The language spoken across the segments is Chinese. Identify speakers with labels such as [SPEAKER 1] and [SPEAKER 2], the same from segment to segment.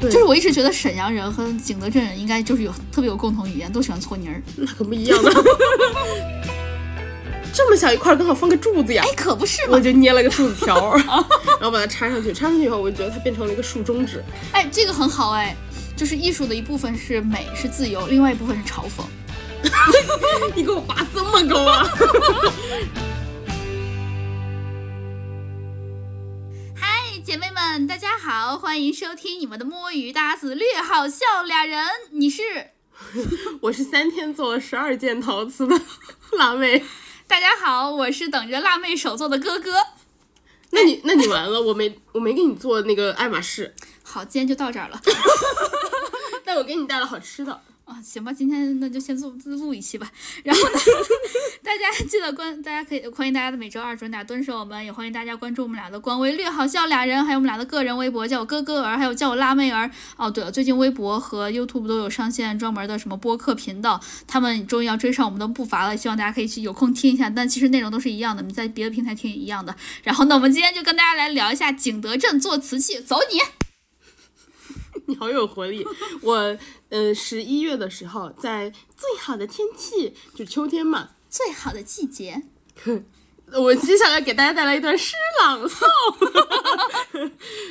[SPEAKER 1] 对
[SPEAKER 2] 就是我一直觉得沈阳人和景德镇人应该就是有特别有共同语言，都喜欢搓泥儿。
[SPEAKER 1] 那可不一样呢。 这么小一块儿，刚好放个柱子呀
[SPEAKER 2] 哎，，可不是
[SPEAKER 1] 我
[SPEAKER 2] 嘛！
[SPEAKER 1] 就捏了个柱子条 儿，然后把它插上去。插上去以后，我就觉得它变成了一个竖中指。
[SPEAKER 2] 哎，这个很好哎，就是艺术的一部分是美是自由，另外一部分是嘲讽。
[SPEAKER 1] 你给我拔这么高啊！
[SPEAKER 2] 嗨，哎姐妹们，大家好，欢迎收听你们的摸鱼搭子略好笑俩人，你是？
[SPEAKER 1] 我是三天做了十二件陶瓷的 辣妹。
[SPEAKER 2] 大家好，我是等着辣妹手做的哥哥。
[SPEAKER 1] 那你那你完了，我没我没给你做那个爱马仕，
[SPEAKER 2] 好，今天就到这儿了
[SPEAKER 1] 但我给你带了好吃的。
[SPEAKER 2] 啊，行吧，今天那就先录录一期吧。然后呢， 大家记得关，大家可以欢迎大家的每周二准打蹲守我们，也欢迎大家关注我们俩的官微“略好笑俩人”，还有我们俩的个人微博，叫我哥哥儿，还有叫我辣妹儿。哦，对了，最近微博和 YouTube 都有上线专门的什么播客频道，他们终于要追上我们的步伐了，希望大家可以去有空听一下。但其实内容都是一样的，你在别的平台听也一样的。然后呢，我们今天就跟大家来聊一下景德镇做瓷器，走你！
[SPEAKER 1] 你好有活 力！我呃十一月的时候，在最好的天气，就秋天嘛，
[SPEAKER 2] 最好的季节，
[SPEAKER 1] 我接下来给大家带来一段诗朗诵。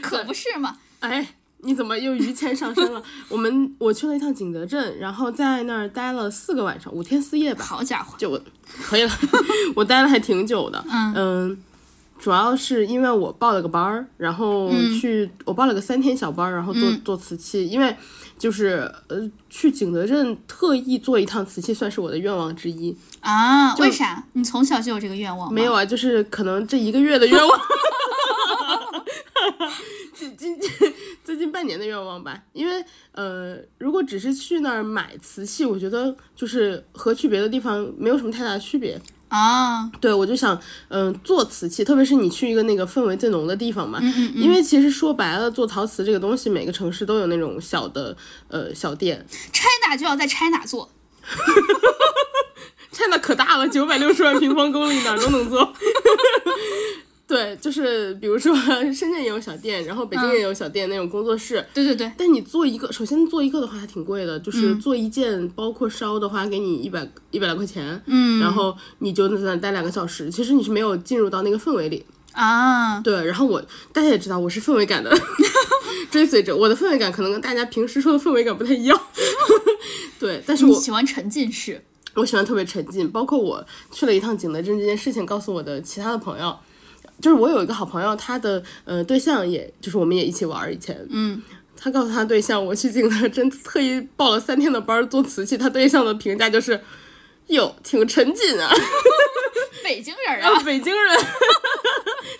[SPEAKER 2] 可不是嘛？
[SPEAKER 1] 哎，你怎么又于谦上身了？ 我们我去了一趟景德镇，然后在那儿待了四个晚上，五天四夜吧，
[SPEAKER 2] 好家伙！
[SPEAKER 1] 就我可以了， 我待了还挺久的。
[SPEAKER 2] 嗯
[SPEAKER 1] 主要是因为我报了个班儿，然后去、我报了个三天小班儿，然后做、做瓷器，因为就是呃去景德镇特意做一趟瓷器，算是我的愿望之一。
[SPEAKER 2] 啊？为啥？你从小就有这个愿望吗？
[SPEAKER 1] 没有，啊，就是可能这一个月的 愿望，最近 最近半年的愿望吧。因为呃，如果只是去那儿买瓷器，我觉得就是和去别的地方没有什么太大的区别。
[SPEAKER 2] 啊，
[SPEAKER 1] 对，我就想，嗯、做瓷器，特别是你去一个那个氛围最浓的地方嘛，
[SPEAKER 2] 嗯嗯嗯，
[SPEAKER 1] 因为其实说白了，做陶瓷这个东西，每个城市都有那种小的呃小店
[SPEAKER 2] ，China 就要在 China 做，
[SPEAKER 1] ，China 可大了，九百六十万平方公里，哪儿都能做。 对，就是比如说深圳也有小店，然后北京也有小店、那种工作室。
[SPEAKER 2] 对对对，
[SPEAKER 1] 但你做一个，首先做一个的话还挺贵的，就是做一件包括烧的话，给你一百一百来块钱，
[SPEAKER 2] 嗯
[SPEAKER 1] 然后你就在那儿待两个小时，其实你是没有进入到那个氛围里。
[SPEAKER 2] 啊，
[SPEAKER 1] 对，然后我大家也知道我是氛围感的追随者，我的氛围感可能跟大家平时说的氛围感不太一样。 对，但是
[SPEAKER 2] 你
[SPEAKER 1] 我
[SPEAKER 2] 喜欢沉浸式，
[SPEAKER 1] 我喜欢特别沉浸，包括我去了一趟景德镇这件事情，告诉我的其他的朋友，就是我有一个好朋友，他的呃对象也就是我们也一起玩儿以前，
[SPEAKER 2] 嗯，
[SPEAKER 1] 他告诉他对象，我去景德镇特意报了三天的班儿做瓷器，他对象的评价就是。哟，挺沉浸啊！
[SPEAKER 2] 北京人啊，
[SPEAKER 1] 北京人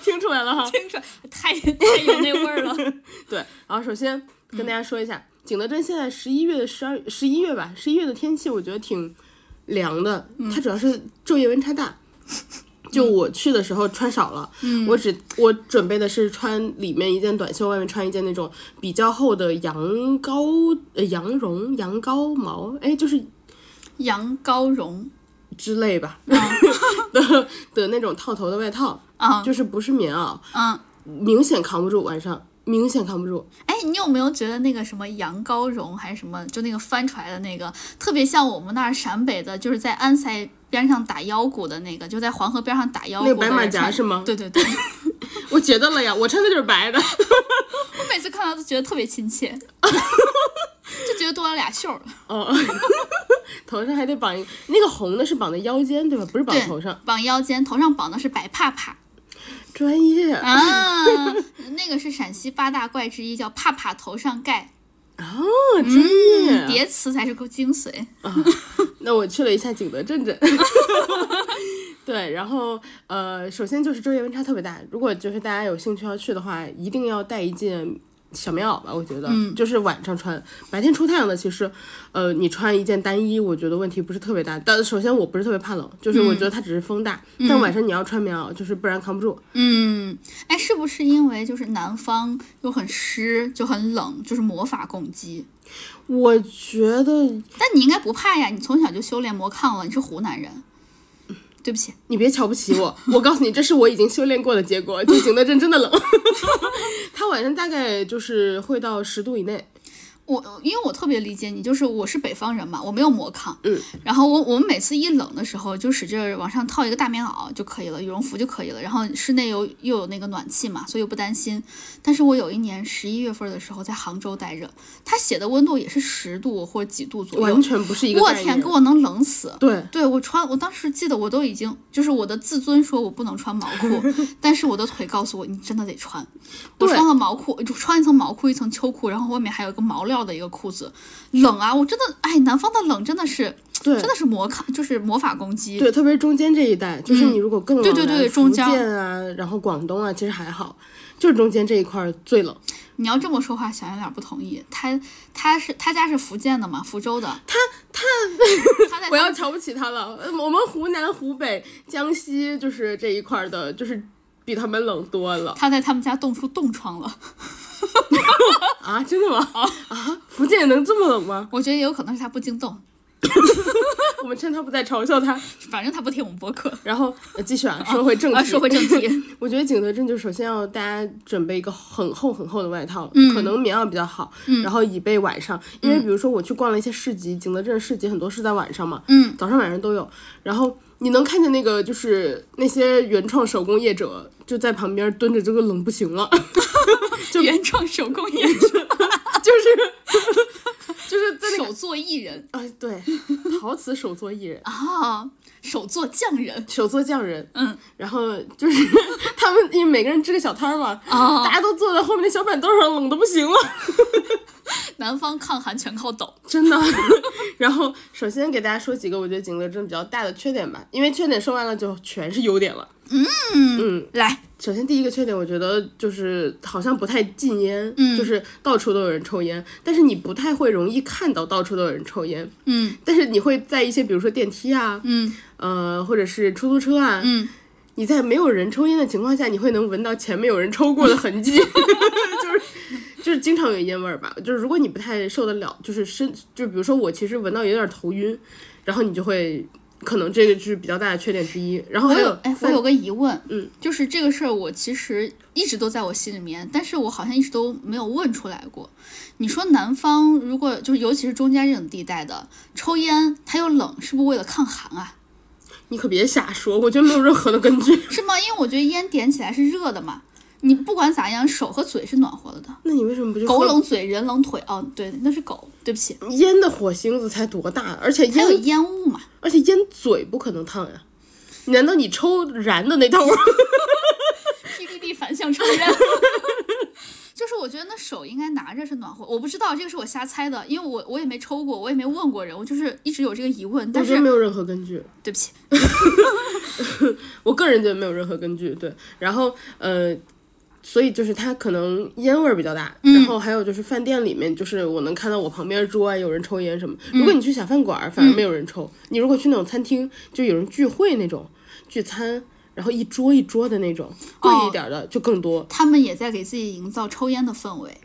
[SPEAKER 1] 听出来了哈，
[SPEAKER 2] 听着太太有那味儿了，
[SPEAKER 1] 对，然后首先跟大家说一下，景德镇现在十一月的十二十一月吧，十一月的天气我觉得挺凉的，它主要是昼夜温差大。就我去的时候穿少了，我只我准备的是穿里面一件短袖，外面穿一件那种比较厚的羊羔呃羊绒羊羔毛，哎，就是
[SPEAKER 2] 羊羔绒
[SPEAKER 1] 之类吧、 的的那种套头的外套，
[SPEAKER 2] 啊，
[SPEAKER 1] 就是不是棉袄，
[SPEAKER 2] 嗯，
[SPEAKER 1] 明显扛不住，晚上明显扛不住。
[SPEAKER 2] 哎，你有没有觉得那个什么羊羔绒还是什么，就那个翻出来的那个，特别像我们那儿陕北的，就是在安塞边上打腰鼓的那个，就在黄河边上打腰鼓
[SPEAKER 1] 那
[SPEAKER 2] 的
[SPEAKER 1] 个白马
[SPEAKER 2] 人
[SPEAKER 1] 甲
[SPEAKER 2] 穿
[SPEAKER 1] 是吗
[SPEAKER 2] 对对 对，我
[SPEAKER 1] 我觉得了呀，我穿的就是白的。
[SPEAKER 2] 每次看到都觉得特别亲切，就觉得多了俩袖儿。
[SPEAKER 1] 哦，头上还得绑一那个红的是绑在腰间对吧？不是绑
[SPEAKER 2] 对，
[SPEAKER 1] 头上，
[SPEAKER 2] 绑腰间，头上绑的是白帕帕
[SPEAKER 1] 专业啊！
[SPEAKER 2] 啊， 那个是陕西八大怪之一，叫帕帕头上盖，
[SPEAKER 1] 哦专
[SPEAKER 2] 嗯
[SPEAKER 1] 业啊、
[SPEAKER 2] 叠词才是个精髓。
[SPEAKER 1] 那我去了一下景德镇 镇。对，然后呃，首先就是昼夜温差特别大，如果就是大家有兴趣要去的话，一定要带一件小棉袄吧，我觉得，就是晚上穿，白天出太阳的其实，呃，你穿一件单衣，我觉得问题不是特别大。但首先我不是特别怕冷，就是我觉得它只是风大，但晚上你要穿棉袄，就是不然扛不住。
[SPEAKER 2] 嗯，哎，是不是因为就是南方又很湿，就很冷，就是魔法攻击？
[SPEAKER 1] 我觉得
[SPEAKER 2] 但你应该不怕呀，你从小就修炼魔抗了，你是湖南人。对不起，
[SPEAKER 1] 你别瞧不起我，我告诉你，这是我已经修炼过的 结果。就景德镇真的冷，它晚上大概就是会到十度以内，
[SPEAKER 2] 我因为我特别理解你，就是我是北方人嘛，我没有魔抗，
[SPEAKER 1] 嗯，
[SPEAKER 2] 然后我我们每次一冷的时候，就使劲儿往上套一个大棉袄就可以了，羽绒服就可以了，然后室内有又有那个暖气嘛，所以我不担心。但是我有一年十一月份的时候在杭州待着，他写的温度也是十度或者几度左右
[SPEAKER 1] 完，全不是一个
[SPEAKER 2] 我
[SPEAKER 1] 概
[SPEAKER 2] 天，
[SPEAKER 1] 念
[SPEAKER 2] 给我能冷死！
[SPEAKER 1] 对，
[SPEAKER 2] 对我穿，我当时记得我都已经就是我的自尊说我不能穿毛裤， 但是我的腿告诉我你真的得穿。我
[SPEAKER 1] 对
[SPEAKER 2] 穿了毛裤，就穿一层毛裤，一层秋裤，然后外面还有一个毛料的一个裤子。冷啊，我真的哎，南方的冷真的是
[SPEAKER 1] 对
[SPEAKER 2] 真的是魔抗，就是魔法攻击。
[SPEAKER 1] 对，特别是中间这一带，就是你如果更往
[SPEAKER 2] 嗯对对对
[SPEAKER 1] 南
[SPEAKER 2] 中
[SPEAKER 1] 福
[SPEAKER 2] 间
[SPEAKER 1] 建啊，然后广东啊，其实还好，就是中间这一块儿最冷。
[SPEAKER 2] 你要这么说话，小圆脸不同意。他他是他家是福建的嘛，福州的。他他 他在
[SPEAKER 1] 不要瞧不起他了，呃我们湖南、湖北、江西就是这一块儿的，就是比他们冷多了
[SPEAKER 2] 他在他们家冻出冻疮了。
[SPEAKER 1] 啊！真的
[SPEAKER 2] 哦
[SPEAKER 1] 吗？啊，福建能这么冷吗？
[SPEAKER 2] 我觉得也有可能是他不经冻，
[SPEAKER 1] 我们趁他不在嘲笑他，
[SPEAKER 2] 反正他不听我们播客。
[SPEAKER 1] 然后呃继续啊，说回正题。
[SPEAKER 2] 啊，说回正题。
[SPEAKER 1] 我觉得景德镇就首先要大家准备一个很厚很厚的外套，
[SPEAKER 2] 嗯
[SPEAKER 1] 可能棉袄比较好，然后以备晚上，因为比如说我去逛了一些市集，景德镇市集很多是在晚上嘛，
[SPEAKER 2] 嗯，
[SPEAKER 1] 早上晚上都有，然后你能看见那个就是那些原创手工业者就在旁边蹲着，这个冷不行 了，
[SPEAKER 2] 原创手工艺术，
[SPEAKER 1] 就是就是 在那个
[SPEAKER 2] 手作艺人
[SPEAKER 1] 啊、对，陶瓷手作艺人。
[SPEAKER 2] 啊，手作匠人
[SPEAKER 1] 手作匠人，
[SPEAKER 2] 嗯，
[SPEAKER 1] 然后就是 他们，因为每个人支个小摊儿嘛，
[SPEAKER 2] 啊，
[SPEAKER 1] 大家都坐在后面的小板凳上，冷的不行了。
[SPEAKER 2] 南方抗寒全靠抖。
[SPEAKER 1] 真的。 然后首先给大家说几个我觉得景德镇比较大的缺点吧，因为缺点说完了就全是优点了。
[SPEAKER 2] 来，
[SPEAKER 1] 首先第一个缺点，我觉得就是好像不太禁烟，
[SPEAKER 2] 嗯
[SPEAKER 1] 就是到处都有人抽烟，但是你不太会容易看到到处都有人抽烟，
[SPEAKER 2] 嗯
[SPEAKER 1] 但是你会在一些比如说电梯啊，
[SPEAKER 2] 嗯
[SPEAKER 1] 呃或者是出租车啊，
[SPEAKER 2] 嗯，
[SPEAKER 1] 你在没有人抽烟的情况下，你会能闻到前面有人抽过的痕 迹，就是就是经常有烟味儿吧。就是如果你不太受得了，就是身就比如说我其实闻到有点头晕，然后你就会可能这个是比较大的缺点之一。然后
[SPEAKER 2] 我
[SPEAKER 1] 还
[SPEAKER 2] 有哎，我
[SPEAKER 1] 饭
[SPEAKER 2] 有个疑问，
[SPEAKER 1] 嗯，
[SPEAKER 2] 就是这个事儿，我其实一直都在我心里面，但是我好像一直都没有问出来过。你说南方如果就是尤其是中间这种地带的，抽烟它又冷，是不是为了抗寒啊？
[SPEAKER 1] 你可别瞎说，我觉得没有任何的根据。
[SPEAKER 2] 是吗？因为我觉得烟点起来是热的嘛，你不管咋样，手和嘴是暖和了的。
[SPEAKER 1] 那你为什么不就
[SPEAKER 2] 狗
[SPEAKER 1] 喝
[SPEAKER 2] 冷嘴，人冷腿。哦，对，那是狗，对不起。
[SPEAKER 1] 烟的火星子才多大，而且
[SPEAKER 2] 还有
[SPEAKER 1] 烟
[SPEAKER 2] 烟雾嘛？
[SPEAKER 1] 而且烟嘴不可能烫呀、难道你抽燃的那 头儿？
[SPEAKER 2] PDD 反向抽 烟。就是我觉得那手应该拿着是暖和，我不知道这个是我瞎猜的，因为我我也没抽过，我也没问过人，我就是一直有这个疑问。
[SPEAKER 1] 我
[SPEAKER 2] 但
[SPEAKER 1] 觉得
[SPEAKER 2] 是
[SPEAKER 1] 没有任何根据。
[SPEAKER 2] 对不起，
[SPEAKER 1] 我个人觉得没有任何根据，对。然后呃，所以就是它可能烟味儿比较大，然后还有就是饭店里面，就是我能看到我旁边桌啊有人抽烟什么。如果你去小饭馆儿，反而没有人抽；你如果去那种餐厅，就有人聚会那种聚餐，然后一桌一桌的那种，贵一点儿的就更多，
[SPEAKER 2] 他们也在给自己营造抽烟的氛围。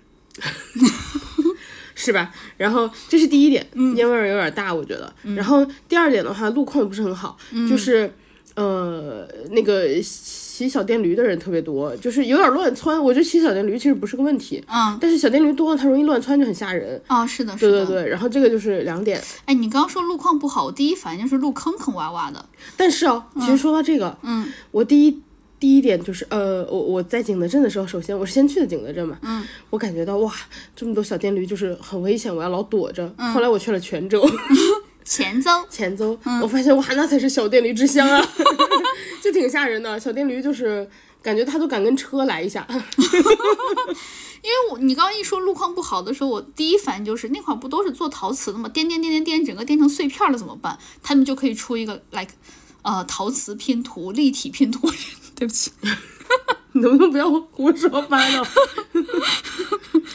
[SPEAKER 1] 是吧？然后这是第一点，
[SPEAKER 2] 嗯
[SPEAKER 1] 烟味儿有点大，我觉得。然后第二点的话，路况不是很好，
[SPEAKER 2] 嗯
[SPEAKER 1] 就是呃那个骑小电驴的人特别多，就是有点乱窜。我觉得骑小电驴其实不是个问题，
[SPEAKER 2] 嗯，
[SPEAKER 1] 但是小电驴多了它容易乱窜，就很吓人。
[SPEAKER 2] 哦，是的，
[SPEAKER 1] 对
[SPEAKER 2] 是
[SPEAKER 1] 对
[SPEAKER 2] 的。
[SPEAKER 1] 对，然后这个就是两点，
[SPEAKER 2] 哎，你刚刚说路况不好，我第一反应就是路坑坑洼洼的。
[SPEAKER 1] 但是哦，其实说到这个，
[SPEAKER 2] 嗯
[SPEAKER 1] 我第一第一点就是，呃，我我在景德镇的时候，首先我是先去的景德镇嘛，
[SPEAKER 2] 嗯，
[SPEAKER 1] 我感觉到哇，这么多小电驴就是很危险，我要老躲着。
[SPEAKER 2] 嗯
[SPEAKER 1] 后来我去了泉州，
[SPEAKER 2] 前奏，
[SPEAKER 1] 前邹，
[SPEAKER 2] 嗯
[SPEAKER 1] 我发现哇，那才是小电驴之乡啊， 就挺吓人的。小电驴就是感觉他都敢跟车来一下，
[SPEAKER 2] 因为我你刚刚一说路况不好的时候，我第一反应就是那块儿不都是做陶瓷的吗？颠颠颠颠颠，整个颠成碎片了怎么办？他们就可以出一个 like，呃，陶瓷拼图、立体拼图。 对不起，
[SPEAKER 1] 你能不能不要胡说八 道？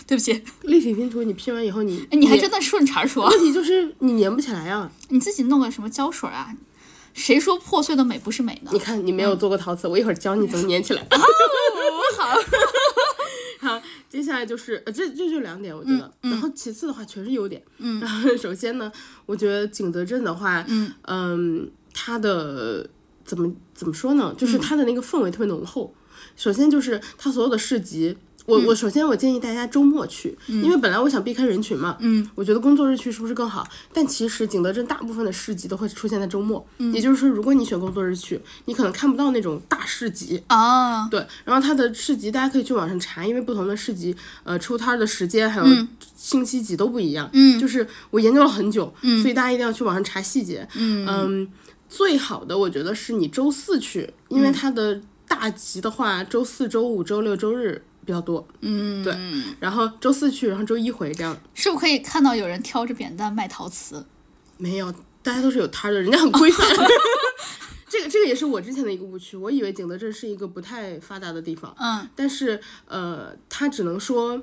[SPEAKER 2] 对不起，
[SPEAKER 1] 立体拼图你拼完以后你，
[SPEAKER 2] 哎，你还真的顺茬儿说，
[SPEAKER 1] 问题就是你粘不起来啊！
[SPEAKER 2] 你自己弄个什么胶水啊？谁说破碎的美不是美呢
[SPEAKER 1] 你？看你没有做过陶瓷，我一会儿教你怎么粘起来。
[SPEAKER 2] 好，
[SPEAKER 1] 好，接下来就是呃，这这就两点，我觉得。然后其次的话，全是优点。嗯，然后首先呢，我觉得景德镇的话，嗯它的嗯怎么怎么说呢？就是它的那个氛围特别浓厚。首先就是它所有的市集，我我首先我建议大家周末去，因为本来我想避开人群嘛，
[SPEAKER 2] 嗯，
[SPEAKER 1] 我觉得工作日去是不是更好？但其实景德镇大部分的市集都会出现在周末，也就是说，如果你选工作日去，你可能看不到那种大市集，
[SPEAKER 2] 哦，
[SPEAKER 1] 对，然后它的市集大家可以去网上查，因为不同的市集，呃，出摊儿的时间还有星期几都不一样。
[SPEAKER 2] 嗯
[SPEAKER 1] 就是我研究了很久，所以大家一定要去网上查细节。嗯最好的我觉得是你周四去，因为它的大集的话，周四周五周六周日比较多。嗯，对，然后周四去，然后周一回这样。
[SPEAKER 2] 是不是可以看到有人挑着扁担卖陶瓷？
[SPEAKER 1] 没有，大家都是有摊儿的，人家很 规范。这个这个也是我之前的一个误区，我以为景德镇是一个不太发达的地方，
[SPEAKER 2] 嗯
[SPEAKER 1] 但是呃，它只能说，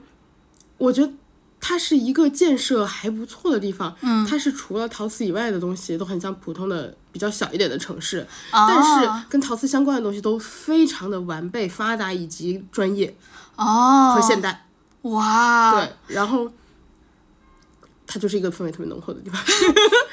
[SPEAKER 1] 我觉得它是一个建设还不错的地方。
[SPEAKER 2] 嗯，
[SPEAKER 1] 它是除了陶瓷以外的东西都很像普通的比较小一点的城市，
[SPEAKER 2] 哦、
[SPEAKER 1] 但是跟陶瓷相关的东西都非常的完备、发达以及专业
[SPEAKER 2] 哦，
[SPEAKER 1] 和现代。
[SPEAKER 2] 哇，
[SPEAKER 1] 对，然后它就是一个氛围特别浓厚的地方。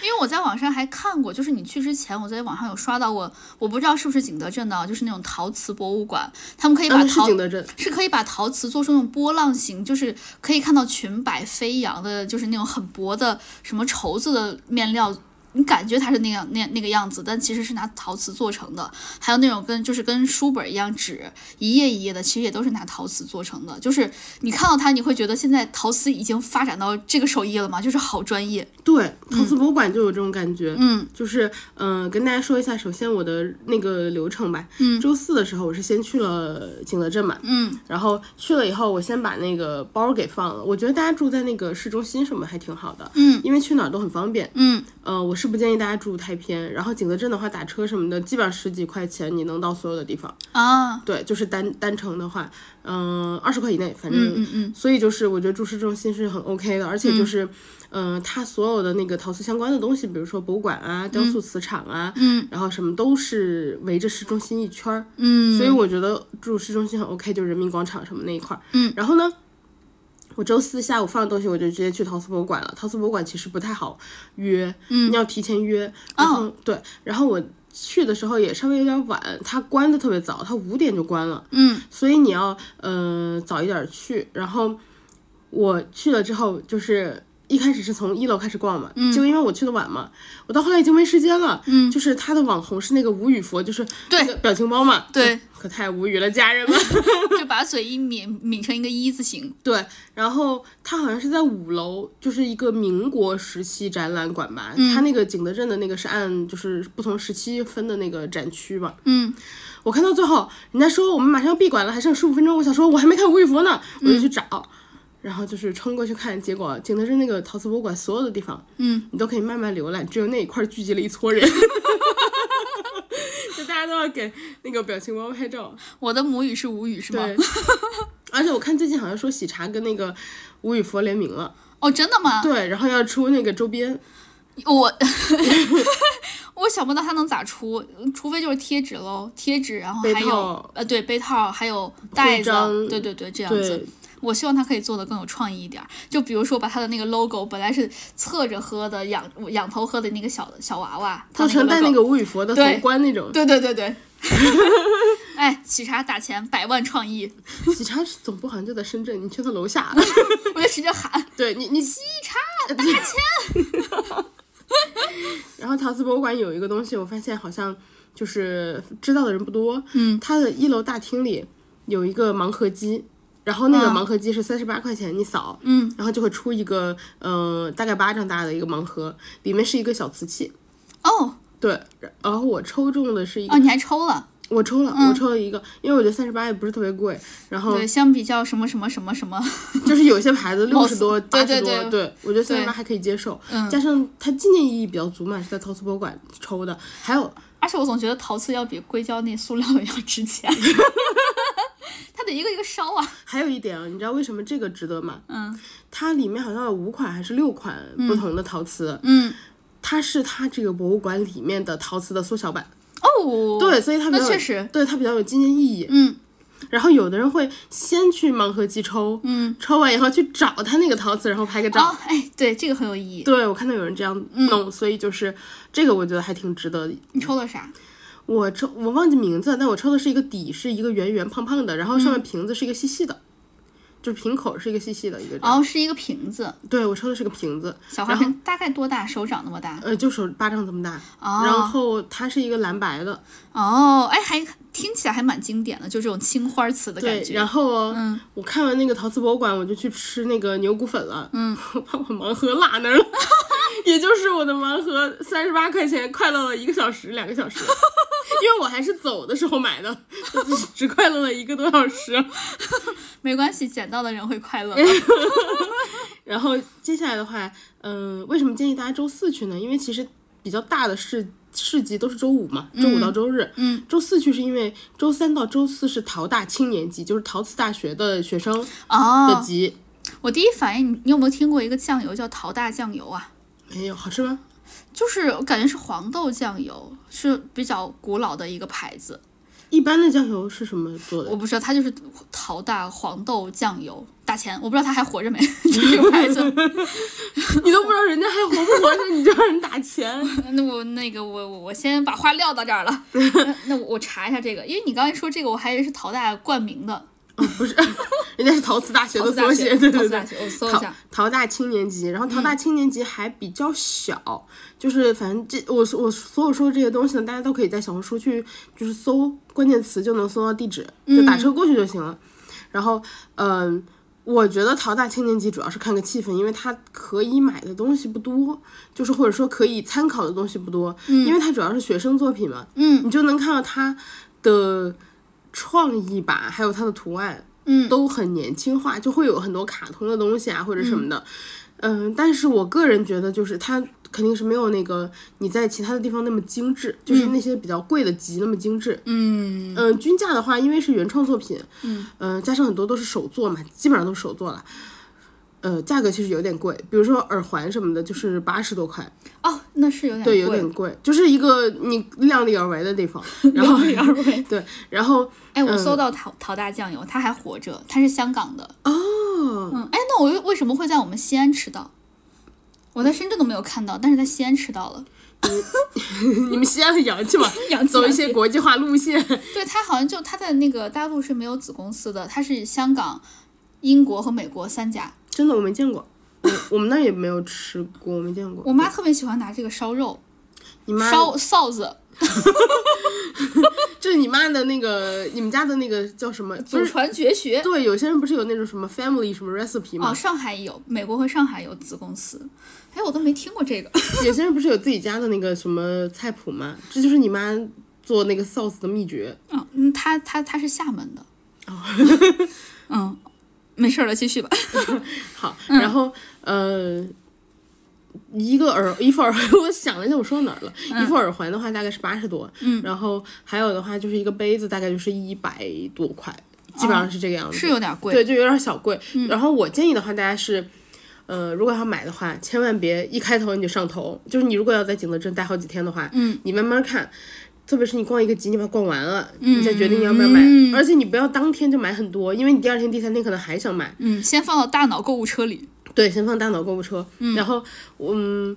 [SPEAKER 2] 因为我在网上还看过，就是你去之前，我在网上有刷到过，我不知道是不是景德镇的啊，就是那种陶瓷博物馆，他们可以把
[SPEAKER 1] 嗯，是
[SPEAKER 2] 陶、
[SPEAKER 1] 景德镇，
[SPEAKER 2] 是可以把陶瓷做成那种波浪形，就是可以看到裙摆飞扬的，就是那种很薄的什么绸子的面料。你感觉它是那样那那个样子，但其实是拿陶瓷做成的。还有那种跟就是跟书本一样纸一页一页的，其实也都是拿陶瓷做成的。就是你看到它，你会觉得现在陶瓷已经发展到这个手艺了吗？就是好专业。
[SPEAKER 1] 对，陶瓷博物馆就有这种感觉。
[SPEAKER 2] 嗯，
[SPEAKER 1] 就是嗯、呃跟大家说一下，首先我的那个流程吧。
[SPEAKER 2] 嗯
[SPEAKER 1] 周四的时候我是先去了景德镇嘛，
[SPEAKER 2] 嗯，
[SPEAKER 1] 然后去了以后，我先把那个包给放了。我觉得大家住在那个市中心什么还挺好的，
[SPEAKER 2] 嗯，
[SPEAKER 1] 因为去哪儿都很方便。
[SPEAKER 2] 嗯
[SPEAKER 1] 呃，我是不建议大家住太偏。然后景德镇的话，打车什么的，基本上十几块钱你能到所有的地方。
[SPEAKER 2] 啊，
[SPEAKER 1] 对，就是单单程的话，嗯、二十块以内，反正
[SPEAKER 2] 嗯嗯嗯
[SPEAKER 1] 所以就是我觉得住市中心是很 OK 的，而且就是，呃，它所有的那个陶瓷相关的东西，比如说博物馆啊、雕塑瓷厂啊，
[SPEAKER 2] 嗯，
[SPEAKER 1] 然后什么都是围着市中心一圈儿，
[SPEAKER 2] 嗯，
[SPEAKER 1] 所以我觉得住市中心很 OK，就人民广场什么那一块儿，
[SPEAKER 2] 嗯，
[SPEAKER 1] 然后呢？我周四下午放的东西，我就直接去陶瓷博物馆了。陶瓷博物馆其实不太好约，嗯，你要提前
[SPEAKER 2] 哦
[SPEAKER 1] 约。然后、对，然后我去的时候也稍微有点晚，它关的特别早，它五点就关了。
[SPEAKER 2] 嗯
[SPEAKER 1] 所以你要呃早一点去。然后我去了之后，就是一开始是从一楼开始逛嘛，
[SPEAKER 2] 嗯
[SPEAKER 1] 结果因为我去的晚嘛，我到后来已经没时间了。嗯，就是他的网红是那个无语佛，就是
[SPEAKER 2] 对
[SPEAKER 1] 那个表情包嘛，
[SPEAKER 2] 对
[SPEAKER 1] 就，可太无语了，家人们。
[SPEAKER 2] 就把嘴一抿抿成一个一字形。
[SPEAKER 1] 对，然后它好像是在五楼，就是一个民国时期展览馆吧。它那个景德镇的那个是按就是不同时期分的那个展区嘛。
[SPEAKER 2] 嗯，
[SPEAKER 1] 我看到最后，人家说我们马上要闭馆了，还剩十五分钟。我想说，我还没看吴亦凡呢，我就去找，然后就是冲过去看，结果景德镇那个陶瓷博物馆所有的地方，
[SPEAKER 2] 嗯，
[SPEAKER 1] 你都可以慢慢浏览，只有那一块聚集了一撮人， 就大家都要给那个表情包拍照。
[SPEAKER 2] 我的母语是吴语是吗？
[SPEAKER 1] 对，而且我看最近好像说喜茶跟那个吴宇佛联名了，
[SPEAKER 2] 哦，真的吗？
[SPEAKER 1] 对，然后要出那个周边，
[SPEAKER 2] 我 我想不到它能咋出，除非就是贴纸喽，贴纸，然后
[SPEAKER 1] 杯
[SPEAKER 2] 还有
[SPEAKER 1] 套
[SPEAKER 2] 呃对杯套，还有袋子
[SPEAKER 1] 章，
[SPEAKER 2] 对对对，这样子。
[SPEAKER 1] 对，
[SPEAKER 2] 我希望它可以做的更有创意一点儿，就比如说把它的那个 logo 本来是侧着喝的仰仰头喝的那个小小娃娃，它
[SPEAKER 1] 做成戴那
[SPEAKER 2] logo
[SPEAKER 1] 个吴宇佛的
[SPEAKER 2] 对
[SPEAKER 1] 头冠那种。
[SPEAKER 2] 对对对 对。哎，喜茶打钱，百万创意，
[SPEAKER 1] 喜茶总部好像就在深圳，你去他楼下，
[SPEAKER 2] 我就直接喊。
[SPEAKER 1] 对你你喜 茶打钱。然后陶瓷博物馆有一个东西，我发现好像就是知道的人不多，
[SPEAKER 2] 嗯，
[SPEAKER 1] 它的一楼大厅里有一个盲盒机。然后那个
[SPEAKER 2] 啊
[SPEAKER 1] 盲盒机是三十八块钱，你扫，
[SPEAKER 2] 嗯，
[SPEAKER 1] 然后就会出一个，呃，大概巴掌大的一个盲盒，里面是一个小瓷器，
[SPEAKER 2] 哦
[SPEAKER 1] 对，然后我抽中的是一个，
[SPEAKER 2] 哦，你还抽了。
[SPEAKER 1] 我抽了，我抽了一个，因为我觉得三十八也不是特别贵，然后
[SPEAKER 2] 嗯对，相比较什么什么什么什么，
[SPEAKER 1] 就是有些牌子六十多、
[SPEAKER 2] 对
[SPEAKER 1] 八
[SPEAKER 2] 对
[SPEAKER 1] 十多，
[SPEAKER 2] 对
[SPEAKER 1] 对我觉得三十
[SPEAKER 2] 对
[SPEAKER 1] 八还可以接受
[SPEAKER 2] 嗯，
[SPEAKER 1] 加上它纪念意义比较足嘛，是在陶瓷博物馆抽的，还有
[SPEAKER 2] 而且我总觉得陶瓷要比硅胶那塑料的要值钱， 它得一个一个烧啊。
[SPEAKER 1] 还有一点啊，你知道为什么这个值得吗？
[SPEAKER 2] 嗯
[SPEAKER 1] 它里面好像有五款还是六款不同的陶瓷，
[SPEAKER 2] 嗯，
[SPEAKER 1] 它是它这个博物馆里面的陶瓷的缩小版，
[SPEAKER 2] 哦，
[SPEAKER 1] 对，，所以它比
[SPEAKER 2] 那
[SPEAKER 1] 较
[SPEAKER 2] 确实
[SPEAKER 1] 对它比较有纪念意义。
[SPEAKER 2] 嗯
[SPEAKER 1] 然后有的人会先去盲盒机抽，
[SPEAKER 2] 嗯，
[SPEAKER 1] 抽完以后去找他那个陶瓷，然后拍个照。
[SPEAKER 2] 哦，哎，对，这个很有意义。
[SPEAKER 1] 对，我看到有人这样
[SPEAKER 2] 嗯
[SPEAKER 1] 弄，所以就是这个，我觉得还挺值得的。
[SPEAKER 2] 你抽了啥？
[SPEAKER 1] 我抽
[SPEAKER 2] 嗯
[SPEAKER 1] 我忘记名字，但我抽的是一个底，是一个圆圆胖胖的，然后上面瓶子是一个细细的，就是瓶口是一个细细的一个这样。
[SPEAKER 2] 哦，是一个瓶子，
[SPEAKER 1] 对我抽的是个瓶子，
[SPEAKER 2] 小花瓶大概多大？手掌那么大。
[SPEAKER 1] 呃，就手巴掌这么大。然
[SPEAKER 2] 哦
[SPEAKER 1] 后它是一个蓝白的，
[SPEAKER 2] 哦，哎，还听起来还蛮经典的，就这种青花瓷的感
[SPEAKER 1] 对。
[SPEAKER 2] 觉。
[SPEAKER 1] 然后哦
[SPEAKER 2] 嗯，
[SPEAKER 1] 我看完那个陶瓷博物馆，我就去吃那个牛骨粉了。嗯， 我把我盲盒落 那儿了，也就是我的盲盒三十八块钱，快乐了一个小时、两个 小时，因为我还是走的时候买的，就是只快乐了一个多小 时。
[SPEAKER 2] 没关系，捡到的人会 快乐。
[SPEAKER 1] 然后接下来的话，嗯、为什么建议大家周四去呢？因为其实比较大的市市集都是周五嘛，周五到周日。
[SPEAKER 2] 嗯
[SPEAKER 1] 周四去是因为周三到周四是陶大青年季，就是陶瓷大学的学生的
[SPEAKER 2] 哦，
[SPEAKER 1] 集。
[SPEAKER 2] 我第一反应，你你有没有听过一个酱油叫陶大酱油啊？
[SPEAKER 1] 没有好吃吗？
[SPEAKER 2] 就是我感觉是黄豆酱油，是比较古老的一个牌子。
[SPEAKER 1] 一般的酱油是什么做的
[SPEAKER 2] 我？不知道它就是陶大黄豆酱油大钱，我不知道它还活着没， 这个牌 子。
[SPEAKER 1] 你都不知道人家还活不活着，你就让人打钱？
[SPEAKER 2] 那我那个我我我先把话撂到这儿了。那那我我查一下这个，因为你刚才说这个，我还以为是陶大冠名的
[SPEAKER 1] 人家是陶瓷大学
[SPEAKER 2] 陶
[SPEAKER 1] 的
[SPEAKER 2] 瓷大
[SPEAKER 1] 缩
[SPEAKER 2] 学，
[SPEAKER 1] 写，对
[SPEAKER 2] 陶
[SPEAKER 1] 对
[SPEAKER 2] 瓷
[SPEAKER 1] 对
[SPEAKER 2] 大。学，我搜一
[SPEAKER 1] 陶
[SPEAKER 2] 下。嗯
[SPEAKER 1] 陶大青年级，然后陶大青年级还比较小，就是反正这我我所有说的这些东西呢，大家都可以在小红书去就是搜关键词就能搜到地址，就打
[SPEAKER 2] 嗯
[SPEAKER 1] 车过去就行了。然后嗯、我觉得陶大青年级主要是看个气氛，因为它可以买的东西不多，就是或者说可以参考的东西不多，因为它主要是学生作品嘛，
[SPEAKER 2] 嗯，
[SPEAKER 1] 你就能看到它的创意吧，还有它的图案，
[SPEAKER 2] 嗯
[SPEAKER 1] 都很年轻化，就会有很多卡通的东西啊或者什么的。嗯、但是我个人觉得，就是它肯定是没有那个你在其他的地方那么精致，就是那些比较贵的集那么精致。
[SPEAKER 2] 嗯
[SPEAKER 1] 嗯、均价的话，因为是原创作品，嗯、加上很多都是手作嘛，基本上都是手作了。呃，价格其实有点贵，比如说耳环什么的，就是八十多块，
[SPEAKER 2] 哦，那是有点
[SPEAKER 1] 对，有点贵，就是一个你量力而为的地方。然 后，嗯
[SPEAKER 2] 有点儿 贵。
[SPEAKER 1] 对，然后
[SPEAKER 2] 哎，我搜到陶陶大酱油，它还活着，它是香港的。
[SPEAKER 1] 哦，
[SPEAKER 2] 嗯，哎，那我又为什么会在我们西安吃到？我在深圳都没有看到，但是在西安吃到了。
[SPEAKER 1] 你们西安很洋气嘛，
[SPEAKER 2] 洋气
[SPEAKER 1] 走一
[SPEAKER 2] 洋
[SPEAKER 1] 些
[SPEAKER 2] 气
[SPEAKER 1] 国际化路线。
[SPEAKER 2] 对它好像就它在那个大陆是没有子公司的，它是香港、英国和美国三家。
[SPEAKER 1] 真的我没见过，我我们那儿也没有吃过，我没见过。
[SPEAKER 2] 我妈特别喜欢拿这个烧肉、
[SPEAKER 1] 你妈
[SPEAKER 2] 烧臊子，
[SPEAKER 1] 这是你妈的那个你们家的那个叫什么？
[SPEAKER 2] 祖
[SPEAKER 1] 不是
[SPEAKER 2] 传绝学。
[SPEAKER 1] 对，有些人不是有那种什么 family 什么 recipe 吗
[SPEAKER 2] 哦，？上海有，美国和上海有子公司。哎，我都没听过这个。
[SPEAKER 1] 有些人不是有自己家的那个什么菜谱吗？这就是你妈做那个 sauce 的秘诀。
[SPEAKER 2] 嗯嗯，他他他是厦门的。哦，嗯，没事儿了，继续吧。
[SPEAKER 1] 好，
[SPEAKER 2] 嗯
[SPEAKER 1] 然后、呃。一个耳一副耳环， 我想了一下，我说到哪儿了？
[SPEAKER 2] 嗯
[SPEAKER 1] 一副耳环的话大概是八十多，嗯，然后还有的话就是一个杯子，大概就是一百多块，基本
[SPEAKER 2] 哦
[SPEAKER 1] 上是这个样子。
[SPEAKER 2] 是有点贵。
[SPEAKER 1] 对，就有点小贵。然后我建议的话，大家是，呃，如果要买的话，千万别一开头你就上头。就是你如果要在景德镇待好几天的话，嗯，你慢慢看，特别是你逛一个集，你把它逛完了，你再决定你要不要买。而且你不要当天就买很多，因为你第二天、第三天可能还想买。
[SPEAKER 2] 嗯，先放到大脑购物车里。
[SPEAKER 1] 对，先放大脑购物车，然后嗯。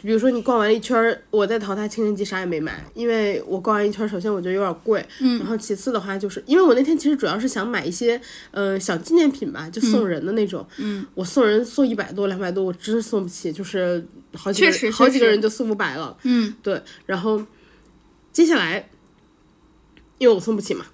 [SPEAKER 1] 比如说你逛完一圈儿，我在淘大青年季啥也没买，因为我逛完一圈儿，首先我觉得有点贵，嗯，然后其次的话就是，因为我那天其实主要是想买一些呃小纪念品吧，就送人的那种，嗯，我送人送一百多两百多，我真是送不起，就是好几个
[SPEAKER 2] 确实
[SPEAKER 1] 人好几
[SPEAKER 2] 确
[SPEAKER 1] 个
[SPEAKER 2] 实
[SPEAKER 1] 人就四五百了，
[SPEAKER 2] 嗯，
[SPEAKER 1] 对，然后接下来，因为我送不 起嘛，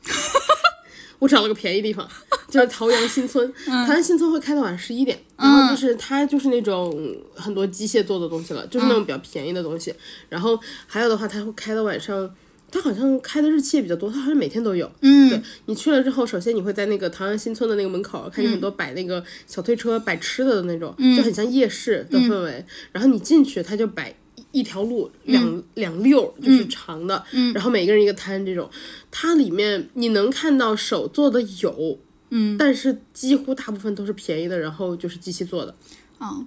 [SPEAKER 1] 我找了个便宜地方，就是桃阳新村。桃阳新村会开到晚上十一点，然后就是它就是那种很多机械做的东西了，就是那种比较便宜的东西。然后还有的话，它会开到晚上。它好像开的日期也比较多，它好像每天都有。
[SPEAKER 2] 嗯
[SPEAKER 1] 对你去了之后，首先你会在那个唐阳新村的那个门口看见很多摆那个小推车、摆吃的的那种，就很像夜市的氛围。然后你进去，它就摆一一条路，两、两溜儿就是长的，然后每个人一个摊这种。它里面你能看到手做的有，嗯，但是几乎大部分都是便宜的，然后就是机器做的。
[SPEAKER 2] 嗯，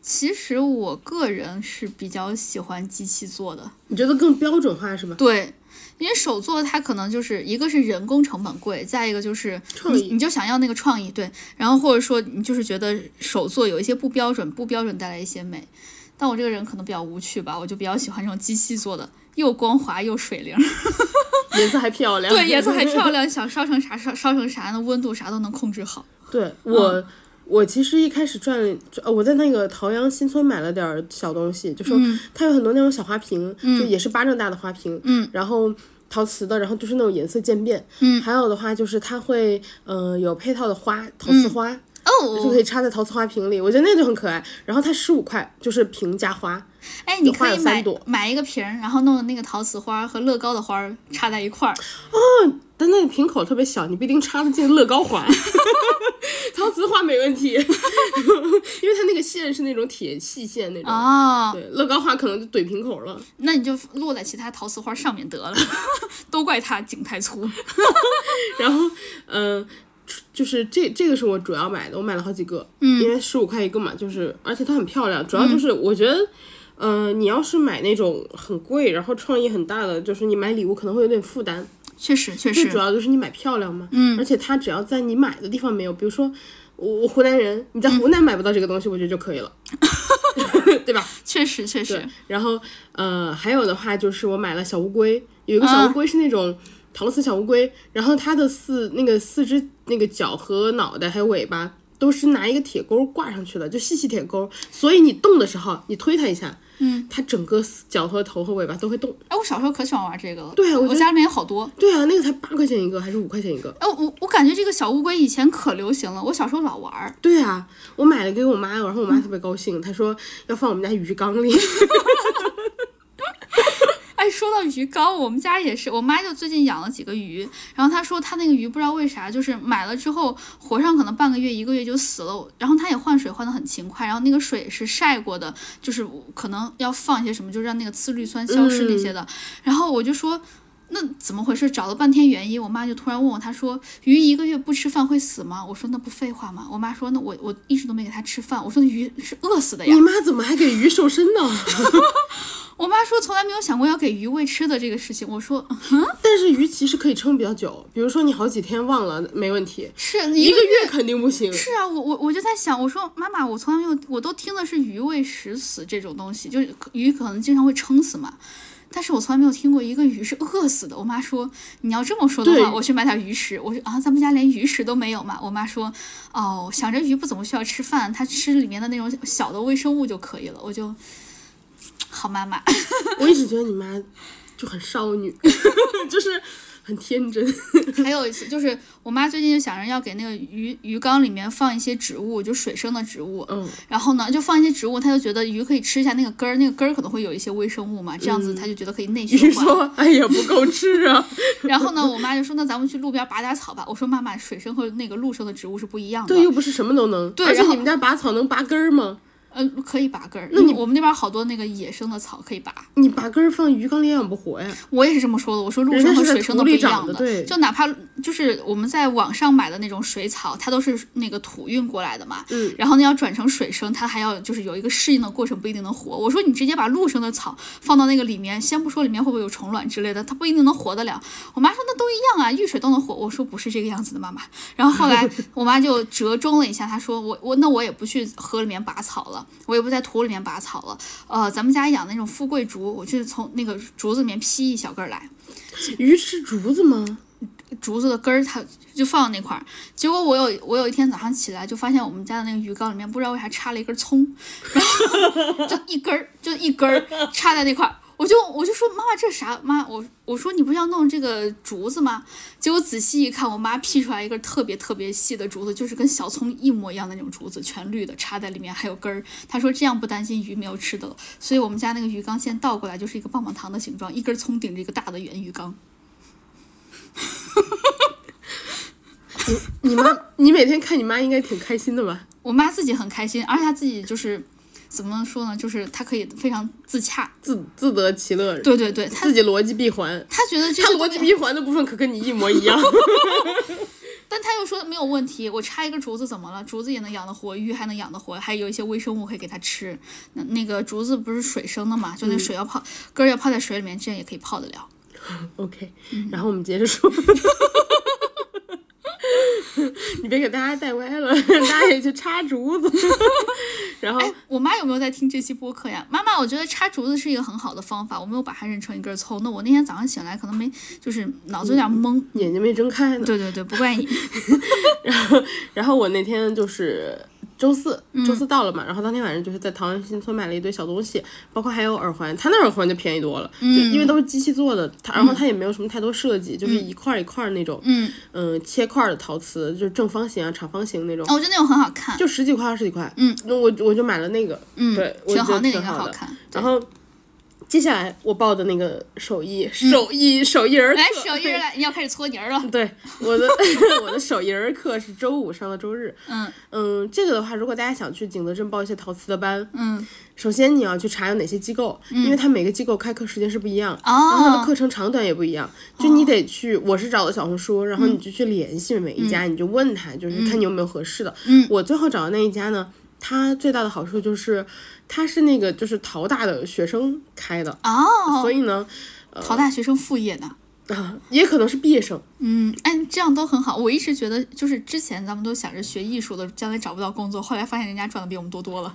[SPEAKER 2] 其实我个人是比较喜欢机器做的，
[SPEAKER 1] 你觉得更标准 化是吧？
[SPEAKER 2] 对，因为手做它可能就是一个是人工成本贵，再一个就是
[SPEAKER 1] 创
[SPEAKER 2] 你
[SPEAKER 1] 意
[SPEAKER 2] 你就想要那个创意，对，然后或者说你就是觉得手做有一些不标准，不标准带来一些美。但我这个人可能比较无趣吧，我就比较喜欢这种机器做的，又光滑又水灵。
[SPEAKER 1] 颜色还漂亮，
[SPEAKER 2] 对，颜色还漂亮，想烧成啥烧烧成啥呢？温度啥都能控制好。
[SPEAKER 1] 对
[SPEAKER 2] 嗯
[SPEAKER 1] 我、我其实一开始转了，呃，我在那个朝阳新村买了点儿小东西，就说它有很多那种小花瓶，就也是巴掌大的花瓶，
[SPEAKER 2] 嗯，
[SPEAKER 1] 然后。陶瓷的，然后就是那种颜色渐变，嗯，还有的话就是它会，呃，有配套的花，陶
[SPEAKER 2] 嗯
[SPEAKER 1] 瓷花，就可
[SPEAKER 2] 哦，
[SPEAKER 1] 以插在陶瓷花瓶里，我觉得那个就很可爱。然后它十五块，就是瓶加花，
[SPEAKER 2] 哎，你可
[SPEAKER 1] 花
[SPEAKER 2] 以
[SPEAKER 1] 有三
[SPEAKER 2] 买
[SPEAKER 1] 朵
[SPEAKER 2] 买一个瓶儿，然后弄那个陶瓷花儿和乐高的花儿插在一块儿，
[SPEAKER 1] 但那个瓶口特别小，你不一定插得进乐高花， 陶瓷花没问题， 因为它那个线是那种铁细线那种。
[SPEAKER 2] 哦，
[SPEAKER 1] 对，乐高花可能就怼瓶口了。
[SPEAKER 2] 那你就落在其他陶瓷花上面得了， 都怪它井太粗。
[SPEAKER 1] 然后，嗯、就是这这个是我主要买的，我买了好几个，嗯，因为十五块一个嘛，就是而且它很漂亮，主要就是我觉得。嗯、你要是买那种很贵，然后创意很大的，就是你买礼物可能会有点负担。
[SPEAKER 2] 确实，确
[SPEAKER 1] 最
[SPEAKER 2] 实
[SPEAKER 1] 主，要就是你买漂亮嘛，嗯嗯，而且它只要在你买的地方没有，比如说我我湖南人，你在湖南买不到这个东西，我觉得就可 以了，对吧？
[SPEAKER 2] 确实，确实
[SPEAKER 1] 对。然后呃，还有的话就是我买了小乌龟，有一个小乌龟是那种陶瓷小乌龟，然后它的四那个四只那个脚和脑袋还有尾巴。都是拿一个铁钩挂上去的，就细细铁钩，所以你动的时候，你推它一下，嗯，它整个四脚和头和尾巴都会动。
[SPEAKER 2] 哎，我小时候可喜欢玩这个了。
[SPEAKER 1] 对啊我
[SPEAKER 2] 我
[SPEAKER 1] 觉得
[SPEAKER 2] 家里面有好多。
[SPEAKER 1] 对啊，那个才八块钱一个，还是五块钱一个？
[SPEAKER 2] 哎，我我感觉这个小乌龟以前可流行了，我小时候老玩儿。
[SPEAKER 1] 对啊，我买了给我妈，然后
[SPEAKER 2] 嗯
[SPEAKER 1] 我妈特别高兴，她说要放我们家鱼缸里。
[SPEAKER 2] 哎，说到鱼缸，我们家也是，我妈就最近养了几个鱼，然后她说她那个鱼不知道为啥，就是买了之后活上可能半个月一个月就死了，然后她也换水换的很勤快，然后那个水是晒过的，就是可能要放一些什么，就让那个次氯酸消失那些
[SPEAKER 1] 嗯
[SPEAKER 2] 的，然后我就说。那怎么回事？找了半天原因，我妈就突然问我，她说：“鱼一个月不吃饭会死吗？”我说：“那不废话吗？”我妈说：“那我我一直都没给它吃饭。”我说：“鱼是饿死的呀。”
[SPEAKER 1] 你妈怎么还给鱼瘦身呢？
[SPEAKER 2] 我妈说从来没有想过要给鱼喂吃的这个事情。我说：“嗯
[SPEAKER 1] 但是鱼其实可以撑比较久，比如说你好几天忘了没问题，
[SPEAKER 2] 是
[SPEAKER 1] 一
[SPEAKER 2] 一
[SPEAKER 1] 个月肯定 不行。
[SPEAKER 2] 是啊，我我我就在想，我说妈妈，我从来没有，我都听的是鱼喂食死这种东西，就是鱼可能经常会撑死嘛，但是我从来没有听过一个鱼是饿死的。我妈说，你要这么说的
[SPEAKER 1] 对
[SPEAKER 2] 话，我去买点鱼食。我说啊，咱们家连鱼食都没有嘛。我妈说，哦，想着鱼不怎么需要吃饭，它吃里面的那种小的微生物就可以了。我就。好妈妈，
[SPEAKER 1] 我一直觉得你妈就很少女， 就是很 天真。
[SPEAKER 2] 还有一次就是我妈最近就想着要给那个鱼鱼缸里面放一些植物，就水生的植物。
[SPEAKER 1] 嗯，
[SPEAKER 2] 然后呢，就放一些植物，他就觉得鱼可以吃一下那个根儿，那个根儿可能会有一些微生物嘛，这样子他就觉得可以内
[SPEAKER 1] 嗯鱼
[SPEAKER 2] 循环。
[SPEAKER 1] 说：“哎呀，不够吃 啊。
[SPEAKER 2] 然后呢，我妈就说：“那咱们去路边拔点草吧。”我说：“妈妈，水生和那个陆生的植物是不一样”的。
[SPEAKER 1] 对，又不是什么都能。
[SPEAKER 2] 对
[SPEAKER 1] 而且
[SPEAKER 2] 然后
[SPEAKER 1] 你们家拔草能拔根儿吗？
[SPEAKER 2] 嗯、可以拔根儿。那
[SPEAKER 1] 你
[SPEAKER 2] 我们那边好多那个野生的草可以拔。
[SPEAKER 1] 你拔根儿放鱼缸里养不 活呀。
[SPEAKER 2] 我也是这么说的，我说陆
[SPEAKER 1] 人家
[SPEAKER 2] 生和
[SPEAKER 1] 是在
[SPEAKER 2] 水生
[SPEAKER 1] 土
[SPEAKER 2] 的不
[SPEAKER 1] 里
[SPEAKER 2] 一样
[SPEAKER 1] 长的对
[SPEAKER 2] 就哪怕就是我们在网上买的那种水草，它都是那个土运过来的嘛，
[SPEAKER 1] 嗯，
[SPEAKER 2] 然后呢要转成水生，它还要就是有一个适应的过程，不一定能活。我说你直接把陆生的草放到那个里面，先不说里面会不会有虫卵之类的，它不一定能活得了。我妈说那都一样啊，遇水都能活。我说不是这个样子的，妈妈。然后后 来我妈就折中了一下，她说我我那我也不去河里面拔草了，我也不在土里面拔草了，呃，咱们家养那种富贵竹，我去从那个竹子里面劈一小根儿来。
[SPEAKER 1] 鱼吃竹子吗？
[SPEAKER 2] 竹子的根儿，它就放那块儿。结果我有我有一天早上起来，就发现我们家的那个鱼缸里面不知道为啥插了一根葱，然后 就一根儿就一根儿插在那块儿。我就我就说妈妈这啥妈我我说你不是要弄这个竹子吗？结果仔细一看，我妈劈出来一根特别特别细的竹子，就是跟小葱一模一样的那种竹子，全绿的，插在里面还有根儿。她说这样不担心鱼没有吃的了，所以我们家那个鱼缸现在倒过来就是一个棒棒糖的形状，一根葱顶着一个大的圆鱼缸。
[SPEAKER 1] 你妈，你每天看你妈应该挺开心的吧？
[SPEAKER 2] 我妈自己很开心，而且她自己就是怎么说呢，就是她可以非常自洽。
[SPEAKER 1] 自自得其乐，
[SPEAKER 2] 对对对，她
[SPEAKER 1] 自己逻辑闭环。
[SPEAKER 2] 她觉得这
[SPEAKER 1] 他
[SPEAKER 2] 个
[SPEAKER 1] 逻
[SPEAKER 2] 东
[SPEAKER 1] 辑
[SPEAKER 2] 西，
[SPEAKER 1] 闭环的部分可跟你一模一 样。
[SPEAKER 2] 但她又说没有问题，我插一根竹子怎么了？竹子也能养得活，鱼还能养得活，还有一些微生物可以给它吃。那那个竹子不是水生的嘛，就那水要泡、根儿要泡在水里面，这样也可以泡得了。
[SPEAKER 1] OK，然后我们接着说， 你别给大家带歪了，让大家也去插竹子。 然后
[SPEAKER 2] 哎，我妈有没有在听这期播客呀？妈妈，我觉得插竹子是一个很好的方法，我没有把它认成一根葱。那我那天早上醒来可能没，就是脑子有点懵。
[SPEAKER 1] 眼睛没睁开呢。
[SPEAKER 2] 对对对，不怪你。
[SPEAKER 1] 然后我那天就是周四，
[SPEAKER 2] 嗯
[SPEAKER 1] 周四到了嘛，然后当天晚上就是在唐人新村买了一堆小东西，包括还有耳环，他那耳环就便宜多了，就因
[SPEAKER 2] 嗯
[SPEAKER 1] 为都是机器做的，它然后它也没有什么太多设计，就是一块儿一块儿那种，
[SPEAKER 2] 嗯，
[SPEAKER 1] 嗯、切块儿的陶瓷，就是正方形啊、长方形那种，
[SPEAKER 2] 哦我觉得那种很好看，
[SPEAKER 1] 就十几块、二十几块，
[SPEAKER 2] 嗯，
[SPEAKER 1] 那我我就买了那个，
[SPEAKER 2] 嗯
[SPEAKER 1] 对，我
[SPEAKER 2] 挺
[SPEAKER 1] 觉
[SPEAKER 2] 好，
[SPEAKER 1] 得
[SPEAKER 2] 那个
[SPEAKER 1] 挺
[SPEAKER 2] 应该
[SPEAKER 1] 好
[SPEAKER 2] 好
[SPEAKER 1] 的。嗯
[SPEAKER 2] 看。
[SPEAKER 1] 然后接下来我报的那个手艺，
[SPEAKER 2] 嗯
[SPEAKER 1] 手艺手艺人儿
[SPEAKER 2] 来，
[SPEAKER 1] 课
[SPEAKER 2] 小月儿来，你要开始搓泥儿了。
[SPEAKER 1] 对，我的我的手艺人课是周五上到周日。
[SPEAKER 2] 嗯
[SPEAKER 1] 嗯，这个的话，如果大家想去景德镇报一些陶瓷的班，
[SPEAKER 2] 嗯，
[SPEAKER 1] 首先你要去查有哪些机构，因为它每个机构开课时间是不一样，然后它的
[SPEAKER 2] 哦，
[SPEAKER 1] 课程长短也不一样。就你得去，我是找的小红书，然
[SPEAKER 2] 嗯
[SPEAKER 1] 后你就去联系每一家，你就问他，就是看你有没有合适的。
[SPEAKER 2] 嗯
[SPEAKER 1] 我最后找的那一家呢，它最大的好处就是它是那个就是陶大的学生开的，所
[SPEAKER 2] 哦，
[SPEAKER 1] 以呢，
[SPEAKER 2] 陶大学生副业呢？
[SPEAKER 1] 啊，也可能是毕业生。
[SPEAKER 2] 嗯，哎，这样都很好。我一直觉得，就是之前咱们都想着学艺术的，将来找不到工作，后来发现人家赚的比我们多多了。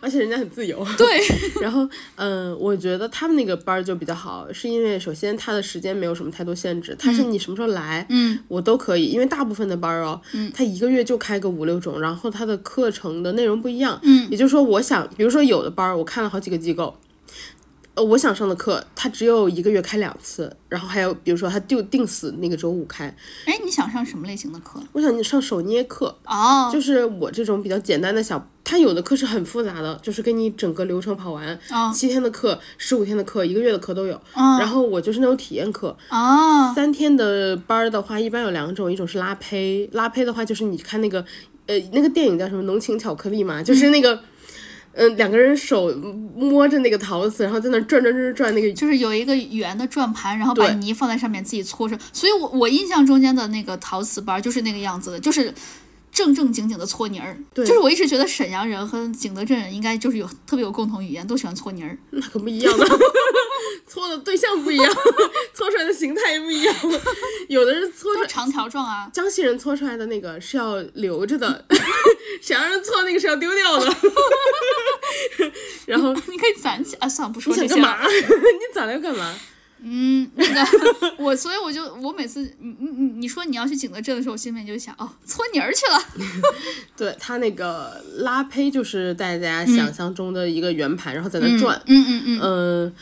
[SPEAKER 1] 而且人家很自由。
[SPEAKER 2] 对，
[SPEAKER 1] 然后，嗯、我觉得他们那个班儿就比较好，是因为首先他的时间没有什么太多限制，他是你什么时候来，
[SPEAKER 2] 嗯，
[SPEAKER 1] 我都可以。因为大部分的班儿哦，他一个月就开个五六种，然后他的课程的内容不一样，
[SPEAKER 2] 嗯，
[SPEAKER 1] 也就是说，我想，比如说有的班儿，我看了好几个机构。呃，我想上的课，他只有一个月开两次，然后还有比如说他就定死那个周五开。
[SPEAKER 2] 哎，你想上什么类型的课？
[SPEAKER 1] 我想你上手捏课，
[SPEAKER 2] 哦，
[SPEAKER 1] 就是我这种比较简单的小，他有的课是很复杂的，就是给你整个流程跑完，
[SPEAKER 2] 哦
[SPEAKER 1] 七天的课、十五天的课、一个月的课都有。然后我就是那种体验课，
[SPEAKER 2] 哦，
[SPEAKER 1] 三天的班儿的话，一般有两种，一种是拉胚，拉胚的话就是你看那个，呃，那个电影叫什么《浓情巧克力》嘛，就是那个，嗯、两个人手摸着那个陶瓷，然后在那儿转转转转转那个。
[SPEAKER 2] 就是有一个圆的转盘，然后把
[SPEAKER 1] 对
[SPEAKER 2] 泥放在上面自己搓着。所以我我印象中间的那个陶瓷班就是那个样子的，就是。正正经经的搓泥儿，
[SPEAKER 1] 对
[SPEAKER 2] 就是我一直觉得沈阳人和景德镇人应该就是有特别有共同语言，都喜欢搓泥儿。
[SPEAKER 1] 那可不一样的， 搓的对象不一样， 搓出来的形态也不一样， 有的是搓出
[SPEAKER 2] 都长条状啊，
[SPEAKER 1] 江西人搓出来的那个是要留着 的，沈阳人 搓那个是要丢掉的。然后
[SPEAKER 2] 你可以攒起啊，算了，不
[SPEAKER 1] 你
[SPEAKER 2] 说
[SPEAKER 1] 想
[SPEAKER 2] 这些
[SPEAKER 1] 干
[SPEAKER 2] 了。
[SPEAKER 1] 嘛？ 你攒来干嘛？
[SPEAKER 2] 嗯，那个 我，所以我就我每次你你你你说你要去景德镇的时候，我心里面就想哦，搓泥儿去了。
[SPEAKER 1] 对他那个拉胚就是大家想象中的一个圆盘，然后在那转，
[SPEAKER 2] 嗯嗯嗯，
[SPEAKER 1] 嗯。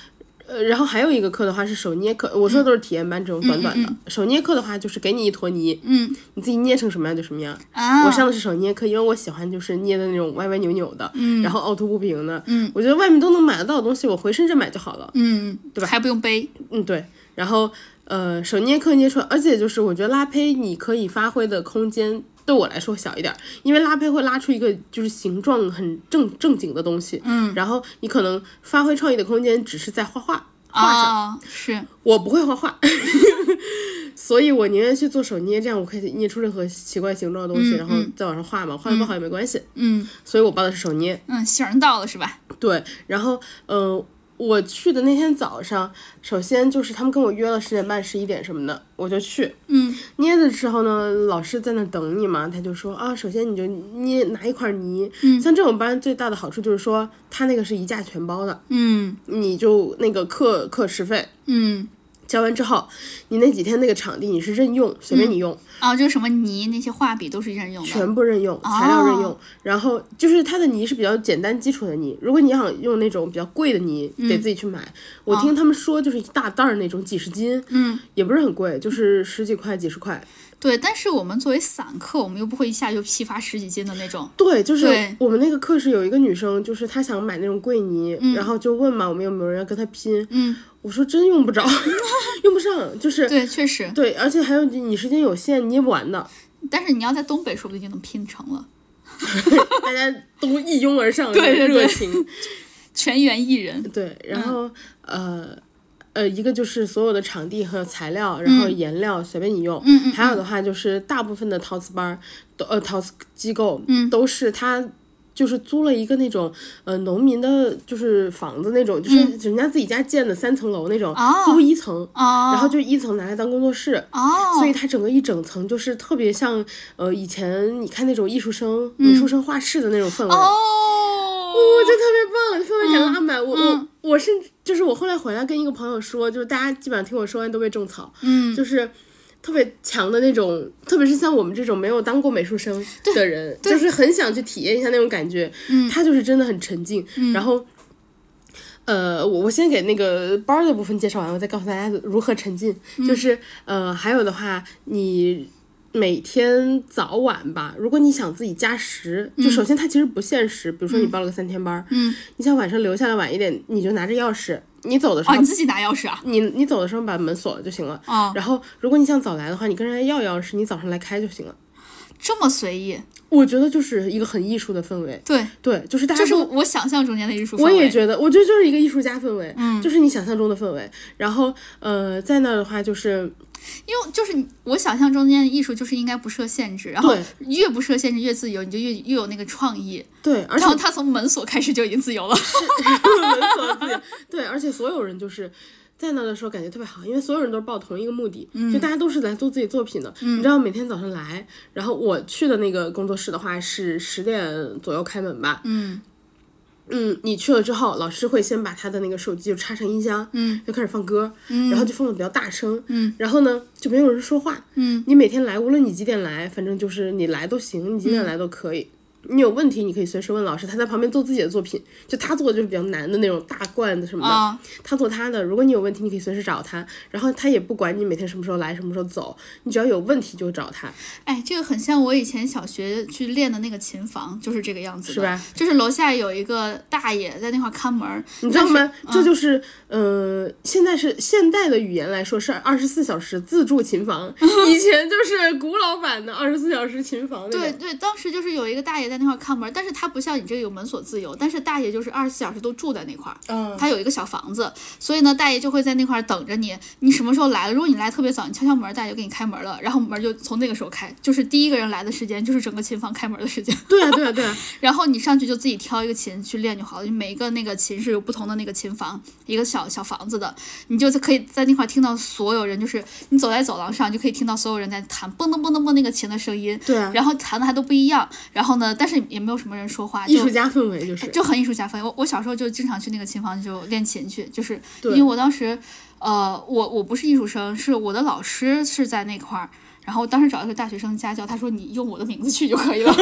[SPEAKER 1] 呃，然后还有一个课的话是手捏课，我说的都是体验班这种短短的。手捏课的话就是给你一坨泥，
[SPEAKER 2] 嗯，
[SPEAKER 1] 你自己捏成什么样就什么样。
[SPEAKER 2] 啊，
[SPEAKER 1] 我上的是手捏课，因为我喜欢就是捏的那种歪歪扭扭的，然后凹凸不平的。
[SPEAKER 2] 嗯，
[SPEAKER 1] 我觉得外面都能买得到的东西，我回深圳买就好了。
[SPEAKER 2] 嗯，
[SPEAKER 1] 对吧
[SPEAKER 2] 还不用背，
[SPEAKER 1] 嗯，对。然后呃，手捏课捏出来，而且就是我觉得拉胚你可以发挥的空间对我来说小一点儿，因为拉胚会拉出一个就是形状很正正经的东西。嗯，然后你可能发挥创意的空间只是在画画。画上，
[SPEAKER 2] 啊、是，
[SPEAKER 1] 我不会画画， 所以我宁愿去做手捏，这样我可以捏出任何奇怪形状的东西，然后在网上画嘛，画的不好也没关系。
[SPEAKER 2] 嗯
[SPEAKER 1] 所以我报的是手捏。
[SPEAKER 2] 嗯，形儿到了是吧？
[SPEAKER 1] 对，然后呃，我去的那天早上，首先就是他们跟我约了十点半、十一点什么的，我就去
[SPEAKER 2] 嗯
[SPEAKER 1] 捏的时候呢，老师在那等你嘛，他就说啊，首先你就捏拿一块泥，像这种班最大的好处就是说，他那个是一价全包的，
[SPEAKER 2] 嗯
[SPEAKER 1] 你就那个课课时费。
[SPEAKER 2] 嗯，
[SPEAKER 1] 交完之后，你那几天那个场地你是任用，随便你用，
[SPEAKER 2] 啊，就是什么泥那些画笔都是任用的，
[SPEAKER 1] 全部任用，
[SPEAKER 2] 哦
[SPEAKER 1] 材料任用。然后就是它的泥是比较简单基础的泥，如果你想用那种比较贵的泥，
[SPEAKER 2] 嗯
[SPEAKER 1] 得自己去买。我听他们说，就是一大袋儿那种几十斤，
[SPEAKER 2] 哦嗯，
[SPEAKER 1] 也不是很贵，就是十几块、几十块。
[SPEAKER 2] 对。但是我们作为散客，我们又不会一下就批发十几斤的那种，
[SPEAKER 1] 对，就是
[SPEAKER 2] 对
[SPEAKER 1] 我们那个课室有一个女生，就是她想买那种贵泥，然后就问嘛，我们有没有人要跟她拼？
[SPEAKER 2] 嗯，
[SPEAKER 1] 我说真用 不着，用不上，就是。
[SPEAKER 2] 对，确实。
[SPEAKER 1] 对，而且还有你时间有限，捏不完的，
[SPEAKER 2] 但是你要在东北，说不定就能拼成了，
[SPEAKER 1] 大家都一拥而上，
[SPEAKER 2] 对对对
[SPEAKER 1] 热情。
[SPEAKER 2] 全员一人。
[SPEAKER 1] 对，然后、呃呃，一个就是所有的场地和材料，然后颜料、随便你用。嗯还有的话就是大部分的陶瓷班儿，都呃陶瓷机构，嗯，都是它。就是租了一个那种呃农民的，就是房子那种，就是人家自己家建的三层楼那种，
[SPEAKER 2] 哦
[SPEAKER 1] 租一层，
[SPEAKER 2] 哦，
[SPEAKER 1] 然后就一层拿来当工作室。
[SPEAKER 2] 哦，
[SPEAKER 1] 所以它整个一整层就是特别像，呃，以前你看那种艺术生、美术生画室的那种氛围，
[SPEAKER 2] 哦，
[SPEAKER 1] 我觉得特别棒，氛围感拉满。我
[SPEAKER 2] 嗯
[SPEAKER 1] 我我甚至就是我后来回来跟一个朋友说，就是大家基本上听我说完都被种草，
[SPEAKER 2] 嗯，
[SPEAKER 1] 就是特别强的那种，特别是像我们这种没有当过美术生的人，就是很想去体验一下那种感觉。
[SPEAKER 2] 嗯
[SPEAKER 1] 他就是真的很沉静，然后。呃，我我先给那个班儿的部分介绍完，我再告诉大家如何沉浸。就是呃，还有的话，你每天早晚吧，如果你想自己加时，就首先它其实不限时，比如说你报了个三天班儿，
[SPEAKER 2] 嗯，
[SPEAKER 1] 你想晚上留下来晚一点，你就拿着钥匙，你走的时候
[SPEAKER 2] 哦，你自己拿钥匙啊？
[SPEAKER 1] 你你走的时候把门锁了就行了。
[SPEAKER 2] 哦，
[SPEAKER 1] 然后，如果你想早来的话，你跟人家要钥匙，你早上来开就行了。
[SPEAKER 2] 这么随意？
[SPEAKER 1] 我觉得就是一个很艺术的氛围，
[SPEAKER 2] 对，
[SPEAKER 1] 对，就是大家
[SPEAKER 2] 这
[SPEAKER 1] 都
[SPEAKER 2] 是我想象中间的艺术氛围。
[SPEAKER 1] 哎
[SPEAKER 2] 嗯
[SPEAKER 1] 我也觉得，我觉得就是一个艺术家氛围，就是你想象中的氛围。然后，呃，在那儿的话就是
[SPEAKER 2] 因为就是你我想象中间的艺术就是应该不设限制，然后
[SPEAKER 1] 对
[SPEAKER 2] 越不设限制越自由，你就越越有那个创意。
[SPEAKER 1] 对，而且
[SPEAKER 2] 然 后他从门锁开始就已经自由了。
[SPEAKER 1] 门锁自己， 对，而且所有人就是。在那儿的时候感觉特别好，因为所有人都是抱同一个目的，就
[SPEAKER 2] 嗯
[SPEAKER 1] 大家都是来做自己作品的。你知道每天早上来，然后我去的那个工作室的话是十点左右开门吧，
[SPEAKER 2] 嗯
[SPEAKER 1] 嗯，你去了之后，老师会先把他的那个手机就插上音箱，
[SPEAKER 2] 嗯，
[SPEAKER 1] 就开始放歌，
[SPEAKER 2] 嗯
[SPEAKER 1] 然后就放的比较大声，
[SPEAKER 2] 嗯，
[SPEAKER 1] 然后呢就没有人说话，
[SPEAKER 2] 嗯，
[SPEAKER 1] 你每天来，无论你几点来，反正就是你来都行，你几
[SPEAKER 2] 嗯
[SPEAKER 1] 点来都可以。你有问题，你可以随时问老师，他在旁边做自己的作品，就他做的就是比较难的那种大罐子什么的，
[SPEAKER 2] 啊，
[SPEAKER 1] 他做他的。如果你有问题，你可以随时找他，然后他也不管你每天什么时候来，什么时候走，你只要有问题就找他，
[SPEAKER 2] 哎，这个很像我以前小学去练的那个琴房，就是这个样子的
[SPEAKER 1] 是吧？
[SPEAKER 2] 就是楼下有一个大爷在那块儿看门儿，
[SPEAKER 1] 你知道吗？
[SPEAKER 2] 但
[SPEAKER 1] 这
[SPEAKER 2] 是
[SPEAKER 1] 就是，嗯呃，现在是现代的语言来说是二十四小时自助琴 房，以前就是古老版的二十四小时琴房那
[SPEAKER 2] 对
[SPEAKER 1] 种。
[SPEAKER 2] 对，当时就是有一个大爷在那块儿看门儿，但是他不像你这个有门锁自由，但是大爷就是二十四小时都住在那块儿。
[SPEAKER 1] 嗯，
[SPEAKER 2] 他有一个小房子，所以呢，大爷就会在那块儿等着你。你什么时候来了？如果你来特别早，你敲敲门，大爷就给你开门了。然后门就从那个时候开，就是第一个人来的时间，就是整个琴房开门的时间。
[SPEAKER 1] 对啊，对啊，对啊，
[SPEAKER 2] 然后你上去就自己挑一个琴去练就好了。每一个那个琴是有不同的那个琴房，一个小小房子的，你就是可以在那块儿听到所有人，就是你走在走廊上，你就可以听到所有人在弹蹦噔蹦噔蹦那个琴的声音。
[SPEAKER 1] 对啊，
[SPEAKER 2] 然后弹的还都不一样，然后呢，但是也没有什么人说话，
[SPEAKER 1] 艺
[SPEAKER 2] 就
[SPEAKER 1] 术家氛围就是，
[SPEAKER 2] 就很艺术家氛围。我我小时候就经常去那个琴房就练琴去，就是因
[SPEAKER 1] 对
[SPEAKER 2] 为我当时，呃，我我不是艺术生，是我的老师是在那块儿，然后当时找一个大学生家教，他说你用我的名字去就可以了。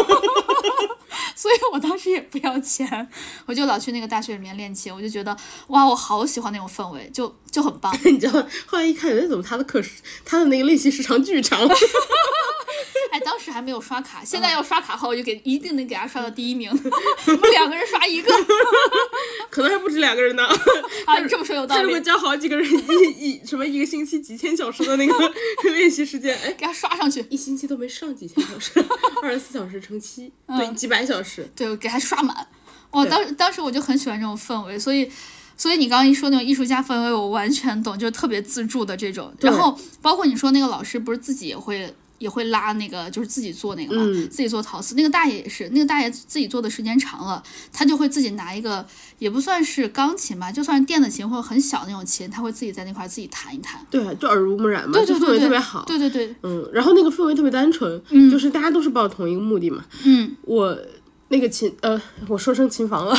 [SPEAKER 2] 所以我当时也不要钱，我就老去那个大学里面练琴，我就觉得哇，我好喜欢那种氛围，就就很棒。
[SPEAKER 1] 你知道吗，后来一看，哎，怎么他的课时，他的那个练习时长巨长？
[SPEAKER 2] 哎，当时还没有刷卡，现
[SPEAKER 1] 嗯
[SPEAKER 2] 在要刷卡的话，我就给一定能给他刷到第一 名。我们两个人刷一个
[SPEAKER 1] 可能还不止两个人呢。
[SPEAKER 2] 啊，你这么说有道
[SPEAKER 1] 他如
[SPEAKER 2] 理
[SPEAKER 1] 果。教好几个人，一一什么一个星期几千小时的那个 练习时间，哎，
[SPEAKER 2] 给他刷上去，
[SPEAKER 1] 一星期都没上几千小时， 二十四小时乘七，
[SPEAKER 2] 嗯
[SPEAKER 1] 对，几百小时。
[SPEAKER 2] 对，给它刷满。哇，
[SPEAKER 1] 对
[SPEAKER 2] 当时当时我就很喜欢这种氛围，所以所以你刚刚一说那种艺术家氛围，我完全懂，就是特别自助的这种。然
[SPEAKER 1] 对
[SPEAKER 2] 后包括你说那个老师不是自己也会。也会拉那个，就是自己做那个嘛，
[SPEAKER 1] 嗯
[SPEAKER 2] 自己做陶瓷。那个大爷也是，那个大爷自己做的时间长了，他就会自己拿一个，也不算是钢琴吧，就算是电子琴或者很小那种琴，他会自己在那块儿自己弹一弹。
[SPEAKER 1] 对，就耳濡目染嘛，
[SPEAKER 2] 对对
[SPEAKER 1] 就氛
[SPEAKER 2] 对
[SPEAKER 1] 围
[SPEAKER 2] 对，
[SPEAKER 1] 特别好。
[SPEAKER 2] 对对对，
[SPEAKER 1] 嗯，然后那个氛围特别单纯，嗯，就是大家都是抱同一个目的嘛。
[SPEAKER 2] 嗯，
[SPEAKER 1] 我那个琴，呃，我说成琴房了，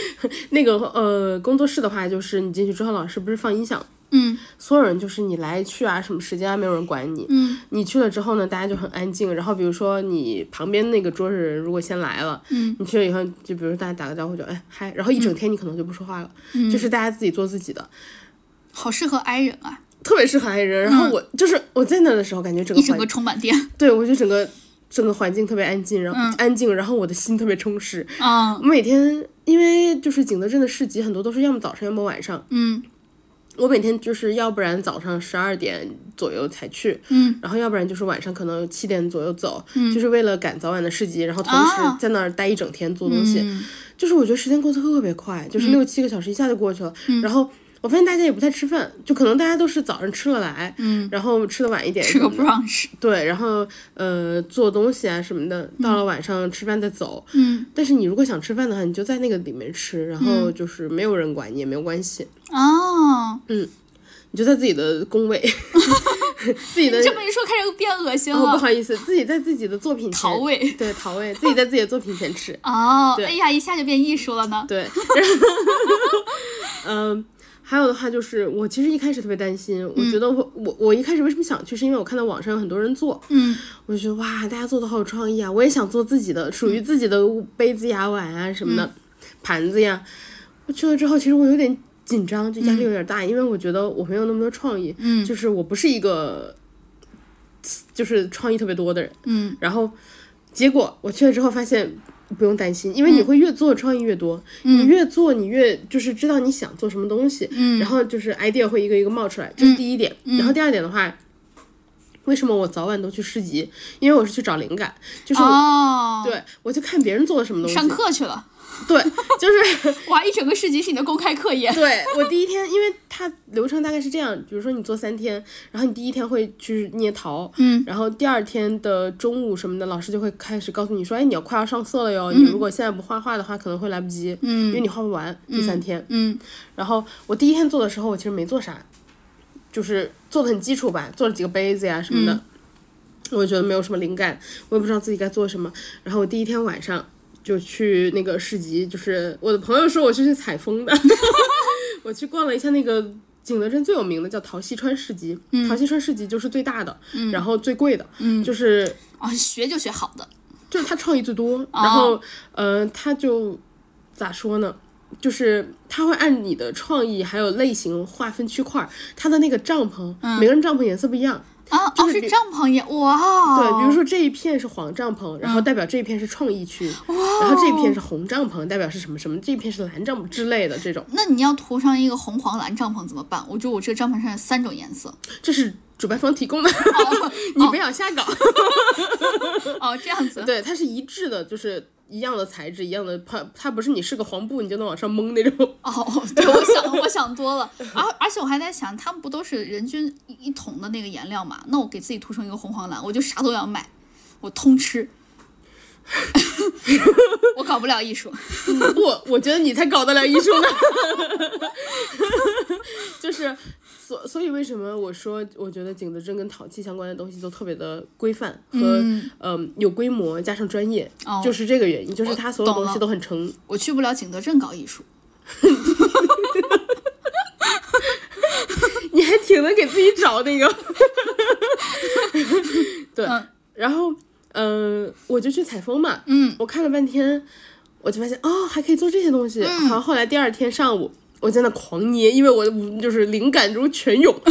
[SPEAKER 1] 那个呃工作室的话，就是你进去之后，老师不是放音响，
[SPEAKER 2] 嗯
[SPEAKER 1] 所有人就是你来去啊，什么时间啊，没有人管你。
[SPEAKER 2] 嗯
[SPEAKER 1] 你去了之后呢，大家就很安静。然后比如说你旁边那个桌子人如果先来了，
[SPEAKER 2] 嗯，
[SPEAKER 1] 你去了以后，就比如大家打个招呼就哎嗨，然后一整天你可能就不说话了，
[SPEAKER 2] 嗯
[SPEAKER 1] 就是大家自己做自己的，
[SPEAKER 2] 好适合 i 人啊，
[SPEAKER 1] 特别适合 i 人。然后我、就是我在那的时候，感觉整个
[SPEAKER 2] 一整
[SPEAKER 1] 环
[SPEAKER 2] 个充满电。
[SPEAKER 1] 对，我就整个整个环境特别安静，然后、安静，然后我的心特别充实。
[SPEAKER 2] 嗯
[SPEAKER 1] 我每天因为就是景德镇的市集很多都是要么早上，要么晚上。
[SPEAKER 2] 嗯
[SPEAKER 1] 我每天就是要不然早上十二点左右才去，
[SPEAKER 2] 嗯，
[SPEAKER 1] 然后要不然就是晚上可能七点左右走，就是为了赶早晚的市集，然后同时
[SPEAKER 2] 啊
[SPEAKER 1] 在那儿待一整天做东西。
[SPEAKER 2] 嗯嗯
[SPEAKER 1] 就是我觉得时间过得特别快，就是六七个小时一下就过去了。然后我发现大家也不太吃饭，就可能大家都是早上吃了来，
[SPEAKER 2] 嗯，
[SPEAKER 1] 然后吃的晚一点，
[SPEAKER 2] 吃个 brunch，
[SPEAKER 1] 对，然后呃做东西啊什么的，到了晚上吃饭再走。
[SPEAKER 2] 嗯
[SPEAKER 1] 但是你如果想吃饭的话，你就在那个里面吃，然后就是没有人管你也没有关系，
[SPEAKER 2] 哦，
[SPEAKER 1] 你就在自己的工位，自己的
[SPEAKER 2] 这么一说，开始变恶心
[SPEAKER 1] 哦不
[SPEAKER 2] 了，
[SPEAKER 1] 好意思，自己在自己的作品前
[SPEAKER 2] 逃位。
[SPEAKER 1] 对逃位，自己在自己的作品前吃，
[SPEAKER 2] 哦，
[SPEAKER 1] 对
[SPEAKER 2] 哎呀，一下就变艺术了呢。
[SPEAKER 1] 对， 嗯。还有的话就是，我其实一开始特别担心，
[SPEAKER 2] 嗯
[SPEAKER 1] 我觉得我、我我一开始为什么想去，是因为我看到网上有很多人做，
[SPEAKER 2] 嗯
[SPEAKER 1] 我就觉得哇，大家做的好有创意啊！我也想做自己的，属于自己的杯子呀、碗啊什么的，盘子呀。我去了之后，其实我有点紧张，就压力有点大，因为我觉得我没有那么多创意，
[SPEAKER 2] 嗯
[SPEAKER 1] 就是我不是一个就是创意特别多的人。
[SPEAKER 2] 嗯
[SPEAKER 1] 然后结果我去了之后发现。不用担心，因为
[SPEAKER 2] 嗯
[SPEAKER 1] 你会越做创意越多，你越做你越就是知道你想做什么东西，
[SPEAKER 2] 嗯
[SPEAKER 1] 然后就是 idea 会一个一个冒出来，这是第一点。然后第二点的话，为什么我早晚都去市集？因为我是去找灵感，就是我、
[SPEAKER 2] 哦，
[SPEAKER 1] 对我就看别人做了什么东西。
[SPEAKER 2] 上课去了，
[SPEAKER 1] 对， 就是
[SPEAKER 2] 哇，一整个市集是你的公开 课耶。
[SPEAKER 1] 对我第一天，因为它流程大概是这样，比如说你做三天，然后你第一天会去捏陶，
[SPEAKER 2] 嗯，
[SPEAKER 1] 然后第二天的中午什么的，老师就会开始告诉你说，哎，你要快要上色了哟，你如果现在不画画的话，可能会来不及，
[SPEAKER 2] 嗯
[SPEAKER 1] 因为你画不完。第三天，
[SPEAKER 2] 嗯
[SPEAKER 1] 然后我第一天做的时候，我其实没做啥，就是做的很基础吧，做了几个杯子呀什么的。我觉得没有什么灵感，我也不知道自己该做什么。然后我第一天晚上就去那个市集，就是我的朋友说我是去采风的， 我去逛了一下那个。景德镇最有名的叫陶溪川市集，陶溪川市集就是最大的，然后最贵的，就是
[SPEAKER 2] 哦，学就学好的。
[SPEAKER 1] 就是他创意最多，然后呃，他就咋说呢？就是他会按你的创意还有类型划分区块儿，他的那个帐篷，每个人帐篷颜色不一样。
[SPEAKER 2] 啊，哦，
[SPEAKER 1] 是
[SPEAKER 2] 是
[SPEAKER 1] 比
[SPEAKER 2] 帐篷耶，哇，哦
[SPEAKER 1] 对，比如说这一片是黄帐篷，然后代表这一片是创意区，然后这一片是红帐篷，代表是什么什么，这一片是蓝帐篷之类的这种，
[SPEAKER 2] 那你要涂上一个红黄蓝帐篷怎么办？我觉得我这个帐篷上有三种颜 色。
[SPEAKER 1] 这是主办方提供的， 你不要瞎搞。
[SPEAKER 2] 哦，这样子。
[SPEAKER 1] 对，它是一致的，就是一样的材质，一样的，它它不是你是个黄布你就能往上蒙那种。
[SPEAKER 2] 哦，对，我想我想多了。而而且我还在想，他们不都是人均一一桶的那个颜料嘛？那我给自己涂成一个红黄蓝，我就啥都要买，我通吃。 我搞不了艺术。
[SPEAKER 1] 我我觉得你才搞得了艺术呢， 就是。所所以为什么我说我觉得景德镇跟陶器相关的东西都特别的规范和嗯、有规模加上专业，
[SPEAKER 2] 哦
[SPEAKER 1] 就是这个原因，就是它所有
[SPEAKER 2] 懂
[SPEAKER 1] 东西
[SPEAKER 2] 了
[SPEAKER 1] 都很成。
[SPEAKER 2] 我去不了景德镇搞艺术，
[SPEAKER 1] 你还挺能给自己找那个。 对，
[SPEAKER 2] 嗯
[SPEAKER 1] 然后嗯、呃我就去采风嘛，嗯，我看了半天，我就发现哦，还可以做这些东西。
[SPEAKER 2] 嗯
[SPEAKER 1] 然后后来第二天上午，我在那狂捏，因为我就是灵感如泉涌。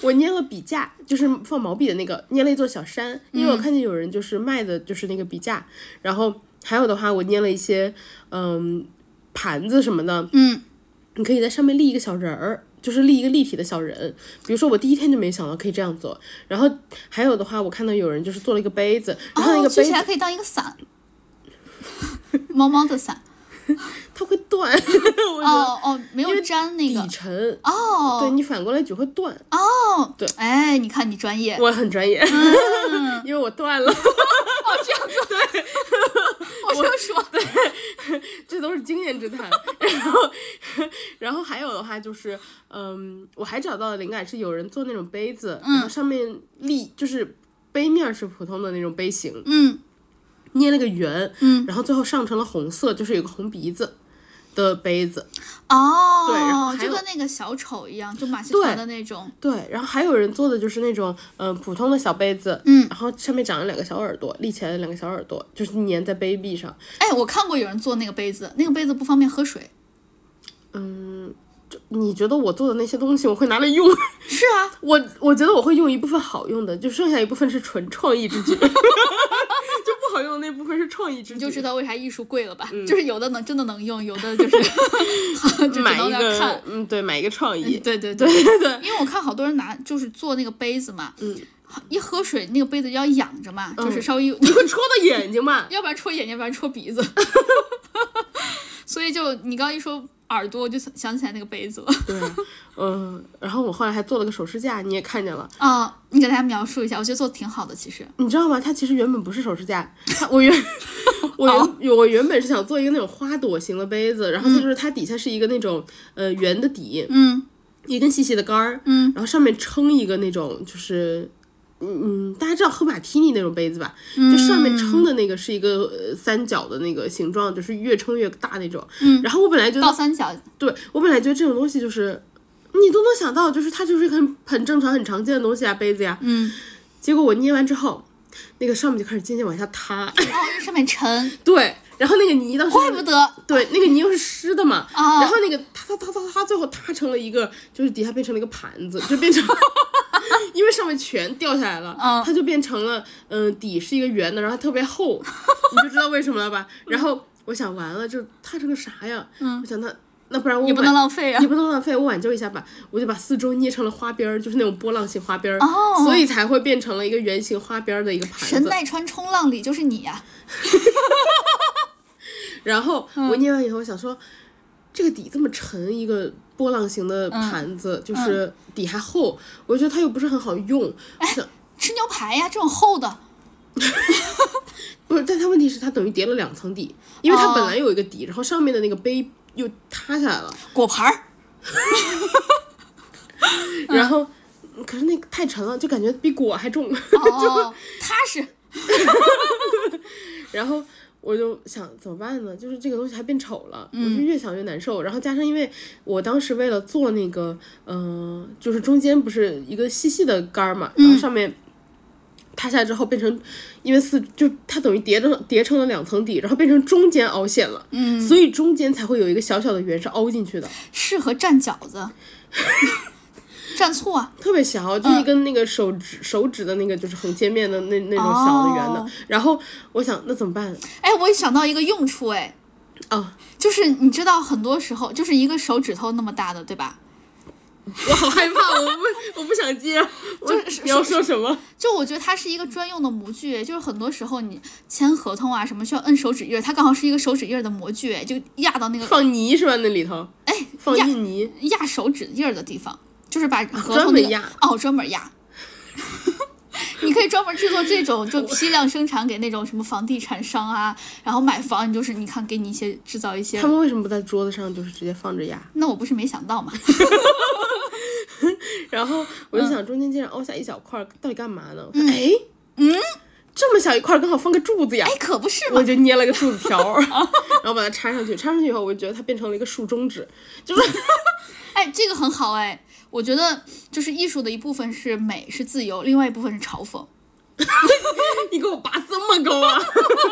[SPEAKER 1] 我捏了笔架，就是放毛笔的那个，捏了一座小山，因为我看见有人就是卖的就是那个笔架，然后还有的话，我捏了一些嗯盘子什么的，
[SPEAKER 2] 嗯，
[SPEAKER 1] 你可以在上面立一个小人儿，就是立一个立体的小人。比如说，我第一天就没想到可以这样做。然后还有的话，我看到有人就是做了一个杯子，然后那
[SPEAKER 2] 哦，
[SPEAKER 1] 个
[SPEAKER 2] 举
[SPEAKER 1] 杯
[SPEAKER 2] 起
[SPEAKER 1] 子、
[SPEAKER 2] 来可以当一个伞，猫猫的 伞。
[SPEAKER 1] 它会断， 我觉
[SPEAKER 2] 哦哦，没有粘那
[SPEAKER 1] 得
[SPEAKER 2] 个
[SPEAKER 1] 底。沉。
[SPEAKER 2] 哦
[SPEAKER 1] 对你反过来举会断，
[SPEAKER 2] 哦，
[SPEAKER 1] 对，
[SPEAKER 2] 哎，你看你专业。
[SPEAKER 1] 我很专业，
[SPEAKER 2] 嗯
[SPEAKER 1] 因为我断了，
[SPEAKER 2] 哦，这样子，我就 说，
[SPEAKER 1] 这都是经验之谈。 然后，然后还有的话就是，嗯，我还找到的灵感是有人做那种杯子，
[SPEAKER 2] 嗯
[SPEAKER 1] 然后上面立就是杯面是普通的那种杯型，
[SPEAKER 2] 嗯
[SPEAKER 1] 捏了个圆，
[SPEAKER 2] 嗯，
[SPEAKER 1] 然后最后上成了红色，就是有个红鼻子的杯子。
[SPEAKER 2] 哦，
[SPEAKER 1] 对然后还
[SPEAKER 2] 就
[SPEAKER 1] 有
[SPEAKER 2] 跟那个小丑一样，就马戏团的那种，
[SPEAKER 1] 对，然后还有人做的就是那种，嗯、普通的小杯子，
[SPEAKER 2] 嗯
[SPEAKER 1] 然后上面长了两个小耳朵，立起来的两个小耳朵，就是粘在杯壁上。
[SPEAKER 2] 哎，我看过有人做那个杯子，那个杯子不方便喝水，
[SPEAKER 1] 嗯你觉得我做的那些东西，我会拿来用？
[SPEAKER 2] 是啊，
[SPEAKER 1] 我我觉得我会用一部分好用的，就剩下一部分是纯创意之举， 就不好用的那部分是创意之举。
[SPEAKER 2] 就知道为啥艺术贵了吧？就是有的能真的能用，有的 就是就只
[SPEAKER 1] 买
[SPEAKER 2] 能
[SPEAKER 1] 一
[SPEAKER 2] 在那儿
[SPEAKER 1] 个
[SPEAKER 2] 看，，
[SPEAKER 1] 嗯，对，买一个创意。
[SPEAKER 2] 对对对
[SPEAKER 1] 对对，
[SPEAKER 2] 因为我看好多人拿就是做那个杯子嘛，嗯，一喝水那个杯子要仰着嘛，就是稍 微
[SPEAKER 1] 你会戳 到眼睛吧？
[SPEAKER 2] 要不然戳眼睛，要不然戳鼻子。所以就你刚一说耳朵，我就想起来那个杯子了。
[SPEAKER 1] 对，嗯，然后我后来还做了个手持架，你也看见了，
[SPEAKER 2] 啊、你给大家描述一下，我觉得做的挺好的，其实。
[SPEAKER 1] 你知道吗？它其实原本不是手持架，它我原我原我原本是想做一个那种花朵型的杯子，然后它就是它底下是一个那种呃圆的底，
[SPEAKER 2] 嗯，
[SPEAKER 1] 一根细细的杆儿，
[SPEAKER 2] 嗯，
[SPEAKER 1] 然后上面撑一个那种就是。嗯嗯，大家知道喝马提尼那种杯子吧？就上面撑的那个是一个呃三角的那个形状，就是越撑越大那种。嗯，然后我本来觉得
[SPEAKER 2] 倒三角，哦
[SPEAKER 1] 对我本来觉得这种东西就是你都能想到，就是它就是一个很很正常、很常见的东西啊，杯子呀、
[SPEAKER 2] 嗯，
[SPEAKER 1] 结果我捏完之后，那个上面就开始渐渐往下塌，
[SPEAKER 2] 哦，这上面沉，
[SPEAKER 1] 对，然后那个泥当时
[SPEAKER 2] 怪不得
[SPEAKER 1] 对那个泥又是湿的嘛，
[SPEAKER 2] 啊
[SPEAKER 1] 然后那个塌塌塌塌塌，最后塌成了一个，就是底下变成了一个盘子，就变成。 因为上面全掉下来了，
[SPEAKER 2] 嗯
[SPEAKER 1] 它就变成了，嗯、底是一个圆的，然后它特别 厚，你就知道为什么了吧？然后我想完了，就塌成个啥呀？嗯，我想那那不然我
[SPEAKER 2] 也不
[SPEAKER 1] 买
[SPEAKER 2] 能浪费啊
[SPEAKER 1] 也。不能浪费，我挽救一下吧，我就把四周捏成了花边儿，就是那种波浪形花边儿，
[SPEAKER 2] 哦
[SPEAKER 1] 所以才会变成了一个圆形花边儿的一个盘
[SPEAKER 2] 神
[SPEAKER 1] 子。
[SPEAKER 2] 奈川冲浪里就是你呀、
[SPEAKER 1] 然后
[SPEAKER 2] 嗯
[SPEAKER 1] 我捏完以后想说，这个底这么沉，一个波浪形
[SPEAKER 2] 嗯
[SPEAKER 1] 的盘子，就是底还厚，我觉得它又不是很好用，
[SPEAKER 2] 哎
[SPEAKER 1] 我想。
[SPEAKER 2] 吃牛排呀、这种厚的，
[SPEAKER 1] 不是，但它问题是它等于叠了两层底，因为它
[SPEAKER 2] 哦
[SPEAKER 1] 本来有一个底，然后上面的那个杯又塌下来了，
[SPEAKER 2] 果盘 儿，嗯
[SPEAKER 1] 然后可是那个太沉了，就感觉比果还重。
[SPEAKER 2] 哦，踏实，
[SPEAKER 1] 然后我就想怎么办呢？就是这个东西还变丑了，我就越想越难受。然后加上因为我当时为了做那个，嗯、就是中间不是一个细细的杆儿嘛，然后上面。塌下来之后变成，因为四就它等于叠成叠成了两层底，然后变成中间凹陷了，嗯，所以中间才会有一个小小的圆是凹进去的，
[SPEAKER 2] 适合蘸饺 子，蘸醋啊，
[SPEAKER 1] 特别小，就是跟那个手指、手指的那个就是横切面的那那种小的圆的。
[SPEAKER 2] 哦
[SPEAKER 1] 然后我想那怎么办
[SPEAKER 2] 哎，我想到一个用处，哎，
[SPEAKER 1] 啊？
[SPEAKER 2] 就是你知道，很多时候就是一个手指头那么大的，对吧？
[SPEAKER 1] 我好害怕，我不我不想接。我
[SPEAKER 2] 就是
[SPEAKER 1] 你要说什么？
[SPEAKER 2] 就我觉得它是一个专用的模具，哎就是很多时候你签合同啊什么需要摁手指印儿，它刚好是一个手指印儿的模具，哎就压到那个
[SPEAKER 1] 放泥是吧？那里头
[SPEAKER 2] 哎
[SPEAKER 1] 放
[SPEAKER 2] 压
[SPEAKER 1] 印泥，
[SPEAKER 2] 压手指印儿的地方，就是把合
[SPEAKER 1] 啊专
[SPEAKER 2] 同
[SPEAKER 1] 门
[SPEAKER 2] 那个
[SPEAKER 1] 压
[SPEAKER 2] 哦，专门压。 你可以专门制作这种，就批量生产给那种什么房地产商啊，然后买房，你就是你看给你一些制造一些
[SPEAKER 1] 他。们为什么不在桌子上就是直接放着压？
[SPEAKER 2] 那我不是没想到嘛，
[SPEAKER 1] 然后我就想中间竟然凹下一小块儿，到底干嘛呢？我说 哎，嗯，这么小一块儿刚好放个柱子呀
[SPEAKER 2] 哎。，可不是嘛
[SPEAKER 1] 我，就捏了个柱子条 儿，然后把它插上去，插上去以后，我就觉得它变成了一个竖中指，就是
[SPEAKER 2] 哎，这个很好哎，我觉得就是艺术的一部分是美是自由，另外一部分是嘲讽。
[SPEAKER 1] 你给我拔这么高啊！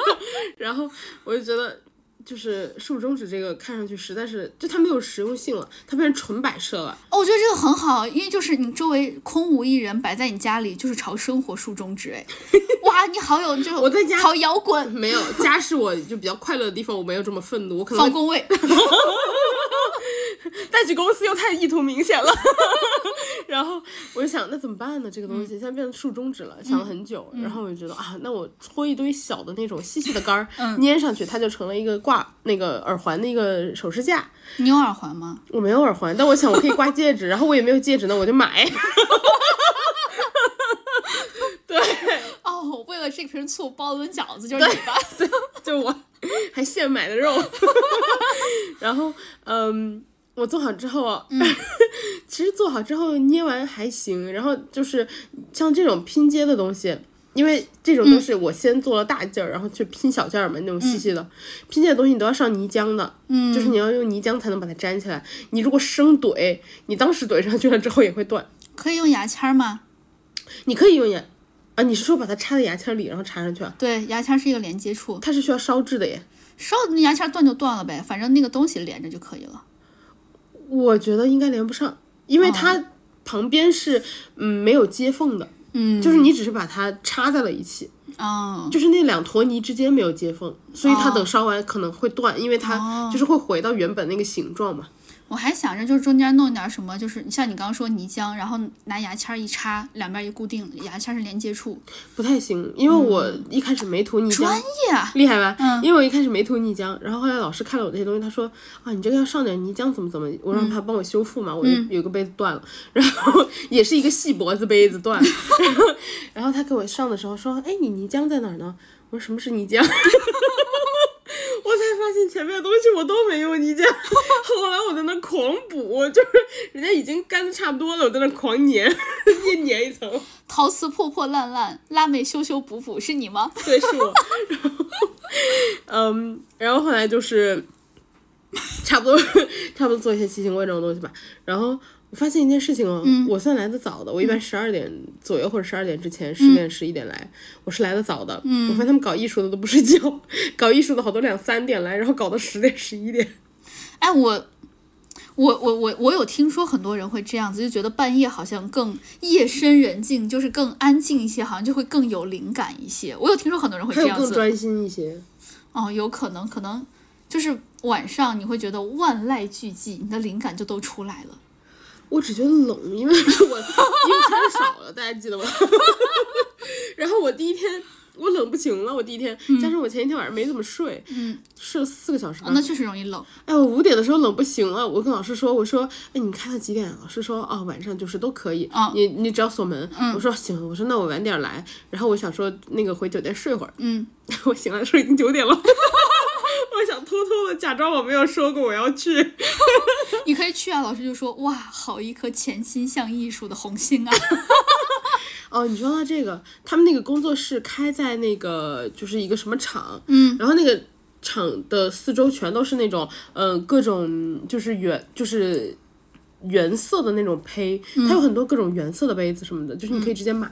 [SPEAKER 1] 然后我就觉得，就是竖中指这个看上去实在是，就它没有实用性了，它变成纯摆设了。
[SPEAKER 2] 哦，我觉得这个很好，因为就是你周围空无一人，摆在你家里就是朝生活竖中指哎， 哇，你好有这种，
[SPEAKER 1] 我在家
[SPEAKER 2] 好摇滚，
[SPEAKER 1] 没有家是我就比较快乐的地方，我没有这么愤怒，我可
[SPEAKER 2] 放
[SPEAKER 1] 能
[SPEAKER 2] 工位。
[SPEAKER 1] 带去公司又太意图明显了。 然后我就想，那怎么办呢？这个东
[SPEAKER 2] 嗯
[SPEAKER 1] 西现在变成竖中指了，想了很久，然后我就觉得啊，那我搓一堆小的那种细细的 杆儿、
[SPEAKER 2] 嗯
[SPEAKER 1] 粘上去，它就成了一个挂那个耳环的一个首饰架。
[SPEAKER 2] 你有耳环吗？
[SPEAKER 1] 我没有耳环，但我想我可以挂戒指，然后我也没有戒指呢，我就买。
[SPEAKER 2] 哦，为了这瓶醋包了顿饺子，就是你 吧？
[SPEAKER 1] 就我 还现买的肉， 然后嗯，我做好之后啊， 其实做好之后捏完还行，然后就是像这种拼接的东西。因为这种都是我先做了大件儿，然后去拼小件儿嘛，那种细细的、拼接的东西，你都要上泥浆的，嗯，就是你要用泥浆才能把它粘起来。你如果生怼，你当时怼上去了之后也会断。
[SPEAKER 2] 可以用牙签儿吗？
[SPEAKER 1] 你可以用牙啊，你是说把它插在牙签里，然后插上去啊？
[SPEAKER 2] 对，牙签儿是一个连接处，
[SPEAKER 1] 它是需要烧制的耶。
[SPEAKER 2] 烧那牙签儿断就断了呗，反正那个东西连着就可以了。
[SPEAKER 1] 我觉得应该连不上，因
[SPEAKER 2] 哦
[SPEAKER 1] 为它旁边是、嗯没有接缝的，
[SPEAKER 2] 嗯，
[SPEAKER 1] 就是你只是把它插在了一起，
[SPEAKER 2] 嗯，
[SPEAKER 1] 就是那两坨泥之间没有
[SPEAKER 2] 哦
[SPEAKER 1] 接缝，所以它等烧完可能会断，因为它就是会回到原本那个形状嘛。
[SPEAKER 2] 我还想着就是中间弄点什么，就是像你刚刚说泥浆，然后拿牙签儿一插，两边一固定，牙签儿是连接处。
[SPEAKER 1] 不太行，因为我一开始没涂泥浆，
[SPEAKER 2] 嗯专业啊，
[SPEAKER 1] 厉害吧？
[SPEAKER 2] 嗯
[SPEAKER 1] 因为我一开始没涂泥浆，然后后来老师看了我这些东西，他说啊，你这个要上点泥浆，怎么怎么，我让他帮我修复嘛，我就有一个杯子断了， 然后也是一个细脖子杯子断了，然后然后他给我上的时候说，哎，你泥浆在哪儿呢？我说什么是泥浆？我 才发现前面的东西我都没用泥浆，后来我在那儿狂补，就是人家已经干的差不多了，我在那儿狂粘， 一粘一层。
[SPEAKER 2] 陶瓷破破烂烂，辣妹修修补补，是你吗？
[SPEAKER 1] 对，是 我。然后，嗯，然后后 来就是差不多，差不多做一些奇形怪状的东西吧。然后我发现一件事情哦，
[SPEAKER 2] 嗯
[SPEAKER 1] 我算来的早的，我一般十二点左右或者十二点之
[SPEAKER 2] 嗯
[SPEAKER 1] 前，十点十一点来，我是来的早的。我发现他们搞艺术的都不睡觉，搞艺术的好多两三点来，然后搞到十点十一点。
[SPEAKER 2] 哎，我。我我我我有听说很多人会这样子，就觉得半夜好像更夜深人静，就是更安静一些，好像就会更有灵感一些。我有听说很多人会
[SPEAKER 1] 还
[SPEAKER 2] 这
[SPEAKER 1] 有
[SPEAKER 2] 样
[SPEAKER 1] 更
[SPEAKER 2] 子，
[SPEAKER 1] 专心一些，
[SPEAKER 2] 哦，有可能，可能就是晚上你会觉得万籁俱寂，你的灵感就都出来了。
[SPEAKER 1] 我只觉得冷，因为 我因为穿的少了，大家记得吗？ 然后我第一天我冷不行了，我第一天、加上我前一天晚上没怎么睡，
[SPEAKER 2] 嗯，
[SPEAKER 1] 睡了四个小时吧。
[SPEAKER 2] 哦，那确实容易冷。
[SPEAKER 1] 哎，我五点的时候冷不行了，我跟老师说，我说，哎，你开到几点啊？老师说，哦，晚上就是都可以，
[SPEAKER 2] 嗯
[SPEAKER 1] 你你只要锁门。我说行，我说那我晚点来，然后我想说那个回酒店睡会儿，
[SPEAKER 2] 嗯，
[SPEAKER 1] 我醒来的时候已经九点了。 我想偷偷的假装我没有说过我要去，
[SPEAKER 2] 你可以去啊。老师就说：“哇，好一颗潜心向艺术的红心啊
[SPEAKER 1] 哦，你说到这个，他们那个工作室开在那个就是一个什么厂，
[SPEAKER 2] 嗯，
[SPEAKER 1] 然后那个厂的四周全都是那种，呃，各种就是原就是。原色的那种胚，
[SPEAKER 2] 嗯
[SPEAKER 1] 它有很多各种原色的杯子什么的，就是你可以直接买，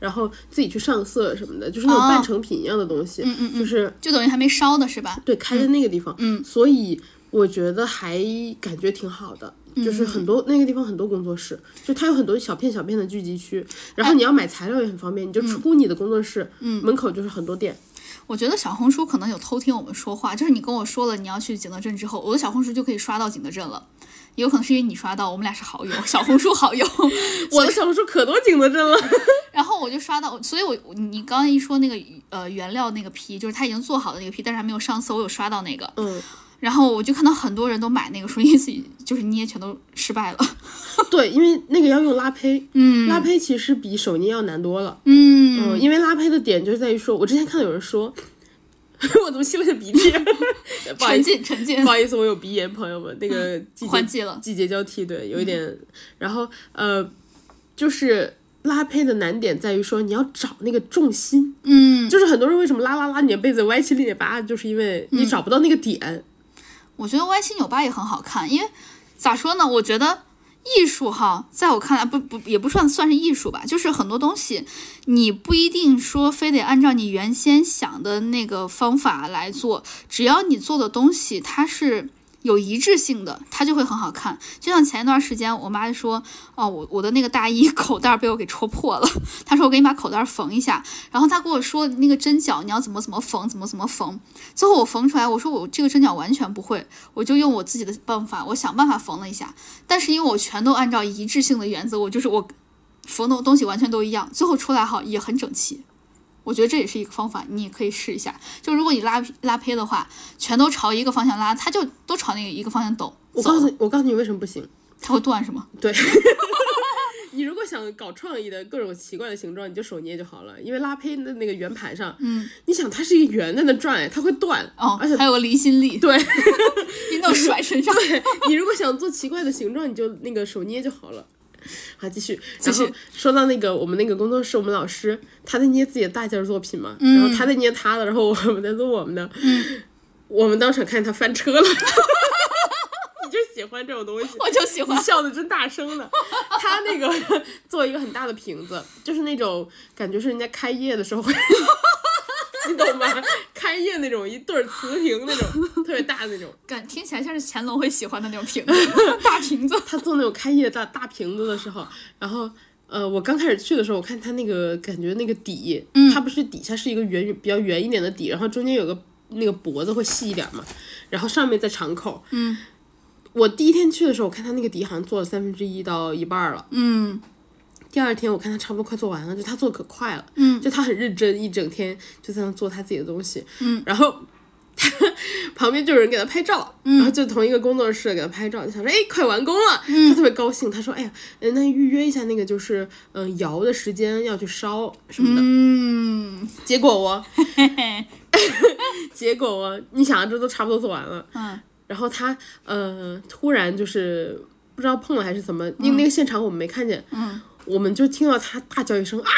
[SPEAKER 1] 然后自己去上色什么的，就是那种
[SPEAKER 2] 哦嗯
[SPEAKER 1] 半成品一样的东西，就是！”
[SPEAKER 2] 就等于还没烧的是吧？
[SPEAKER 1] 对开在那个地方，嗯，所以我觉得还感觉挺好的，就是很多那个地方很多工作室，就它有很多小片小片的聚集区，然后你要买材料也很方便，你就出你的工作室，哎嗯，门口就是很多店，
[SPEAKER 2] 我觉得小红书可能有偷听我们说话，就是你跟我说了你要去景德镇之后，我的小红书就可以刷到景德镇了。也有可能是因为你刷到，我们俩是好友，小红书好友。
[SPEAKER 1] 我的小红书可多景德镇 了，
[SPEAKER 2] 然后我就刷到，所以我你刚刚一说那个呃原料那个批，就是它已经做好的那个批，但是还没有上色，我有刷到那个，
[SPEAKER 1] 嗯，
[SPEAKER 2] 然后我就看到很多人都买那个，说因为自己就是捏全都失败了。
[SPEAKER 1] 对，因为那个要用拉胚，
[SPEAKER 2] 嗯
[SPEAKER 1] 拉胚其实比手捏要难多了，
[SPEAKER 2] 嗯，
[SPEAKER 1] 嗯，因为拉胚的点就在于说，我之前看到有人说， 我怎么吸了个鼻 涕，不好意
[SPEAKER 2] 沉
[SPEAKER 1] 思。
[SPEAKER 2] 浸沉浸
[SPEAKER 1] 不，好意思，我有鼻炎，朋友们，那个季节、
[SPEAKER 2] 嗯换季了嗯
[SPEAKER 1] 季节交替，对，有一点。然后呃，就是拉胚的难点在于说你要找那个重心，
[SPEAKER 2] 嗯，
[SPEAKER 1] 就是很多人为什么拉拉拉你的被子歪七裂八，就是因为
[SPEAKER 2] 嗯
[SPEAKER 1] 你找不到那个点。
[SPEAKER 2] 我觉得歪七扭八也很好看，因为咋说呢？我觉得艺术哈，在我看来不不也不算算是艺术吧，就是很多东西你不一定说非得按照你原先想的那个方法来做，只要你做的东西它是。有一致性的，它就会很好看。就像前一段时间，我妈就说：“哦，我我的那个大衣 口袋被我给戳破了。”她说：“我给你把口袋缝一下。”然后她跟我说：“那个针脚你要怎么怎么缝，怎么怎么缝。”最后我缝出来，我说我这个针脚完全不会，我就用我自己的办法，我想办法缝了一下，但是因为我全都按照一致性的原则，我就是我缝的东西完全都一样，最后出来好也很整齐。我觉得这也是一个方法，你也可以试一下。就如果你拉拉胚的话，全都朝一个方向拉，它就都朝那个一个方向抖，
[SPEAKER 1] 我
[SPEAKER 2] 走
[SPEAKER 1] 告诉
[SPEAKER 2] 了
[SPEAKER 1] 你，我告诉你为什么不行。
[SPEAKER 2] 它会断是吗？
[SPEAKER 1] 对， 你如果想搞创意的各种奇怪的形状，你就手捏就好了，因为拉胚的那个圆盘上，嗯，你想它是一个圆在那转，哎它会断。
[SPEAKER 2] 哦
[SPEAKER 1] 而且，
[SPEAKER 2] 还有个离心力，
[SPEAKER 1] 对
[SPEAKER 2] 运动甩身上。
[SPEAKER 1] 你如果想做奇怪的形状，你就那个手捏就好了。好，继续。
[SPEAKER 2] 继
[SPEAKER 1] 然后
[SPEAKER 2] 续
[SPEAKER 1] 说到那个我们那个工作室，我们老师他在捏自己的大件儿作品嘛，
[SPEAKER 2] 嗯
[SPEAKER 1] 然后他在捏他的，然后我们在做我们的。我们当场看见他翻车了。 你就喜欢这种东西。
[SPEAKER 2] 我就喜欢
[SPEAKER 1] 你，笑的真大声呢。他那个做一个很大的瓶子，就是那种感觉是人家开业的时候会， 你懂吗？开业那种一对儿瓷瓶那种，特别大的那种。
[SPEAKER 2] 感听起来像是乾隆会喜欢的那种 瓶子，大瓶子。
[SPEAKER 1] 他做那种开业大大瓶子的时候，然后呃，我刚开始去的时候，我看他那个感觉那个底，它不是底下是一个圆比较圆一点的底，然后中间有个那个脖子会细一点嘛，然后上面再敞口，嗯，我第一天去的时候，我看他那个底好像做了三分之一到一半儿了。
[SPEAKER 2] 嗯
[SPEAKER 1] 第二天我看他差不多快做完了，就他做的可快了，
[SPEAKER 2] 嗯
[SPEAKER 1] 就他很认真，一整天就在那做他自己的东西。
[SPEAKER 2] 嗯，
[SPEAKER 1] 然后他 旁边就有人给他拍照，
[SPEAKER 2] 嗯
[SPEAKER 1] 然后就同一个工作室给他拍照，就想说哎快完工了，他
[SPEAKER 2] 嗯
[SPEAKER 1] 特别高兴，他说哎呀，呃那预约一下那个就是嗯、呃窑的时间要去烧什么的。
[SPEAKER 2] 嗯，
[SPEAKER 1] 结果我，
[SPEAKER 2] 嘿嘿，
[SPEAKER 1] 结果我，你想啊这都差不多做完了，
[SPEAKER 2] 嗯
[SPEAKER 1] 然后他呃突然就是不知道碰了还是怎么，因为那个现场我们没看见，
[SPEAKER 2] 嗯，
[SPEAKER 1] 我们就听到他大叫一声啊，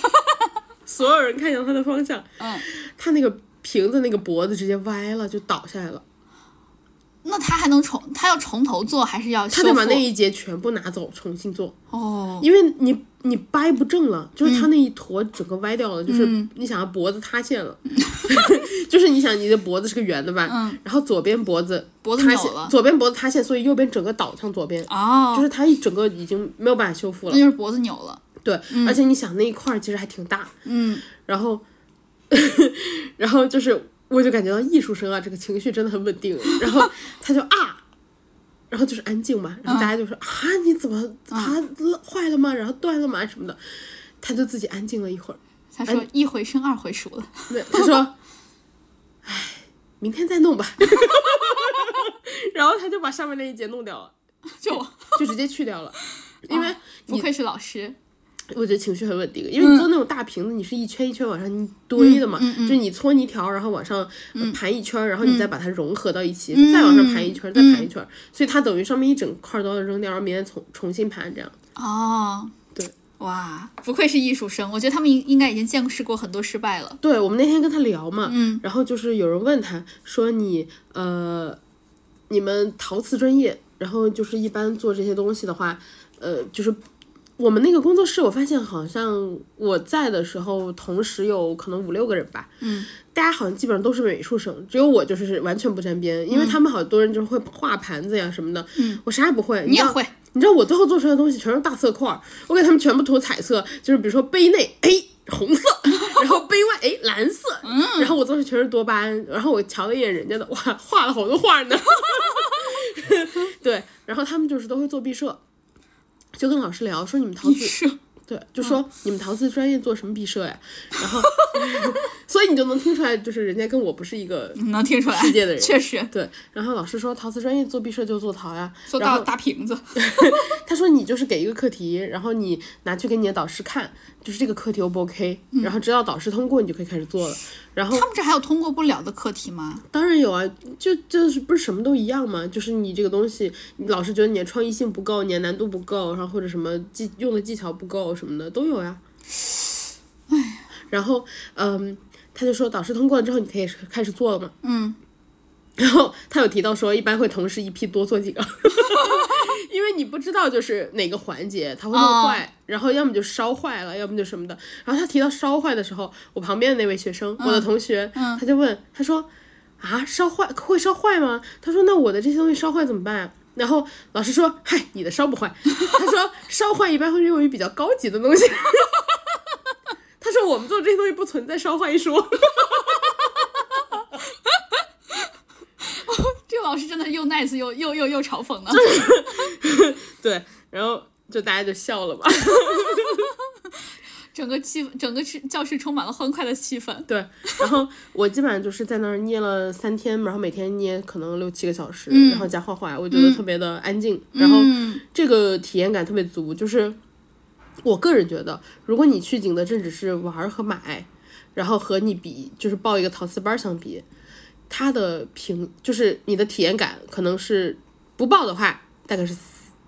[SPEAKER 1] 所有人看向他的方向，
[SPEAKER 2] 嗯，
[SPEAKER 1] 他那个瓶子那个脖子直接歪了，就倒下来了。
[SPEAKER 2] 那他还能重，他要从头做还是要
[SPEAKER 1] 他
[SPEAKER 2] 修
[SPEAKER 1] 得
[SPEAKER 2] 复？
[SPEAKER 1] 把那一节全部拿走，重新做，
[SPEAKER 2] 哦，
[SPEAKER 1] 因为你你掰不正了，就是他那一坨整个歪掉了，就是
[SPEAKER 2] 嗯
[SPEAKER 1] 你想要脖子塌陷了， 就是你想你的脖子是个圆的吧，
[SPEAKER 2] 嗯
[SPEAKER 1] 然后左边脖子
[SPEAKER 2] 脖子
[SPEAKER 1] 塌
[SPEAKER 2] 扭
[SPEAKER 1] 陷，
[SPEAKER 2] 了，
[SPEAKER 1] 左边脖子塌陷，所以右边整个倒向左边，就
[SPEAKER 2] 哦，
[SPEAKER 1] 是他一整个已经没有办法修复
[SPEAKER 2] 那
[SPEAKER 1] 了。
[SPEAKER 2] 就是脖子扭了，
[SPEAKER 1] 对，而且你想那一块儿其实还挺大，
[SPEAKER 2] 嗯
[SPEAKER 1] 然后，然后就是我就感觉到艺术生啊，这个情绪真的很稳定。然后他就啊，然后就是安静嘛，然后大家就说、啊，你怎么啊坏了吗？然后断了吗？什么的，他就自己安静了一会儿。
[SPEAKER 2] 他
[SPEAKER 1] 哎
[SPEAKER 2] 说一回生二回熟了，
[SPEAKER 1] 没有，他说，哎，明天再弄吧。 然后他就把上面那一节弄掉了，
[SPEAKER 2] 就我
[SPEAKER 1] 就直接去掉了。因为
[SPEAKER 2] 不愧是老师，
[SPEAKER 1] 我觉得情绪很稳定，因为你做那种大瓶子，你是一圈一圈往上堆的嘛，就是你搓泥条，然后往上呃盘一圈，然后你再把它融合到一起，再往上盘一圈，再盘一圈，所以它等于上面一整块都要扔掉，然后明天重重新盘这样。
[SPEAKER 2] 哦，
[SPEAKER 1] 对，
[SPEAKER 2] 哇，不愧是艺术生，我觉得他们应应该已经见识过很多失败了，
[SPEAKER 1] 对我们那天跟他聊嘛，
[SPEAKER 2] 嗯
[SPEAKER 1] 然后就是有人问他说你呃，你们陶瓷专业，然后就是一般做这些东西的话，呃，就是我们那个工作室，我发现好像我在的时候，同时有可能五六个人吧，
[SPEAKER 2] 嗯，
[SPEAKER 1] 大家好像基本上都是美术生，只有我就是完全不沾边，
[SPEAKER 2] 嗯
[SPEAKER 1] 因为他们好多人就是会画盘子呀什么的，嗯，我啥也不会，
[SPEAKER 2] 你
[SPEAKER 1] 知
[SPEAKER 2] 也
[SPEAKER 1] 道
[SPEAKER 2] 会，
[SPEAKER 1] 你知道我最后做出来的东西全是大色块儿，我给他们全部涂彩色，就是比如说杯内哎红色，然后杯外哎蓝色，然后我做的全是多巴胺，然后我瞧了一眼人家的，哇，画了好多画呢。 对，然后他们就是都会做毕设，就跟老师聊说你们陶
[SPEAKER 2] 艺
[SPEAKER 1] 瓷
[SPEAKER 2] 术，
[SPEAKER 1] 对，就说、你们陶瓷专业做什么毕设呀？然后， 所以你就能听出来，就是人家跟我不是一个。
[SPEAKER 2] 能听出来，
[SPEAKER 1] 世界的人
[SPEAKER 2] 确实
[SPEAKER 1] 对，然后老师说陶瓷专业做毕设就做陶呀，
[SPEAKER 2] 做
[SPEAKER 1] 然后
[SPEAKER 2] 到大瓶 子，
[SPEAKER 1] 他说你就是给一个课题，然后你拿去给你的导师看，就是这个课题 O 不 OK，、然后直到导师通过，你就可以开始做了。然后
[SPEAKER 2] 他们这还有通过不了的课题吗？
[SPEAKER 1] 当然有啊，就就是不是什么都一样嘛，就是你这个东西，你老师觉得你的创意性不够，你的难度不够，然后或者什么技用的技巧不够什么的都有呀、然后嗯，他就说导师通过了之后，你可以开始做了嘛。
[SPEAKER 2] 嗯，
[SPEAKER 1] 然后他有提到说，一般会同时一批多做几个， 因为你不知道就是哪个环节它会弄坏，然后要么就烧坏了，要么就什么的。然后他提到烧坏的时候，我旁边的那位学生，我的同学，他就问他说啊，烧坏会烧坏吗？他说那我的这些东西烧坏怎么办、啊？然后老师说，嗨，你的烧不坏。 他说烧坏一般会用于比较高级的东西。他说我们做这些东西不存在烧坏一说。
[SPEAKER 2] 这个老师真的是又 nice 又又又又嘲讽了，
[SPEAKER 1] 对，然后就大家就笑了嘛。
[SPEAKER 2] 整个气氛，整个是教室充满了欢快的气氛。
[SPEAKER 1] 对，然后我基本上就是在那儿捏了三天，然后每天捏可能六七个小时，然后加画画，我觉得特别的安静，然后
[SPEAKER 2] 嗯
[SPEAKER 1] 这个体验感特别足。就是我个人觉得，如果你去景德镇只是玩儿和买，然后和你比，就是报一个陶瓷班儿相比，它的评就是你的体验感可能是不报的话，大概是四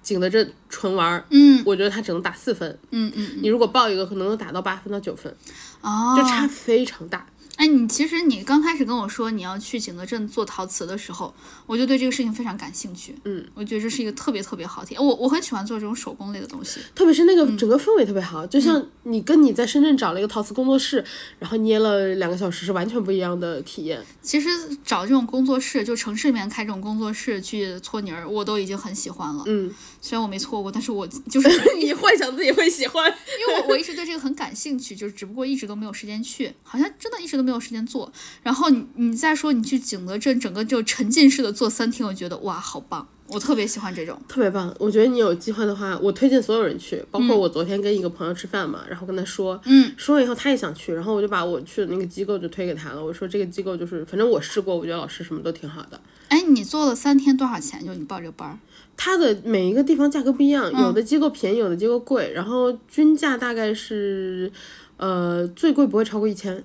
[SPEAKER 1] 景德镇纯玩儿，
[SPEAKER 2] 嗯
[SPEAKER 1] 我觉得它只能打四分。
[SPEAKER 2] 嗯嗯，
[SPEAKER 1] 你如果报一个，可能能打到八分到九分，
[SPEAKER 2] 哦，
[SPEAKER 1] 就差非常大。
[SPEAKER 2] 哎，你其实你刚开始跟我说你要去景德镇做陶瓷的时候，我就对这个事情非常感兴趣。
[SPEAKER 1] 嗯，
[SPEAKER 2] 我觉得这是一个特别特别好的体验。我我很喜欢做这种手工类的东西。
[SPEAKER 1] 特别是那个整个氛围特别好，就像你跟你在深圳找了一个陶瓷工作室，然后捏了两个小时是完全不一样的体验。
[SPEAKER 2] 其实找这种工作室，就城市里面开这种工作室去搓泥儿，我都已经很喜欢了。
[SPEAKER 1] 嗯，
[SPEAKER 2] 虽然我没搓过，但是我就是
[SPEAKER 1] 你幻想自己会喜欢，
[SPEAKER 2] 因为我我一直对这个很感兴趣，就是只不过一直都没有时间去，好像真的一直都没有时间做。然后你你再说你去景德镇，整个就沉浸式的做三天，我觉得哇，好棒！我特别喜欢这种。
[SPEAKER 1] 特别棒。我觉得你有机会的话，我推荐所有人去，包括我昨天跟一个朋友吃饭嘛，然后跟他说，
[SPEAKER 2] 嗯，
[SPEAKER 1] 说了以后他也想去，然后我就把我去的那个机构就推给他了。我说这个机构就是，反正我试过，我觉得老师什么都挺好的。
[SPEAKER 2] 哎，你做了三天多少钱？就你报这个班儿？
[SPEAKER 1] 它的每一个地方价格不一样，有的机构便宜，有的机构贵，然后均价大概是，呃，最贵不会超过一千。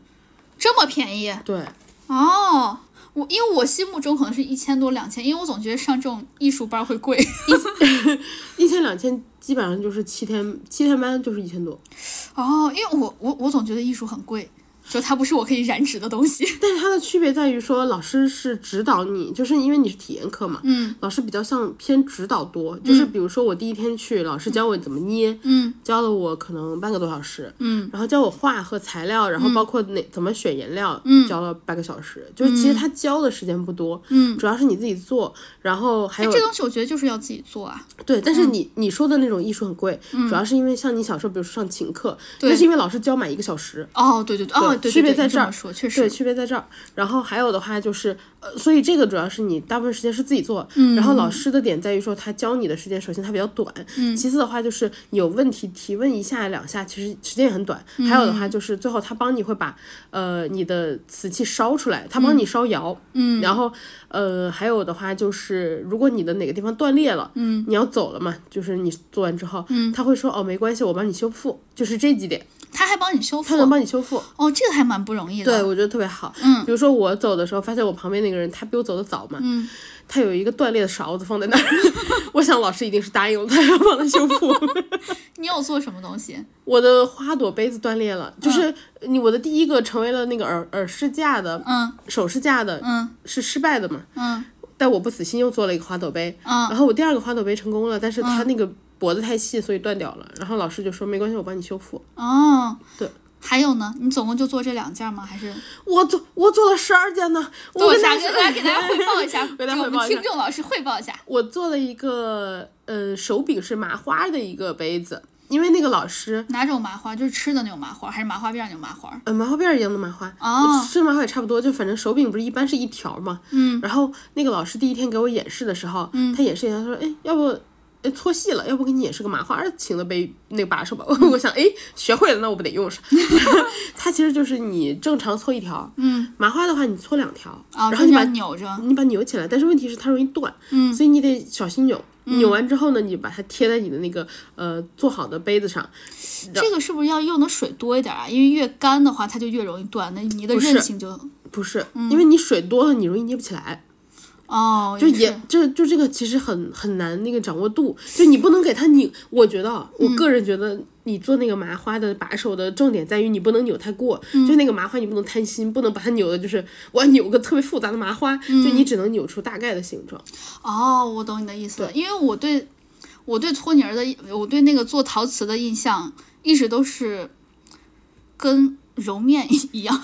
[SPEAKER 2] 这么便宜
[SPEAKER 1] 对，
[SPEAKER 2] 哦？我因为我心目中可能是一千多两千，因为我总觉得上这种艺术班儿会贵。
[SPEAKER 1] 一千两千基本上就是七天，七天班就是一千多。
[SPEAKER 2] 哦，因为我我我总觉得艺术很贵，就它不是我可以染指的东西。
[SPEAKER 1] 但是它的区别在于说，老师是指导你，就是因为你是体验课嘛，
[SPEAKER 2] 嗯，
[SPEAKER 1] 老师比较像偏指导多，就是比如说我第一天去，老师教我怎么捏，
[SPEAKER 2] 嗯，
[SPEAKER 1] 教了我可能半个多小时，
[SPEAKER 2] 嗯，
[SPEAKER 1] 然后教我画和材料，然后包括哪、怎么选颜料，嗯，教了半个小时，就是其实他教的时间不多，
[SPEAKER 2] 嗯，
[SPEAKER 1] 主要是你自己做，然后还
[SPEAKER 2] 哎，
[SPEAKER 1] 有
[SPEAKER 2] 这东西我觉得就是要自己做啊。
[SPEAKER 1] 对，但是你、你说的那种艺术很贵，
[SPEAKER 2] 嗯
[SPEAKER 1] 主要是因为像你小时候，比如说上琴课，那是因为老师教满一个小时，
[SPEAKER 2] 哦，对对对，哦，对对
[SPEAKER 1] 区别
[SPEAKER 2] 对
[SPEAKER 1] 在
[SPEAKER 2] 你
[SPEAKER 1] 这
[SPEAKER 2] 么
[SPEAKER 1] 儿
[SPEAKER 2] 说确
[SPEAKER 1] 对，
[SPEAKER 2] 实，
[SPEAKER 1] 区别在这儿。然后还有的话就是，呃，所以这个主要是你大部分时间是自己做，然后老师的点在于说他教你的时间，首先它比较短，其次的话就是你有问题提问一下两下，其实时间也很短。还有的话就是最后他帮你会把呃你的瓷器烧出来，他帮你烧窑，嗯，然后呃还有的话就是如果你的哪个地方断裂了，嗯，你要走了嘛，就是你做完之后，嗯，他会说哦没关系，我帮你修复，就是这几点，
[SPEAKER 2] 他还帮你修复
[SPEAKER 1] 他，能帮你修复。
[SPEAKER 2] 哦，这个还蛮不容易的。
[SPEAKER 1] 对，我觉得特别好。嗯，比如说我走的时候，发现我旁边那个人他比我走的早嘛，
[SPEAKER 2] 嗯，
[SPEAKER 1] 他有一个断裂的勺子放在那儿， 我想老师一定是答应了他要帮他修 复。
[SPEAKER 2] 你有做什么东西？
[SPEAKER 1] 我的花朵杯子断裂了，就是你我的第一个成为了那个耳耳饰架的，
[SPEAKER 2] 嗯
[SPEAKER 1] 首饰架的，
[SPEAKER 2] 嗯
[SPEAKER 1] 是失败的嘛，
[SPEAKER 2] 嗯
[SPEAKER 1] 但我不死心又做了一个花朵杯，
[SPEAKER 2] 嗯，
[SPEAKER 1] 然后我第二个花朵杯成功了，但是它那个脖子太细，所以断掉了。然后老师就说没关系，我帮你修复。
[SPEAKER 2] 哦，
[SPEAKER 1] 对。
[SPEAKER 2] 还有呢？你总共就做这两件吗？还是
[SPEAKER 1] 我做我做了十二件呢，我
[SPEAKER 2] 做
[SPEAKER 1] 跟
[SPEAKER 2] 一
[SPEAKER 1] 大
[SPEAKER 2] 下
[SPEAKER 1] 家
[SPEAKER 2] 给大家给大家汇报一下，
[SPEAKER 1] 给大家
[SPEAKER 2] 给我
[SPEAKER 1] 汇报
[SPEAKER 2] 们
[SPEAKER 1] 一
[SPEAKER 2] 听
[SPEAKER 1] 下
[SPEAKER 2] 众老师汇报一下。
[SPEAKER 1] 我做了一个呃手柄是麻花的一个杯子，因为那个老师
[SPEAKER 2] 哪种麻花？就是吃的那种麻花，还是麻花辫儿那种麻花？
[SPEAKER 1] 呃麻花辫儿一样的麻花，
[SPEAKER 2] 哦
[SPEAKER 1] 吃麻花也差不多，就反正手柄不是一般是一条嘛。
[SPEAKER 2] 嗯。
[SPEAKER 1] 然后那个老师第一天给我演示的时候，他演示一下，他说：“哎，要不。”哎，搓细了，要不给你演示个麻花型的杯那个把手吧。 我想，哎，学会了，那我不得用上？ 它其实就是你正常搓一条，
[SPEAKER 2] 嗯，
[SPEAKER 1] 麻花的话你搓两条，
[SPEAKER 2] 哦，
[SPEAKER 1] 然
[SPEAKER 2] 就
[SPEAKER 1] 后
[SPEAKER 2] 这
[SPEAKER 1] 你把嗯
[SPEAKER 2] 样扭着。
[SPEAKER 1] 你把它扭起来，但是问题是它容易断，
[SPEAKER 2] 嗯
[SPEAKER 1] 所以你得小心扭。扭完之后呢，你把它贴在你的那个呃做好的杯子上，
[SPEAKER 2] 这个是不是要用的水多一点啊？因为越干的话，它就越容易断，那泥的
[SPEAKER 1] 是
[SPEAKER 2] 韧性就
[SPEAKER 1] 不是，
[SPEAKER 2] 嗯
[SPEAKER 1] 因为你水多了，你容易捏不起来，
[SPEAKER 2] 哦，
[SPEAKER 1] 就
[SPEAKER 2] 也
[SPEAKER 1] 也
[SPEAKER 2] 是
[SPEAKER 1] 就就这个其实很很难那个掌握度，就你不能给它拧。我觉得，啊我
[SPEAKER 2] 嗯
[SPEAKER 1] 个人觉得，你做那个麻花的把手的重点在于你不能扭太过，
[SPEAKER 2] 嗯
[SPEAKER 1] 就那个麻花你不能贪心，不能把它扭的就是我要扭个特别复杂的麻花，
[SPEAKER 2] 嗯
[SPEAKER 1] 就你只能扭出大概的形状。
[SPEAKER 2] 哦，我懂你的意思了，因为我对我对搓泥儿的，我对那个做陶瓷的印象一直都是跟揉面一 样，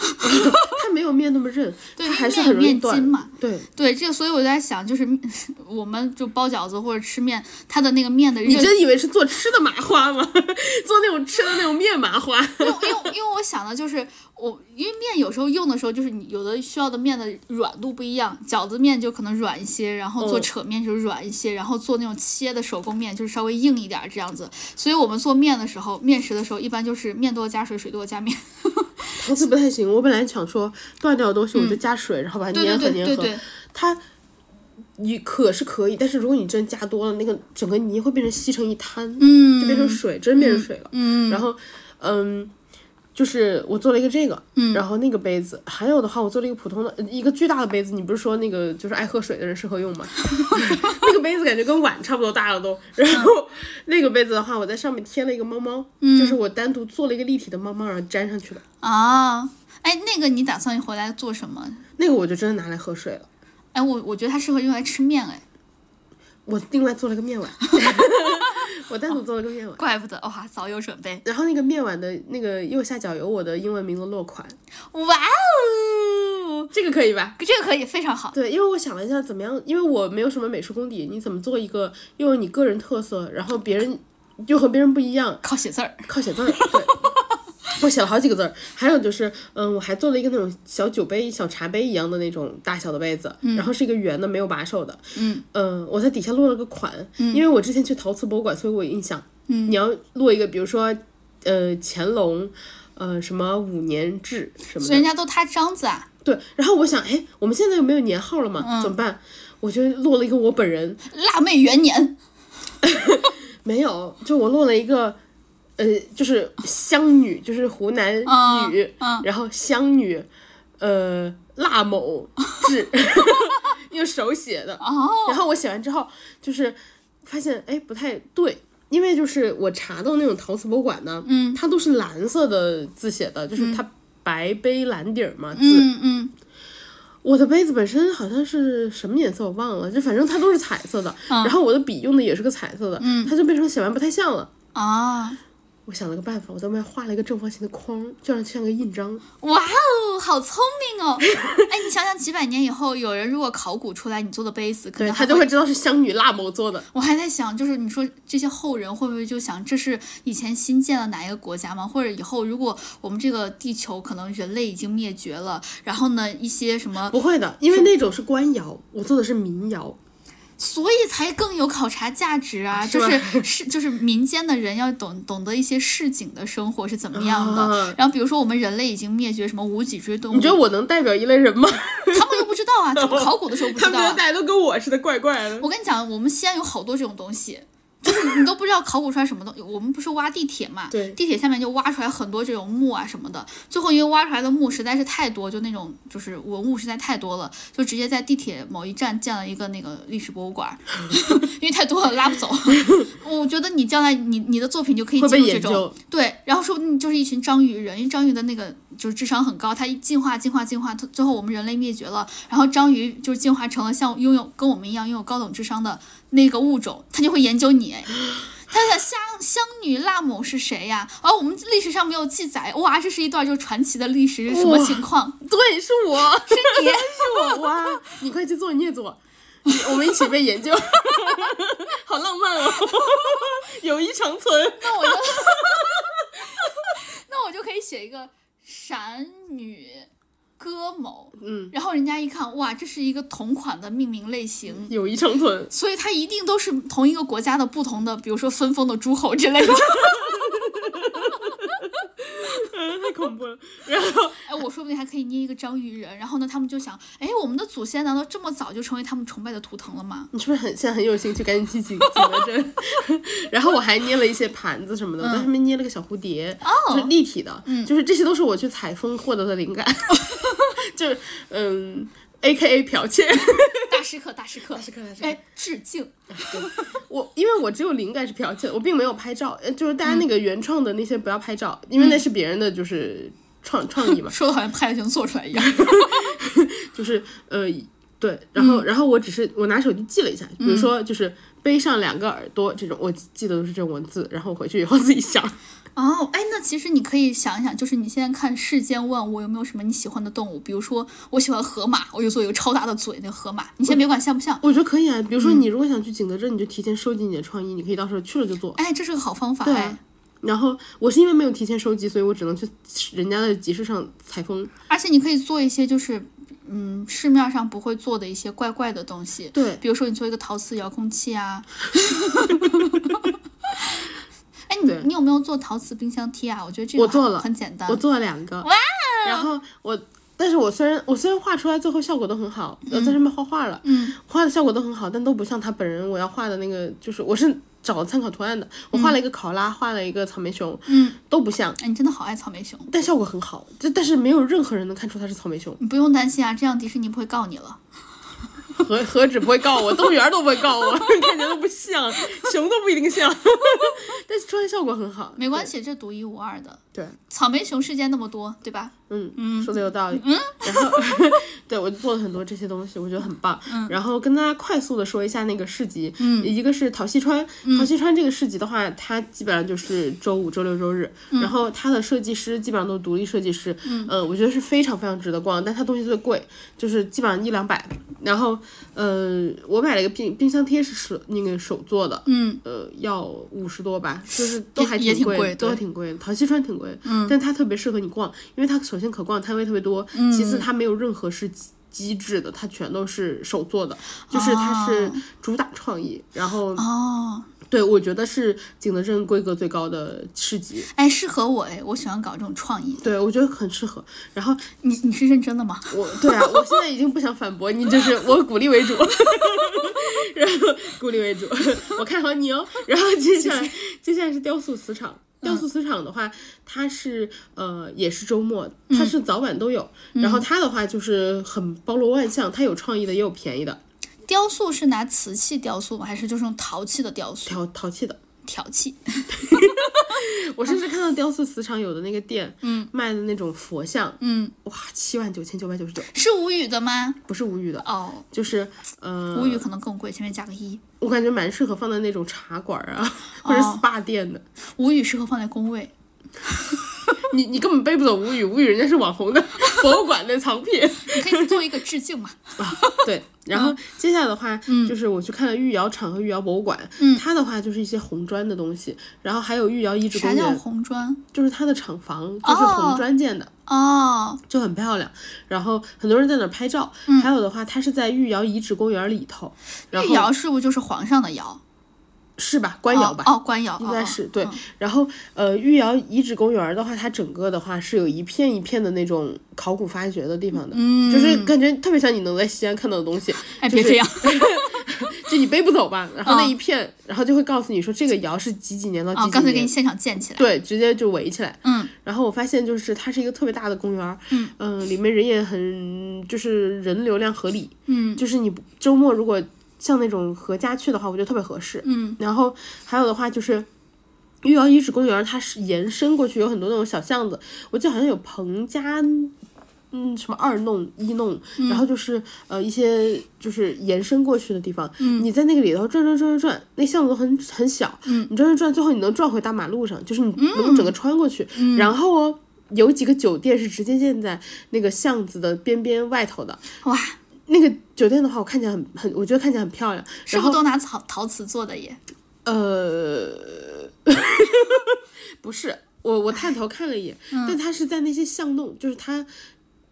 [SPEAKER 1] 它没有面那么韧，
[SPEAKER 2] 对，
[SPEAKER 1] 它还是
[SPEAKER 2] 因为
[SPEAKER 1] 很容易
[SPEAKER 2] 面面筋
[SPEAKER 1] 断。
[SPEAKER 2] 嘛，
[SPEAKER 1] 对，
[SPEAKER 2] 对，这个所以我在想，就是 面我们就包饺子或者吃面，它的那个面的韧
[SPEAKER 1] 你真以为是做吃的麻花吗？ 做那种吃的那种面麻花？
[SPEAKER 2] 因为因为因为我想的就是我，因为面有时候用的时候，就是你有的需要的面的软度不一样，饺子面就可能软一些，然后做
[SPEAKER 1] 嗯
[SPEAKER 2] 扯面就是软一些，然后做那种切的手工面就是稍微硬一点儿这样子。所以我们做面的时候，面食的时候，一般就是面多加水，水多加面。
[SPEAKER 1] 陶瓷不太行，我本来想说断掉的东西我就加水，然后把它
[SPEAKER 2] 对
[SPEAKER 1] 粘
[SPEAKER 2] 对
[SPEAKER 1] 合
[SPEAKER 2] 对
[SPEAKER 1] 粘
[SPEAKER 2] 对
[SPEAKER 1] 合。
[SPEAKER 2] 对，
[SPEAKER 1] 它你可是可以，但是如果你真加多了，那个整个泥会变成稀成一滩，
[SPEAKER 2] 嗯，
[SPEAKER 1] 就变成水，真变成水了。
[SPEAKER 2] 嗯
[SPEAKER 1] 然后，嗯。就是我做了一个这个，然后那个杯子，还有的话我做了一个普通的一个巨大的杯子。你不是说那个就是爱喝水的人适合用吗？ 那个杯子感觉跟碗差不多大了都。然后那个杯子的话，我在上面贴了一个猫猫，就是我单独做了一个立体的猫猫，然后粘上去的。
[SPEAKER 2] 啊，哎，那个你打算回来做什么？
[SPEAKER 1] 那个我就真的拿来喝水了。
[SPEAKER 2] 哎，我我觉得它适合用来吃面，哎，
[SPEAKER 1] 我另外做了个面碗，我单独做了个面碗。
[SPEAKER 2] 怪不得哇，早有准备，
[SPEAKER 1] 然后那个面碗的那个右下角有我的英文名字落款，
[SPEAKER 2] 哇哦，
[SPEAKER 1] 这个可以吧？
[SPEAKER 2] 这个可以非常好，
[SPEAKER 1] 对，因为我想了一下，怎么样？因为我没有什么美术功底，你怎么做一个又有你个人特色，然后别人又和别人不一样，
[SPEAKER 2] 靠写字儿。
[SPEAKER 1] 靠写字儿。对， 我写了好几个字儿。还有就是，嗯，我还做了一个那种小酒杯、小茶杯一样的那种大小的杯子，然后是一个圆的，没有把手的。
[SPEAKER 2] 嗯
[SPEAKER 1] 嗯，我在底下落了个款，因为我之前去陶瓷博物馆，所以我有印象。
[SPEAKER 2] 嗯
[SPEAKER 1] 你要落一个，比如说，呃，乾隆，呃，什么五年制什么
[SPEAKER 2] 所以人
[SPEAKER 1] 的，
[SPEAKER 2] 家都他章子啊，
[SPEAKER 1] 对。然后我想，哎，我们现在又没有年号了嘛，
[SPEAKER 2] 嗯
[SPEAKER 1] 怎么办？我就落了一个我本人，
[SPEAKER 2] 辣妹元年，
[SPEAKER 1] 没有，就我落了一个，呃，就是湘女，就是湖南
[SPEAKER 2] 嗯
[SPEAKER 1] 女，然后湘女，呃，辣某 志，用手写的。
[SPEAKER 2] 哦，
[SPEAKER 1] 然后我写完之后，就是发现哎不太对，因为就是我查到那种陶瓷博物馆呢，
[SPEAKER 2] 嗯
[SPEAKER 1] 它都是蓝色的字写的，就是它白杯蓝底儿嘛字。
[SPEAKER 2] 嗯嗯，
[SPEAKER 1] 我的杯子本身好像是什么颜色我忘了，就反正它都是彩色的，然后我的笔用的也是个彩色的，它就变成写完不太像了。
[SPEAKER 2] 啊，
[SPEAKER 1] 我想了个办法，我在外面画了一个正方形的框，就让它像个印章。
[SPEAKER 2] 哇哦，好聪明 哦！哎，你想想，几百年以后，有人如果考古出来你做的杯子，可
[SPEAKER 1] 对
[SPEAKER 2] 能
[SPEAKER 1] 他
[SPEAKER 2] 还
[SPEAKER 1] 就
[SPEAKER 2] 会。
[SPEAKER 1] 会知道是湘女辣某做的。
[SPEAKER 2] 我还在想，就是你说这些后人会不会就想，这是以前新建了哪一个国家吗？或者以后如果我们这个地球可能人类已经灭绝了，然后呢，一些什么，
[SPEAKER 1] 不会的，因为那种是官窑，我做的是民窑。
[SPEAKER 2] 所以才更有考察价值啊！
[SPEAKER 1] 是
[SPEAKER 2] 就
[SPEAKER 1] 吧
[SPEAKER 2] 是 是就是民间的人要懂懂得一些市井的生活是怎么样的。
[SPEAKER 1] 啊
[SPEAKER 2] 然后比如说我们人类已经灭绝什么无脊椎动物，
[SPEAKER 1] 你觉得我能代表一类人吗？
[SPEAKER 2] 他们又不知道 啊？他们考古的时候不
[SPEAKER 1] 他
[SPEAKER 2] 知道、
[SPEAKER 1] 们觉得
[SPEAKER 2] 啊
[SPEAKER 1] 大。家都跟我似的，怪怪的。
[SPEAKER 2] 我跟你讲，我们西安有好多这种东西，就是你都不知道考古出来什么东西。我们不是挖地铁嘛，
[SPEAKER 1] 对
[SPEAKER 2] 地铁下面就挖出来很多这种墓啊什么的。最后因为挖出来的墓实在是太多，就那种就是文物实在太多了，就直接在地铁某一站建了一个那个历史博物馆儿， 因为太多了拉不走。我觉得你将来你你的作品就可以
[SPEAKER 1] 会
[SPEAKER 2] 进
[SPEAKER 1] 被
[SPEAKER 2] 入这
[SPEAKER 1] 研
[SPEAKER 2] 种
[SPEAKER 1] 究，
[SPEAKER 2] 对，然后说不定就是一群章鱼人，因为章鱼的那个就是智商很高，它一进化进化进化，最最后我们人类灭绝了，然后章鱼就是进化成了像拥有跟我们一样拥有高等智商的那个物种，它就会研究你。它想香香女辣某是谁呀？而、我们历史上没有记载，哇，这是一段就是传奇的历史是什么
[SPEAKER 1] 哇
[SPEAKER 2] 情况？
[SPEAKER 1] 对，是 我，
[SPEAKER 2] 是你
[SPEAKER 1] 是我哇！你快去做，你也做，你我们一起被研究， 好浪漫哦， 友谊长存。
[SPEAKER 2] 那我就，那我就可以写一个闪女歌某，
[SPEAKER 1] 嗯，
[SPEAKER 2] 然后人家一看，哇，这是一个同款的命名类型，
[SPEAKER 1] 友谊长存，
[SPEAKER 2] 所以它一定都是同一个国家的不同的，比如说分封的诸侯之类的。
[SPEAKER 1] 嗯，太恐怖了。然后
[SPEAKER 2] 哎，我说不定还可以捏一个章鱼人，然后呢，他们就想，哎，我们的祖先难道这么早就成为他们崇拜的图腾了吗？
[SPEAKER 1] 你是不是很现在很有兴趣？赶紧去景景德镇。 然后我还捏了一些盘子什么的，我在上面捏了个小蝴蝶，就是立体的，就是这些都是我去采风获得的灵感， 就是嗯，A K A 剽窃。
[SPEAKER 2] 大师课，大师课，大
[SPEAKER 1] 师课大师课
[SPEAKER 2] 哎，致敬。
[SPEAKER 1] 我因为我只有灵感是剽窃的，我并没有拍照，呃就是大家那个原创的那些不要拍照，因为那是别人的就是创创意嘛，
[SPEAKER 2] 说的好像派了就能做出来一样。
[SPEAKER 1] 就是呃对，然后、然后我只是我拿手机记了一下，比如说就是背上两个耳朵这种，我记得都是这种文字，然后我回去以后自 己想。
[SPEAKER 2] 哦，哎，那其实你可以想一想，就是你现在看世间万物有没有什么你喜欢的动物？比如说，我喜欢河马，我就做一个超大的嘴，那个河马。你先别管像不像，
[SPEAKER 1] 我觉得可以啊，比如说你如果想去景德镇，你就提前收集你的创意，你可以到时候去了就做。
[SPEAKER 2] 哎，这是个好方法。哎，
[SPEAKER 1] 然后我是因为没有提前收集，所以我只能去人家的集市上采风。
[SPEAKER 2] 而且你可以做一些就是，嗯，市面上不会做的一些怪怪的东西。
[SPEAKER 1] 对，
[SPEAKER 2] 比如说你做一个陶瓷遥控器啊。 哎，你
[SPEAKER 1] 对
[SPEAKER 2] 你有没有做陶瓷冰箱贴啊？我觉得这个
[SPEAKER 1] 我做了
[SPEAKER 2] 很简单
[SPEAKER 1] 我。做了两个，
[SPEAKER 2] 哦
[SPEAKER 1] 然后我，但是我虽然我虽然画出来最后效果都很好，我在上面画画了，
[SPEAKER 2] 嗯，
[SPEAKER 1] 画的效果都很好，但都不像他本人我要画的那个，就是我是找参考图案的，我画了一个考拉，画了一个草莓熊，
[SPEAKER 2] 嗯，
[SPEAKER 1] 都不像，
[SPEAKER 2] 哎，你真的好爱草莓熊，
[SPEAKER 1] 但效果很好，就但是没有任何人能看出它是草莓熊，
[SPEAKER 2] 你不用担心啊，这样迪士尼不会告你了。
[SPEAKER 1] 何何止不会告我，动物园都不会告我， 看起来都不像，熊都不一定像， 但是出来效果很好，
[SPEAKER 2] 没关系，这独一无二的。
[SPEAKER 1] 对。对
[SPEAKER 2] 草莓熊事件那么多，对吧？
[SPEAKER 1] 嗯，嗯，说的有道理。然后， 对我就做了很多这些东西，我觉得很棒。然后跟大家快速的说一下那个市集，一个是陶溪川，陶溪川这个市集的话，它基本上就是周五、周六、周日，然后它的设计师基本上都是独立设计师，嗯、呃，我觉得是非常非常值得逛，但它东西最贵，就是基本上一两百。然后，呃，我买了一个冰冰箱贴是手那个手做的，
[SPEAKER 2] 嗯，
[SPEAKER 1] 呃，要五十多吧，就是都
[SPEAKER 2] 也
[SPEAKER 1] 还
[SPEAKER 2] 也挺
[SPEAKER 1] 贵
[SPEAKER 2] 贵
[SPEAKER 1] 的，都
[SPEAKER 2] 对
[SPEAKER 1] 还挺贵的。陶溪川挺贵的，围，嗯，但它特别适合你逛，因为它首先可逛摊位特别多，
[SPEAKER 2] 嗯
[SPEAKER 1] 其次它没有任何是机机制的，它全都是手做的，就是它是主打创意，然后
[SPEAKER 2] 哦，
[SPEAKER 1] 对我觉得是景德镇规格最高的市集，
[SPEAKER 2] 哎，适合我哎，我喜欢搞这种创意。
[SPEAKER 1] 对我觉得很适合。然后
[SPEAKER 2] 你你是认真的吗？
[SPEAKER 1] 我对啊，我现在已经不想反驳你，就是我鼓励为主，然后鼓励为主，我看好你哦。然后接下来接下来是雕塑磁场。雕塑磁场的话，它是呃也是周末，它是早晚都有。然后它的话就是很包罗万象，它有创意的也有便宜的，
[SPEAKER 2] 雕塑是拿瓷器雕塑吗？还是就是用陶器的雕塑？
[SPEAKER 1] 淘淘气的。
[SPEAKER 2] 陶器
[SPEAKER 1] 我甚至看到雕塑磁场有的那个店，嗯，卖的那种佛像，
[SPEAKER 2] 嗯，
[SPEAKER 1] 哇，七万九千九百九十九，
[SPEAKER 2] 是无语的吗？
[SPEAKER 1] 不是无语的，
[SPEAKER 2] 哦，
[SPEAKER 1] 就是呃，
[SPEAKER 2] 无语可能更贵，前面加个一。
[SPEAKER 1] 我感觉蛮适合放在那种茶馆儿啊，或者
[SPEAKER 2] 哦
[SPEAKER 1] SPA 店的。
[SPEAKER 2] 无语适合放在工位。
[SPEAKER 1] 你你根本背不走吴语，吴语人家是网红的 博物馆的藏品。
[SPEAKER 2] 你可以做一个致敬嘛？
[SPEAKER 1] 对，然后接下来的话，就是我去看了御窑厂和御窑博物馆，它的话就是一些红砖的东西，然后还有御窑遗址公
[SPEAKER 2] 啥叫
[SPEAKER 1] 园，
[SPEAKER 2] 红砖？
[SPEAKER 1] 就是它的厂房就是红砖建的。
[SPEAKER 2] 哦，
[SPEAKER 1] 就很漂亮，然后很多人在那儿拍照。还有的话，它是在御窑遗址公园里头，然
[SPEAKER 2] 御
[SPEAKER 1] 后
[SPEAKER 2] 窑是不是就是皇上的窑？
[SPEAKER 1] 是吧？官窑吧，
[SPEAKER 2] 哦，哦官窑，
[SPEAKER 1] 应该是
[SPEAKER 2] 哦、
[SPEAKER 1] 对。然后呃，御窑遗址公园儿的话，它整个的话是有一片一片的那种考古发掘的地方的，嗯，就是感觉特别像你能在西安看到的 东西，
[SPEAKER 2] 哦哎，别这样，
[SPEAKER 1] 就你背不走吧。然后那
[SPEAKER 2] 嗯
[SPEAKER 1] 一片，然后就会告诉你说这个窑是几几年到
[SPEAKER 2] 哦，
[SPEAKER 1] 几
[SPEAKER 2] 刚
[SPEAKER 1] 几
[SPEAKER 2] 才给你
[SPEAKER 1] 年。
[SPEAKER 2] 现场建起来。
[SPEAKER 1] 对，直接就围起来。
[SPEAKER 2] 嗯，
[SPEAKER 1] 然后我发现就是它是一个特别大的公园儿，嗯、里面人也很，就是人流量合理，
[SPEAKER 2] 嗯，
[SPEAKER 1] 就是你周末如果像那种合家去的话，我觉得特别合适，
[SPEAKER 2] 嗯，
[SPEAKER 1] 然后还有的话就是。御窑遗址公园，它是延伸过去有很多那种小巷子，我记得好像有彭家，嗯，什么二弄一弄，然后就是呃一些就是延伸过去的地方，你在那个里头转转转转转，那巷子都很很小，你转转转，最后你能转回大马路上，就是你能够整个穿过去，然后哦。有几个酒店是直接建在那个巷子的边边外头的，
[SPEAKER 2] 哇，
[SPEAKER 1] 那个酒店的话，我看起来很很，我觉得看起来很漂亮。
[SPEAKER 2] 是
[SPEAKER 1] 然
[SPEAKER 2] 不是
[SPEAKER 1] 后
[SPEAKER 2] 都拿陶陶瓷做的耶？
[SPEAKER 1] 呃， 不是，我我探头看了一眼，
[SPEAKER 2] 嗯
[SPEAKER 1] 但它是在那些巷弄，就是它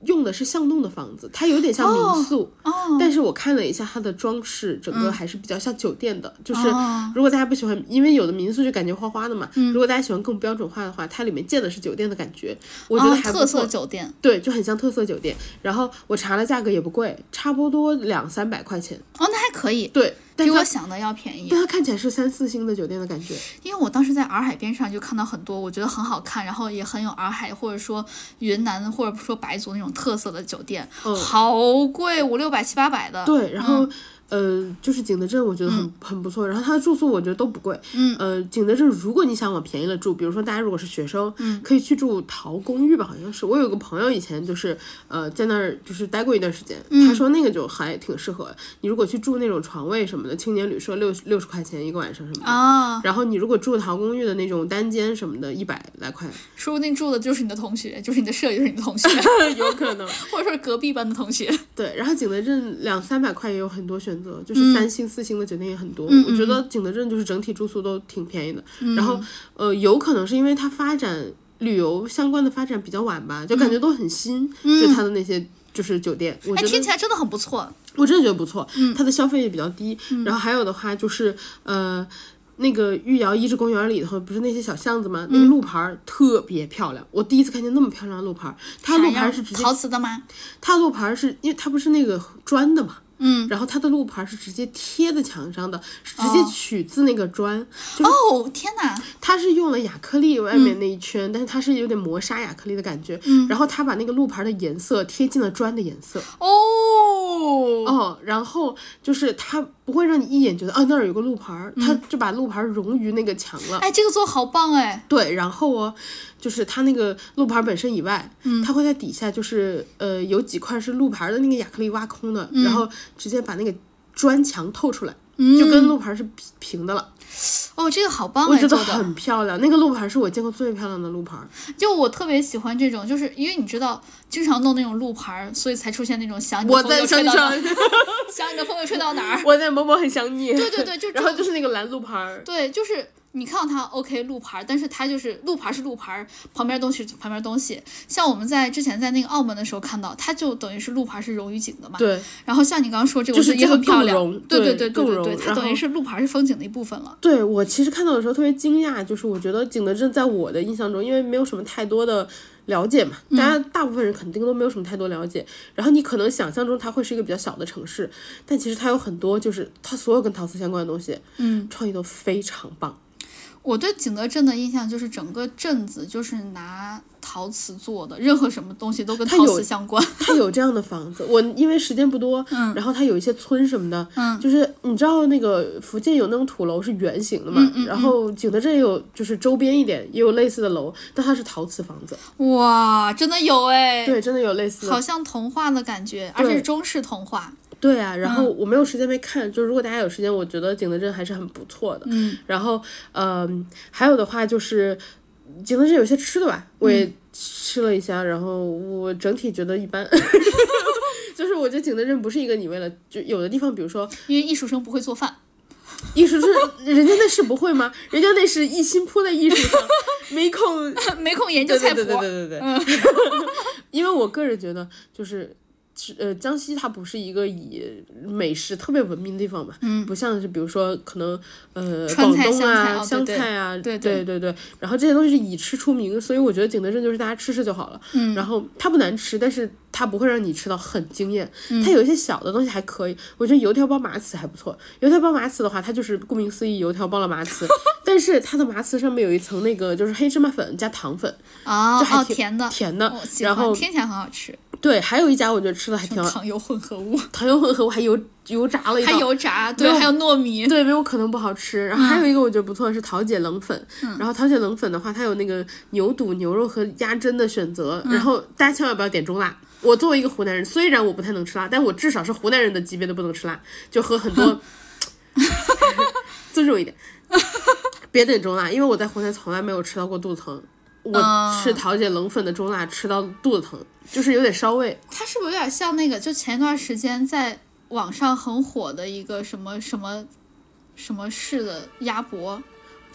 [SPEAKER 1] 用的是巷弄的房子，它有点像民宿。
[SPEAKER 2] 哦，嗯
[SPEAKER 1] 但是我看了一下它的装饰，整个还是比较像酒店的。就是
[SPEAKER 2] 哦嗯
[SPEAKER 1] 如果大家不喜欢，因为有的民宿就感觉花花的嘛。如果大家喜欢更标准化的话，它里面建的是酒店的感觉，我觉得
[SPEAKER 2] 哦，
[SPEAKER 1] 还不
[SPEAKER 2] 特
[SPEAKER 1] 错。
[SPEAKER 2] 色酒店。
[SPEAKER 1] 对，就很像特色酒店。然后我查了价格也不贵，差不多两三百块钱。
[SPEAKER 2] 哦，那还可以，
[SPEAKER 1] 对，但
[SPEAKER 2] 比我
[SPEAKER 1] 它
[SPEAKER 2] 想的要便宜。
[SPEAKER 1] 但它看起来是三四星的酒店的感觉。
[SPEAKER 2] 因为我当时在洱海边上就看到很多我觉得很好看，然后也很有洱海或者说云南或者说白族那种特色的酒店，好贵，五六百七八百的。
[SPEAKER 1] 嗯对，然后、呃，就是景德镇，我觉得很、很不错。然后它的住宿我觉得都不贵。嗯，呃，景德镇如果你想往便宜了住，比如说大家如果是学生，嗯，可以去住陶公寓吧，好像是。我有个朋友以前就是呃在那儿就是待过一段时间，他说那个就还挺适合你。如果去住那种床位什么的，青年旅社六六十块钱一个晚上什么的。
[SPEAKER 2] 啊，
[SPEAKER 1] 然后你如果住陶公寓的那种单间什么的，一百来 块，
[SPEAKER 2] 说不定住的就是你的同学，就是你的舍友，就是你的 同学，
[SPEAKER 1] 有可能。
[SPEAKER 2] 或者说是隔壁班的同学。
[SPEAKER 1] 对，然后景德镇两三百块也有很多选择，
[SPEAKER 2] 嗯
[SPEAKER 1] 就是三星、四星的酒店也很多。我觉得景德镇就是整体住宿都挺便宜的。
[SPEAKER 2] 嗯
[SPEAKER 1] 然后呃，有可能是因为它发展旅游相关的发展比较晚吧，就感觉都很新，就它的那些。就是酒店，
[SPEAKER 2] 嗯
[SPEAKER 1] 我
[SPEAKER 2] 哎，
[SPEAKER 1] 觉
[SPEAKER 2] 听
[SPEAKER 1] 得
[SPEAKER 2] 起来嗯真的很不错。
[SPEAKER 1] 我真的觉得不错，它的消费也比较低。
[SPEAKER 2] 嗯
[SPEAKER 1] 然后还有的话就是，呃，那个御窑遗址公园里头不是那些小巷子吗？
[SPEAKER 2] 嗯
[SPEAKER 1] 那个路牌儿特别漂亮，我第一次看见那么漂亮的路牌儿。它
[SPEAKER 2] 啥
[SPEAKER 1] 路
[SPEAKER 2] 样
[SPEAKER 1] 牌儿是直接
[SPEAKER 2] 陶瓷的吗？
[SPEAKER 1] 它的路牌是因为它不是那个砖的嘛，嗯，然后它的路牌是直接贴在墙上的，是直接取自那个砖，就是
[SPEAKER 2] 哦，天哪！
[SPEAKER 1] 它是用了亚克力外面那一圈，但是它是有点磨砂亚克力的感觉，然后它把那个路牌的颜色贴近了砖的颜色，
[SPEAKER 2] 哦，
[SPEAKER 1] 哦，然后就是它不会让你一眼觉得啊那儿有个路牌儿，它就把路牌融于那个墙了。
[SPEAKER 2] 哎，这个做好棒哎！
[SPEAKER 1] 对，然后哦，就是它那个路牌本身以外，
[SPEAKER 2] 嗯
[SPEAKER 1] 它会在底下就是呃有几块是路牌的那个亚克力挖
[SPEAKER 2] 嗯
[SPEAKER 1] 空的，然后直接把那个砖墙透出来，就跟路牌是平平的了。
[SPEAKER 2] 哦，这个好棒
[SPEAKER 1] 我
[SPEAKER 2] 哎，
[SPEAKER 1] 觉
[SPEAKER 2] 做
[SPEAKER 1] 得
[SPEAKER 2] 的
[SPEAKER 1] 很漂亮，那个路牌是我见过最漂亮的路牌。
[SPEAKER 2] 就我特别喜欢这种，就是因为你知道，经常弄那种路牌儿，所以才出现那种想你的
[SPEAKER 1] 我
[SPEAKER 2] 风
[SPEAKER 1] 在
[SPEAKER 2] 又吹
[SPEAKER 1] 山
[SPEAKER 2] 到哪
[SPEAKER 1] 上
[SPEAKER 2] 儿，，想你的风又吹到哪儿。
[SPEAKER 1] 我在某某很想你。
[SPEAKER 2] 对对对，就
[SPEAKER 1] 然后
[SPEAKER 2] 这
[SPEAKER 1] 就是那个蓝路牌儿，
[SPEAKER 2] 对，就是你看到它 OK 路牌，但是它就是路牌是路牌，旁边东西是旁边东西。像我们在之前在那个澳门的时候看到，它就等于是路牌是溶于景的嘛。
[SPEAKER 1] 对，
[SPEAKER 2] 然后像你刚刚说这个，
[SPEAKER 1] 就
[SPEAKER 2] 我
[SPEAKER 1] 是
[SPEAKER 2] 觉得也
[SPEAKER 1] 这个
[SPEAKER 2] 很漂
[SPEAKER 1] 更
[SPEAKER 2] 亮
[SPEAKER 1] 融。
[SPEAKER 2] 对
[SPEAKER 1] 对
[SPEAKER 2] 对
[SPEAKER 1] 更
[SPEAKER 2] 对
[SPEAKER 1] 融
[SPEAKER 2] 对，它
[SPEAKER 1] 然
[SPEAKER 2] 等于
[SPEAKER 1] 后
[SPEAKER 2] 是路牌是风景的一部分了。
[SPEAKER 1] 对我其实看到的时候特别惊讶，就是我觉得景德镇在我的印象中，因为没有什么太多的了解嘛，大家大部分人肯定都没有什么太多了解。然后你可能想象中它会是一个比较小的城市，但其实它有很多就是它所有跟陶瓷相关的东西，嗯，创意都非常棒。
[SPEAKER 2] 我对景德镇的印象就是整个镇子就是拿陶瓷做的，任何什么东西都跟
[SPEAKER 1] 它
[SPEAKER 2] 陶
[SPEAKER 1] 有
[SPEAKER 2] 瓷相关。
[SPEAKER 1] 它有这样的房子，我因为时间不多，嗯，然后它有一些村什么的，嗯，就是你知道那个福建有那种土楼是圆形的嘛，然后景德镇也有，就是周边一点也有类似的楼，但它是陶瓷房子，
[SPEAKER 2] 哇，真的有哎，
[SPEAKER 1] 对，真的有类似的
[SPEAKER 2] 好像童话的感觉，而且是中式童话。
[SPEAKER 1] 对啊，然后我没有时间没看，就是如果大家有时间，我觉得景德镇还是很不错的。嗯，然后嗯、还有的话就是景德镇有些吃的吧，我也吃了一下，然后我整体觉得一般。 就是我觉得景德镇不是一个你为了就有的地方，比如说
[SPEAKER 2] 因为艺术生不会做饭，
[SPEAKER 1] 艺术是人家那是不会吗？人家那是一心扑在艺术上，没空
[SPEAKER 2] 没空研究菜谱。嗯
[SPEAKER 1] 对对对对对对。 因为我个人觉得，就是是呃，江西它不是一个以美食特别闻名的地方嘛，嗯，不像是比如说可能呃
[SPEAKER 2] 川
[SPEAKER 1] 广
[SPEAKER 2] 菜
[SPEAKER 1] 东啊、
[SPEAKER 2] 湘菜哦
[SPEAKER 1] 湘
[SPEAKER 2] 对对
[SPEAKER 1] 菜啊，
[SPEAKER 2] 对
[SPEAKER 1] 对
[SPEAKER 2] 对
[SPEAKER 1] 对对，然后这些东西是以吃出名，所以我觉得景德镇就是大家吃吃就好了，嗯，然后它不难吃，但是。它不会让你吃到很惊艳，
[SPEAKER 2] 嗯
[SPEAKER 1] 它有一些小的东西还可以。我觉得油条包麻糍还不错。油条包麻糍的话，它就是顾名思义，油条包了麻糍， 但是它的麻糍上面有一层那个就是黑芝麻粉加糖粉，
[SPEAKER 2] 啊
[SPEAKER 1] 这还
[SPEAKER 2] 哦，
[SPEAKER 1] 挺
[SPEAKER 2] 甜的，
[SPEAKER 1] 甜的
[SPEAKER 2] 我。喜
[SPEAKER 1] 然
[SPEAKER 2] 欢，
[SPEAKER 1] 后嗯
[SPEAKER 2] 听起来很好吃，
[SPEAKER 1] 对，还有一家我觉得吃的还挺好，
[SPEAKER 2] 糖油混合物，
[SPEAKER 1] 糖油混合我还油油炸了一
[SPEAKER 2] 还
[SPEAKER 1] 道。
[SPEAKER 2] 油炸，对，还有糯米，
[SPEAKER 1] 对，没有可能不好吃。然后还有一个我觉得不错是桃姐冷粉，然后桃姐冷粉的话，它有那个牛肚、牛肉和鸭胗的选择。然后大家千万不要点中辣。我作为一个湖南人，虽然我不太能吃辣，但我至少是湖南人的级别的不能吃辣，就和很多尊重一点，别点中辣，因为我在湖南从来没有吃到过肚子疼。我吃桃姐冷粉的中辣吃到肚子疼，就是有点烧胃。
[SPEAKER 2] 它是不是有点像那个？就前一段时间在网上很火的一个什么什么什么市的鸭脖？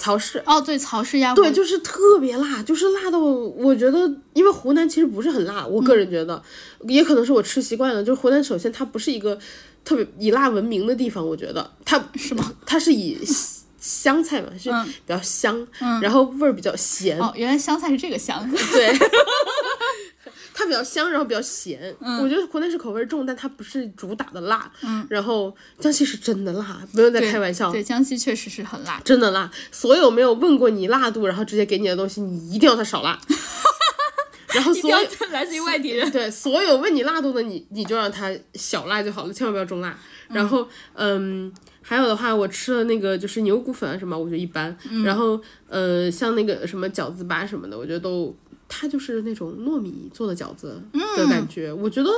[SPEAKER 1] 曹氏，
[SPEAKER 2] 哦，对，曹氏鸭脖，
[SPEAKER 1] 对，就是特别辣，就是辣到我觉得，因为湖南其实不是很辣，我
[SPEAKER 2] 嗯
[SPEAKER 1] 个人觉得，也可能是我吃习惯了。就是湖南，首先它不是一个特别以辣闻名的地方，我觉得它是吗？它是以香菜嘛，是比较香，然后味儿比较咸，
[SPEAKER 2] 嗯哦，原来香菜是这个香。
[SPEAKER 1] 对，它比较香，然后比较咸。
[SPEAKER 2] 嗯
[SPEAKER 1] 我觉得湖南是口味重，但它不是主打的辣。然后江西是真的辣，不用再
[SPEAKER 2] 对
[SPEAKER 1] 开玩笑。
[SPEAKER 2] 对，江西确实是很辣。
[SPEAKER 1] 真的辣。所有没有问过你辣度，然后直接给你的东西，你一定要它 少辣。然后所有
[SPEAKER 2] 来自于外地人。
[SPEAKER 1] 对所有问你辣度的你，你就让它小辣就好了，千万不要中辣。然后嗯。还有的话，我吃了那个就是牛骨粉啊什么，我觉得一般。然后呃，像那个什么饺子吧什么的，我觉得都它就是那种糯米做的饺子的感觉，我觉得。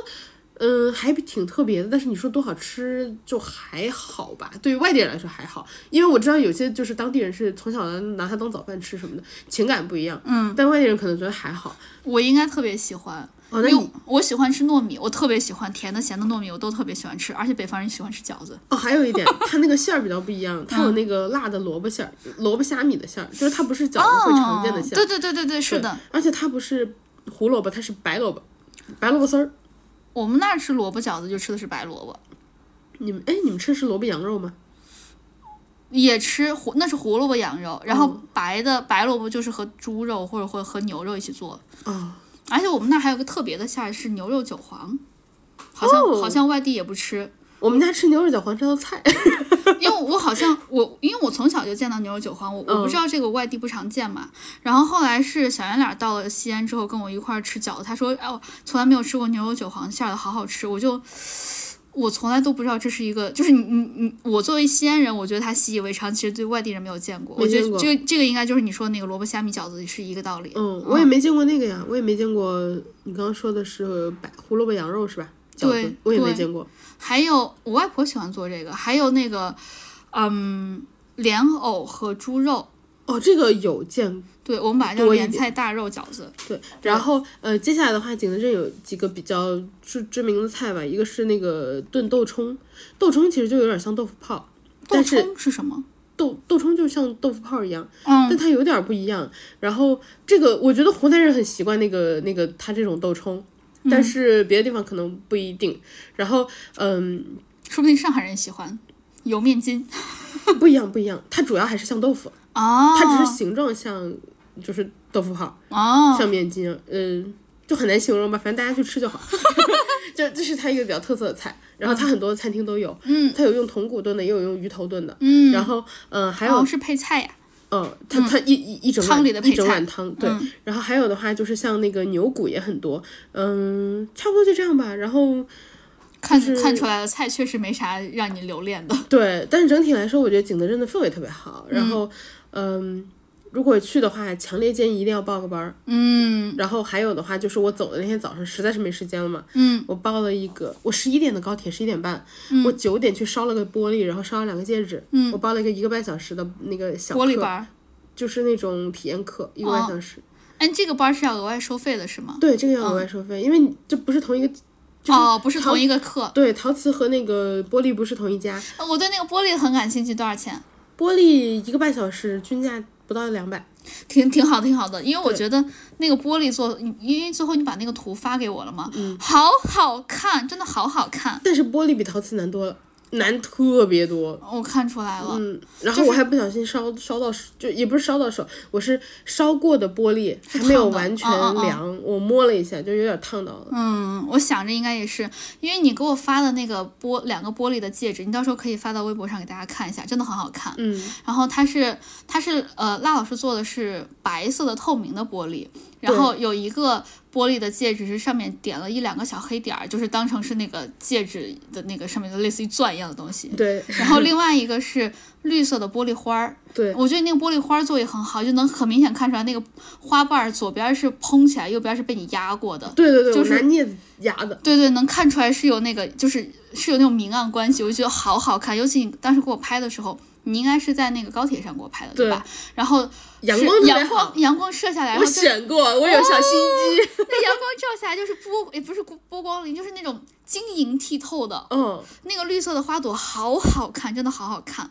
[SPEAKER 1] 嗯，还挺特别的，但是你说多好吃就还好吧，对于外地人来说还好，因为我知道有些就是当地人是从小拿它当早饭吃什么的，情感不一样。嗯，但外地人可能觉得还好。
[SPEAKER 2] 我应该特别喜欢，
[SPEAKER 1] 哦，那
[SPEAKER 2] 因
[SPEAKER 1] 你
[SPEAKER 2] 为我喜欢吃糯米，我特别喜欢甜的、咸的糯米，我都特别喜欢吃，而且北方人喜欢吃饺子。
[SPEAKER 1] 哦，还有一点，它那个馅儿比较不一样，它有那个辣的萝卜馅儿、萝卜虾米的馅儿，就是它不是饺哦子会常见的馅儿，
[SPEAKER 2] 对对对对哦对，是的，
[SPEAKER 1] 而且它不是胡萝卜，它是白萝卜，白萝卜丝儿。
[SPEAKER 2] 我们那儿吃萝卜饺子就吃的是白萝卜，
[SPEAKER 1] 你们哎，你们吃的是萝卜羊肉吗？
[SPEAKER 2] 也吃胡那是胡萝卜羊肉，然
[SPEAKER 1] 哦
[SPEAKER 2] 后白的、白萝卜就是和猪肉或者会和牛肉一起做，
[SPEAKER 1] 哦，
[SPEAKER 2] 而且我们那儿还有个特别的馅儿是牛肉韭黄，好像、
[SPEAKER 1] 哦
[SPEAKER 2] 好像外地也不吃，
[SPEAKER 1] 我们家吃牛肉搅黄这道菜，
[SPEAKER 2] 因为我好像我，因为我从小就见到牛肉韭黄，我
[SPEAKER 1] 嗯
[SPEAKER 2] 我不知道这个外地不常见嘛。然后后来是小圆脸儿到了西安之后，跟我一块儿吃饺子，他说：“哎，我从来没有吃过牛肉韭黄馅儿的，好好吃。”我就我从来都不知道这是一个，就是你你你，我作为西安人，我觉得他习以为常，其实对外地人没有见过。
[SPEAKER 1] 没
[SPEAKER 2] 我觉
[SPEAKER 1] 见
[SPEAKER 2] 得
[SPEAKER 1] 过
[SPEAKER 2] 这这个应该就是你说那个萝卜虾米饺子是一个道理。
[SPEAKER 1] 嗯，我也没见过那个呀，我也没见过。你刚刚说的是白胡萝卜羊肉是吧？饺
[SPEAKER 2] 对
[SPEAKER 1] 子我也没
[SPEAKER 2] 对
[SPEAKER 1] 见过。
[SPEAKER 2] 还有我外婆喜欢做这个，还有那个嗯莲藕和猪肉，
[SPEAKER 1] 哦，这个有见过。
[SPEAKER 2] 对我们把它叫
[SPEAKER 1] 多一点
[SPEAKER 2] 莲菜大肉饺子。
[SPEAKER 1] 对，然后呃，接下来的话，景德镇有几个比较知知名的菜吧，一个是那个炖豆冲，豆冲其实就有点像豆腐泡，
[SPEAKER 2] 豆
[SPEAKER 1] 但是
[SPEAKER 2] 冲是什么？
[SPEAKER 1] 豆豆冲就像豆腐泡一样，但
[SPEAKER 2] 嗯，
[SPEAKER 1] 它有点儿不一样。然后这个我觉得湖南人很习惯那个那个它这种豆冲，
[SPEAKER 2] 嗯
[SPEAKER 1] 但是别的地方可能不一定。然后嗯，
[SPEAKER 2] 说不定上海人喜欢油面筋
[SPEAKER 1] 不一样不一样，它主要还是像豆腐，
[SPEAKER 2] 哦，
[SPEAKER 1] 它只是形状像就是豆腐泡，
[SPEAKER 2] 哦，
[SPEAKER 1] 像面筋，嗯。就很难形容吧，反正大家去吃就好。 就这是它一个比较特色的菜，然后它很多餐厅都有，
[SPEAKER 2] 嗯，
[SPEAKER 1] 它有用筒骨炖的，也有用鱼头炖的，
[SPEAKER 2] 嗯，
[SPEAKER 1] 然后嗯、呃还有
[SPEAKER 2] 哦是配菜呀，
[SPEAKER 1] 嗯，它它一一一整碗
[SPEAKER 2] 汤里的配
[SPEAKER 1] 一整
[SPEAKER 2] 菜嗯
[SPEAKER 1] 碗汤，对。然后还有的话就是像那个牛骨也很多，嗯，差不多就这样吧。然后
[SPEAKER 2] 看
[SPEAKER 1] 是
[SPEAKER 2] 看出来了，菜确实没啥让你留恋 的。
[SPEAKER 1] 对，但是整体来说，我觉得景德镇的氛围特别好。然后嗯。如果去的话，强烈建议一定要报个班儿。
[SPEAKER 2] 嗯
[SPEAKER 1] 然后还有的话，就是我走的那天早上实在是没时间了嘛，
[SPEAKER 2] 嗯，
[SPEAKER 1] 我报了一个，我十一点的高铁，十一点半，我九点去烧了个玻璃，然后烧了两个戒指，我报了一个一个半小时的那个小
[SPEAKER 2] 嗯玻璃
[SPEAKER 1] 课，
[SPEAKER 2] 班儿，
[SPEAKER 1] 就是那种体验课，一个半小时。
[SPEAKER 2] 哎，这个班儿是要额外收费的是吗？
[SPEAKER 1] 对，这个要额外收费，因为你这不是同一个。就是
[SPEAKER 2] 哦，不是同一个课。
[SPEAKER 1] 对，陶瓷和那个玻璃不是同一家。
[SPEAKER 2] 呃我对那个玻璃很感兴趣，多少钱？
[SPEAKER 1] 玻璃一个半小时均价不到两百。
[SPEAKER 2] 挺挺好，挺好的，因为我觉得那个玻璃做，因为最后你把那个图发给我了嘛，
[SPEAKER 1] 嗯
[SPEAKER 2] 好好看，真的好好看，
[SPEAKER 1] 但是玻璃比陶瓷难多了，难特别多。
[SPEAKER 2] 我看出来了，
[SPEAKER 1] 嗯，然后我还不小心烧烧到手，就也不是烧到手，我是烧过的玻璃还没有
[SPEAKER 2] 烫的
[SPEAKER 1] 完全
[SPEAKER 2] 嗯嗯嗯
[SPEAKER 1] 凉，我摸了一下就有点烫到了。
[SPEAKER 2] 嗯，我想着应该也是，因为你给我发的那个玻两个玻璃的戒指，你到时候可以发到微博上给大家看一下，真的很好看。
[SPEAKER 1] 嗯，
[SPEAKER 2] 然后它是它是呃，辣老师做的是白色的透明的玻璃，然后有一个玻璃的戒指是上面点了一两个小黑点儿，就是当成是那个戒指的那个上面的类似于钻一样的东西。
[SPEAKER 1] 对
[SPEAKER 2] 然后另外一个是绿色的玻璃花儿，
[SPEAKER 1] 对，
[SPEAKER 2] 我觉得那个玻璃花儿做也很好，就能很明显看出来那个花瓣儿左边儿是蓬起来，右边儿是被你压过的。
[SPEAKER 1] 对对对，
[SPEAKER 2] 就是
[SPEAKER 1] 我拿镊子压的。
[SPEAKER 2] 对对，能看出来是有那个，就是是有那种明暗关系，我就觉得好好看。尤其你当时给我拍的时候，你应该是在那个高铁上给我拍的，对
[SPEAKER 1] 对
[SPEAKER 2] 吧？然后
[SPEAKER 1] 阳
[SPEAKER 2] 是
[SPEAKER 1] 光特别
[SPEAKER 2] 阳光
[SPEAKER 1] 好
[SPEAKER 2] 阳光射下来，然
[SPEAKER 1] 我
[SPEAKER 2] 后就
[SPEAKER 1] 选过，我有小心机。
[SPEAKER 2] 那阳光照下来就是波，也不是波波光粼，就是那种晶莹剔透的
[SPEAKER 1] 嗯，
[SPEAKER 2] 那个绿色的花朵，好好看，真的好好看，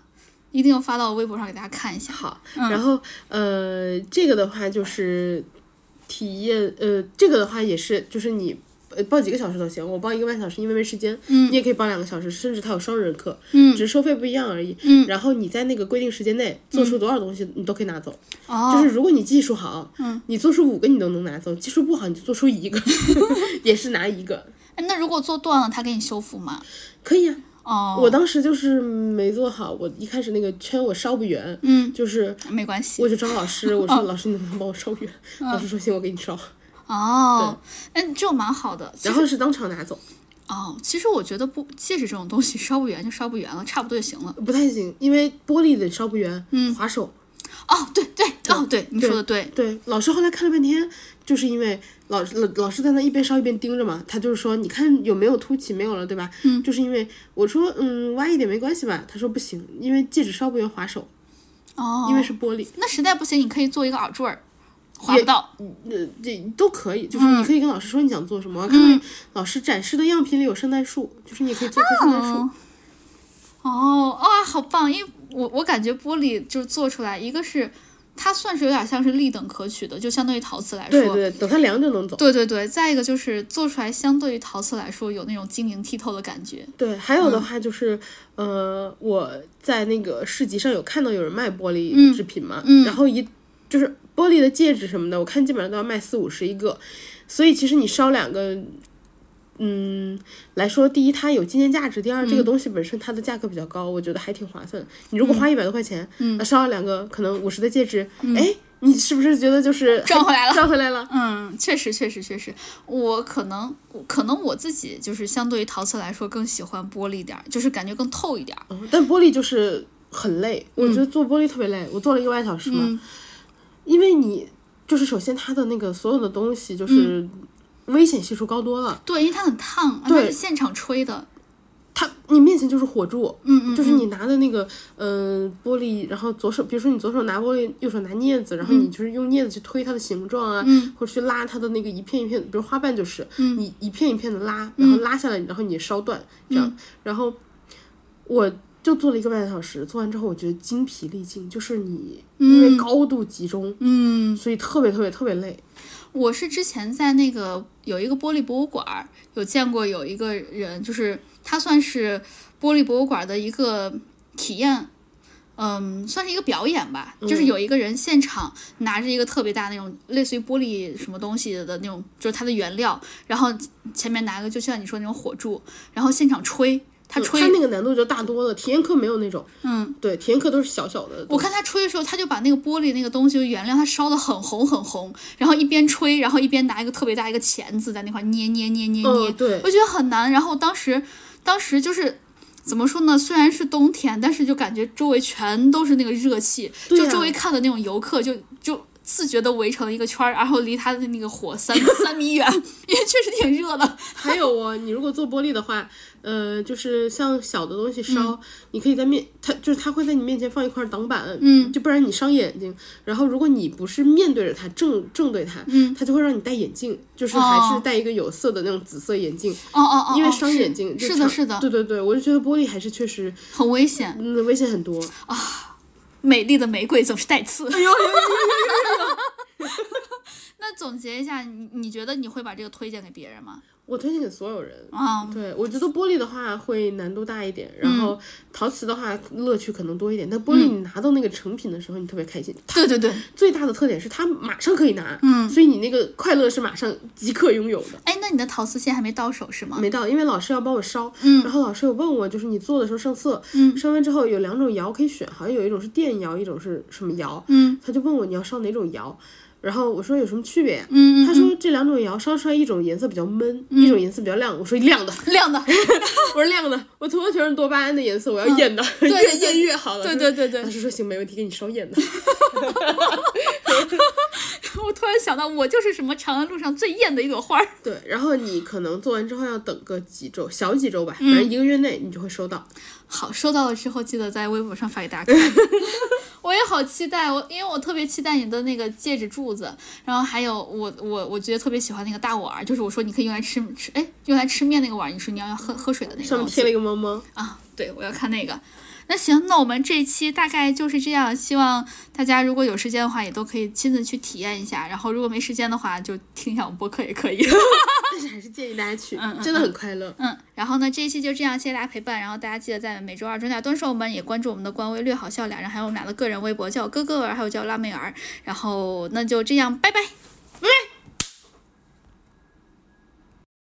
[SPEAKER 2] 一定要发到微博上给大家看一下。
[SPEAKER 1] 好，然后呃，这个的话就是体验，呃，这个的话也是，就是你呃报几个小时都行，我报一个半小时，因为没时间，
[SPEAKER 2] 嗯
[SPEAKER 1] 你也可以报两个小时，甚至它有双人课，
[SPEAKER 2] 嗯
[SPEAKER 1] 只是收费不一样而已。
[SPEAKER 2] 嗯
[SPEAKER 1] 然后你在那个规定时间内做出多少东西，你都可以拿走。就
[SPEAKER 2] 哦，
[SPEAKER 1] 是如果你技术好，
[SPEAKER 2] 嗯，
[SPEAKER 1] 你做出五个你都能拿走，技术不好你就做出 一个，也是拿一个，
[SPEAKER 2] 哎那如果做断了，他给你修复吗？
[SPEAKER 1] 可以啊。
[SPEAKER 2] 哦，
[SPEAKER 1] 我当时就是没做好，我一开始那个圈我烧不圆，
[SPEAKER 2] 嗯，
[SPEAKER 1] 就是
[SPEAKER 2] 没关系。
[SPEAKER 1] 我就找老师，我说老师你能不能帮我烧圆？老师说行，我给你烧。
[SPEAKER 2] 哦，哎，这种蛮好的。
[SPEAKER 1] 然后是当场拿走，
[SPEAKER 2] 哦，其实我觉得不，戒指这种东西 烧不圆就烧不圆了，差不多就行了。
[SPEAKER 1] 不太行，因为玻璃的烧不圆，嗯，划手。
[SPEAKER 2] 哦，对对，哦对，你说的对，
[SPEAKER 1] 对，老师后来看了半天，就是因为老老老师在那一边烧一边盯着嘛，他就是说你看有没有凸起，没有了，对吧？嗯，就是因为我说嗯歪一点没关系吧，他说不行，因为戒指烧不圆划手，
[SPEAKER 2] 哦，
[SPEAKER 1] 因为是玻璃，
[SPEAKER 2] 那实在不行，你可以做一个耳坠儿，划不到，
[SPEAKER 1] 呃，这都可以，就是你可以跟老师说你想做什么，看看老师展示的样品里有圣诞树，就是你可以做棵圣诞树。
[SPEAKER 2] 哦哇、好棒！因为我我感觉玻璃就是做出来，一个是它算是有点像是立等可取的，就相对于陶瓷来说，
[SPEAKER 1] 对对，等它凉就能走。
[SPEAKER 2] 对对对再一个就是做出来相对于陶瓷来说有那种晶莹剔透的感觉，
[SPEAKER 1] 对，还有的话就是，呃，我在那个市集上有看到有人卖玻璃制品嘛，然后一就是玻璃的戒指什么的，我看基本上都要卖四五十一个，所以其实你烧两个，嗯，来说，第一它有纪念价值，第二这个东西本身它的价格比较高，我觉得还挺划算。你如果花一百多块钱，那烧了两个可能五十的戒指，哎，你是不是觉 得就是
[SPEAKER 2] 赚回来了。
[SPEAKER 1] 赚回来了？
[SPEAKER 2] 嗯，确实，确实，确实，我可能，可能我自己就是相对于陶瓷来说更喜欢玻璃点儿，就是感觉更透一点儿。
[SPEAKER 1] 嗯但玻璃就是很累，我觉得做玻璃特别累。我做了一个半小时嘛，因为你就是首先它的那个所有的东西就是危险系数高多了，
[SPEAKER 2] 对，因为它很烫，而且
[SPEAKER 1] 对
[SPEAKER 2] 是现场吹的。
[SPEAKER 1] 它你面前就是火柱，
[SPEAKER 2] 嗯嗯，
[SPEAKER 1] 就是你拿的那个嗯、呃玻璃，然后左手，比如说你左手拿玻璃，右手拿镊子，然后你
[SPEAKER 2] 嗯
[SPEAKER 1] 就是用镊子去推它的形状啊，或者去拉它的那个一片一片，比如花瓣就是，
[SPEAKER 2] 嗯嗯
[SPEAKER 1] 你一片一片的拉，然后拉下来，然后你烧断这样，然后我就做了一个半小时，做完之后我觉得精疲力尽，就是你因为高度集中，
[SPEAKER 2] 嗯，
[SPEAKER 1] 所以特别特别特别累。
[SPEAKER 2] 我是之前在那个有一个玻璃博物馆儿有见过有一个人，就是他算是玻璃博物馆儿的一个体验，嗯，算是一个表演吧。就是有一个人现场拿着一个特别大那种类似于玻璃什么东西的那种，就是它的原料，然后前面拿个就像你说那种火柱，然后现场吹，他吹
[SPEAKER 1] 它那个难度就大多了，体验课没有那种，
[SPEAKER 2] 嗯，
[SPEAKER 1] 对，体验课呃都是小小的。
[SPEAKER 2] 我看他吹的时候，他就把那个玻璃那个东西就原料，他烧的很红很红，然后一边吹，然后一边拿一个特别大一个钳子在那块捏捏捏捏捏，
[SPEAKER 1] 嗯，对，
[SPEAKER 2] 我觉得很难。然后当时，当时就是怎么说呢？虽然是冬天，但是就感觉周围全都是那个热气，
[SPEAKER 1] 对啊
[SPEAKER 2] 就
[SPEAKER 1] 呀
[SPEAKER 2] 周围看的那种游客就就。自觉的围成一个圈儿，然后离他的那个火三 三米远，因为确实挺热的。
[SPEAKER 1] 还有哦，你如果做玻璃的话，呃，就是像小的东西
[SPEAKER 2] 嗯
[SPEAKER 1] 烧，你可以在面，它就是它会在你面前放一块挡板，
[SPEAKER 2] 嗯，
[SPEAKER 1] 就不然你伤眼睛。然后如果你不是面对着它，正正对它，
[SPEAKER 2] 嗯，
[SPEAKER 1] 它就会让你戴眼镜，就是还是戴一个有色的那种紫色眼镜，
[SPEAKER 2] 哦哦哦，
[SPEAKER 1] 因为
[SPEAKER 2] 哦
[SPEAKER 1] 伤
[SPEAKER 2] 是
[SPEAKER 1] 眼睛。就是
[SPEAKER 2] 的，
[SPEAKER 1] 长
[SPEAKER 2] 是的，
[SPEAKER 1] 对对对，我就觉得玻璃还是确实，
[SPEAKER 2] 很危险。
[SPEAKER 1] 嗯，危险很多。
[SPEAKER 2] 美丽的玫瑰总是带刺。
[SPEAKER 1] 哎呦哎呦呦呦！
[SPEAKER 2] 那总结一下，你你觉得你会把这个推荐给别人吗？
[SPEAKER 1] 我推荐给所有人。
[SPEAKER 2] 啊、
[SPEAKER 1] 对，我觉得玻璃的话会难度大一点，然
[SPEAKER 2] 嗯
[SPEAKER 1] 后陶瓷的话乐趣可能多一点。但玻璃你拿到那个成品的时候，你特别开心。
[SPEAKER 2] 对对对，
[SPEAKER 1] 最大的特点是它马上可以拿，嗯，所以你那个快乐是马上即刻拥有的。
[SPEAKER 2] 哎，那你的陶瓷线还没到手是吗？
[SPEAKER 1] 没到，因为老师要帮我烧，
[SPEAKER 2] 嗯
[SPEAKER 1] 然后老师有问我，就是你做的时候上色，
[SPEAKER 2] 嗯
[SPEAKER 1] 烧完之后有两种窑可以选，好像有一种是电窑，一种是什么窑，
[SPEAKER 2] 嗯
[SPEAKER 1] 他就问我你要烧哪种窑，然后我说有什么区别呀、
[SPEAKER 2] 嗯
[SPEAKER 1] 他说这两种窑烧出来一种颜色比较闷，一种颜色比较亮。我说亮的，
[SPEAKER 2] 嗯，亮的，
[SPEAKER 1] 我说亮的，我涂的全是多巴胺的颜色，我要艳的，
[SPEAKER 2] 嗯 对对
[SPEAKER 1] 越
[SPEAKER 2] 对
[SPEAKER 1] 艳越好了。
[SPEAKER 2] 对
[SPEAKER 1] 他
[SPEAKER 2] 对
[SPEAKER 1] 说
[SPEAKER 2] 对对
[SPEAKER 1] 老师说行，没问题，给你烧艳的。
[SPEAKER 2] 我突然想到，我就是什么长安路上最艳的一朵花儿。
[SPEAKER 1] 对，然后你可能做完之后要等个几周，小几周吧，反
[SPEAKER 2] 嗯
[SPEAKER 1] 正一个月内你就会收到。
[SPEAKER 2] 好，收到了之后记得在微博上发给大家看。 我也好期待，我因为我特别期待你的那个戒指柱子，然后还有我我我觉得特别喜欢那个大碗儿，就是我说你可以用来吃吃，哎，用来吃面那个碗儿，你说你要要喝喝水的那个
[SPEAKER 1] 上面
[SPEAKER 2] 东西
[SPEAKER 1] 贴了一个 猫猫，
[SPEAKER 2] 啊，对，我要看那个。那行，那我们这一期大概就是这样，希望大家如果有时间的话，也都可以亲自去体验一下。然后如果没时间的话，就听一下我们播客也可以。
[SPEAKER 1] 但是还是建议大家去，
[SPEAKER 2] 嗯嗯
[SPEAKER 1] 真的很快乐。
[SPEAKER 2] 嗯，然后呢，这一期就这样，谢谢大家陪伴。然后大家记得在每周二中下蹲守我们，也关注我们的官微“略好笑”俩人，还有我们俩的个人微博，叫我哥哥儿，还有叫辣妹儿。然后那就这样，拜拜。